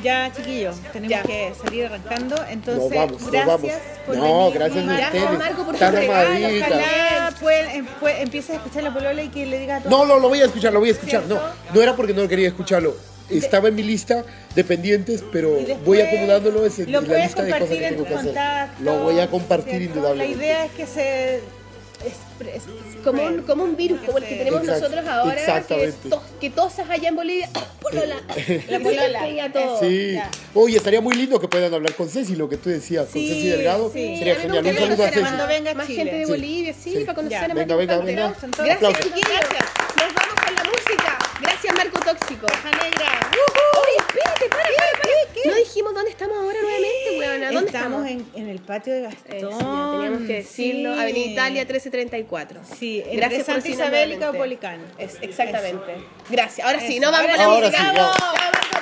S1: ya chiquillos, tenemos
S2: Ya.
S1: que salir arrancando, entonces
S5: Nos vamos, nos
S1: gracias
S5: vamos.
S1: por
S5: No,
S1: venir,
S5: gracias
S1: Marco.
S5: a ustedes.
S2: Marco, por
S5: Tan
S2: tus regalos,
S5: amaditas.
S1: Ojalá pueda- em- pue- empieces a escuchar la polola y que le diga a tu
S5: No, no, lo voy a escuchar, lo voy a escuchar. No,
S1: ¿Cierto?
S5: no era porque no quería escucharlo. Estaba en mi lista de pendientes, pero
S1: Y después
S5: voy acomodándolo en la
S1: Lo puedes
S5: lista de cosas que
S1: compartir en
S5: tengo
S1: tus
S5: que hacer.
S1: contactos.
S5: Lo voy a compartir
S1: ¿cierto?
S5: indudablemente.
S1: La idea es que se... expre- expre-
S2: Como un, como un virus, como el que tenemos
S5: Exacto,
S2: nosotros ahora, que, es
S5: exactamente.
S2: tos- que tosas allá en Bolivia. ¡Ah, Polola. La
S1: polola.
S2: todo.
S5: Sí.
S1: Ya.
S5: Oye, estaría muy lindo que puedan hablar con Ceci, lo que tú decías, con
S1: Sí,
S5: Ceci Delgado.
S1: sí.
S5: Sería
S2: A mí me
S5: genial. Un
S2: gustaría
S5: saludo a
S2: conocer
S5: Ceci.
S2: más-
S1: Cuando venga
S2: más
S1: Chile.
S2: gente de
S5: Sí.
S2: Bolivia, sí,
S5: Sí.
S2: para conocer
S1: Ya.
S2: a
S5: Venga,
S2: Marco
S5: venga,
S2: Tóxico.
S5: venga.
S2: Gracias,
S5: Aplausos.
S2: chiquillos. Nos vamos con la música. Gracias, Marco Tóxico.
S1: Negra.
S2: Oye, espérate, para, para, para. No dijimos dónde estamos ahora nuevamente, weona. ¿Dónde
S1: Estamos
S2: estamos?
S1: en, en el patio de Gastón.
S2: Eso, ya teníamos que decirlo.
S1: Sí.
S2: Avenida Italia 1334.
S1: Sí, entre
S2: Gracias por
S1: Santa
S2: decirnos
S1: Isabel y
S2: nuevamente.
S1: Caupolicán.
S2: Es- exactamente. Gracias. Ahora sí, no vamos
S1: Ahora
S2: con la
S5: sí,
S2: música.
S5: ya.
S2: ¡Bravo, Marco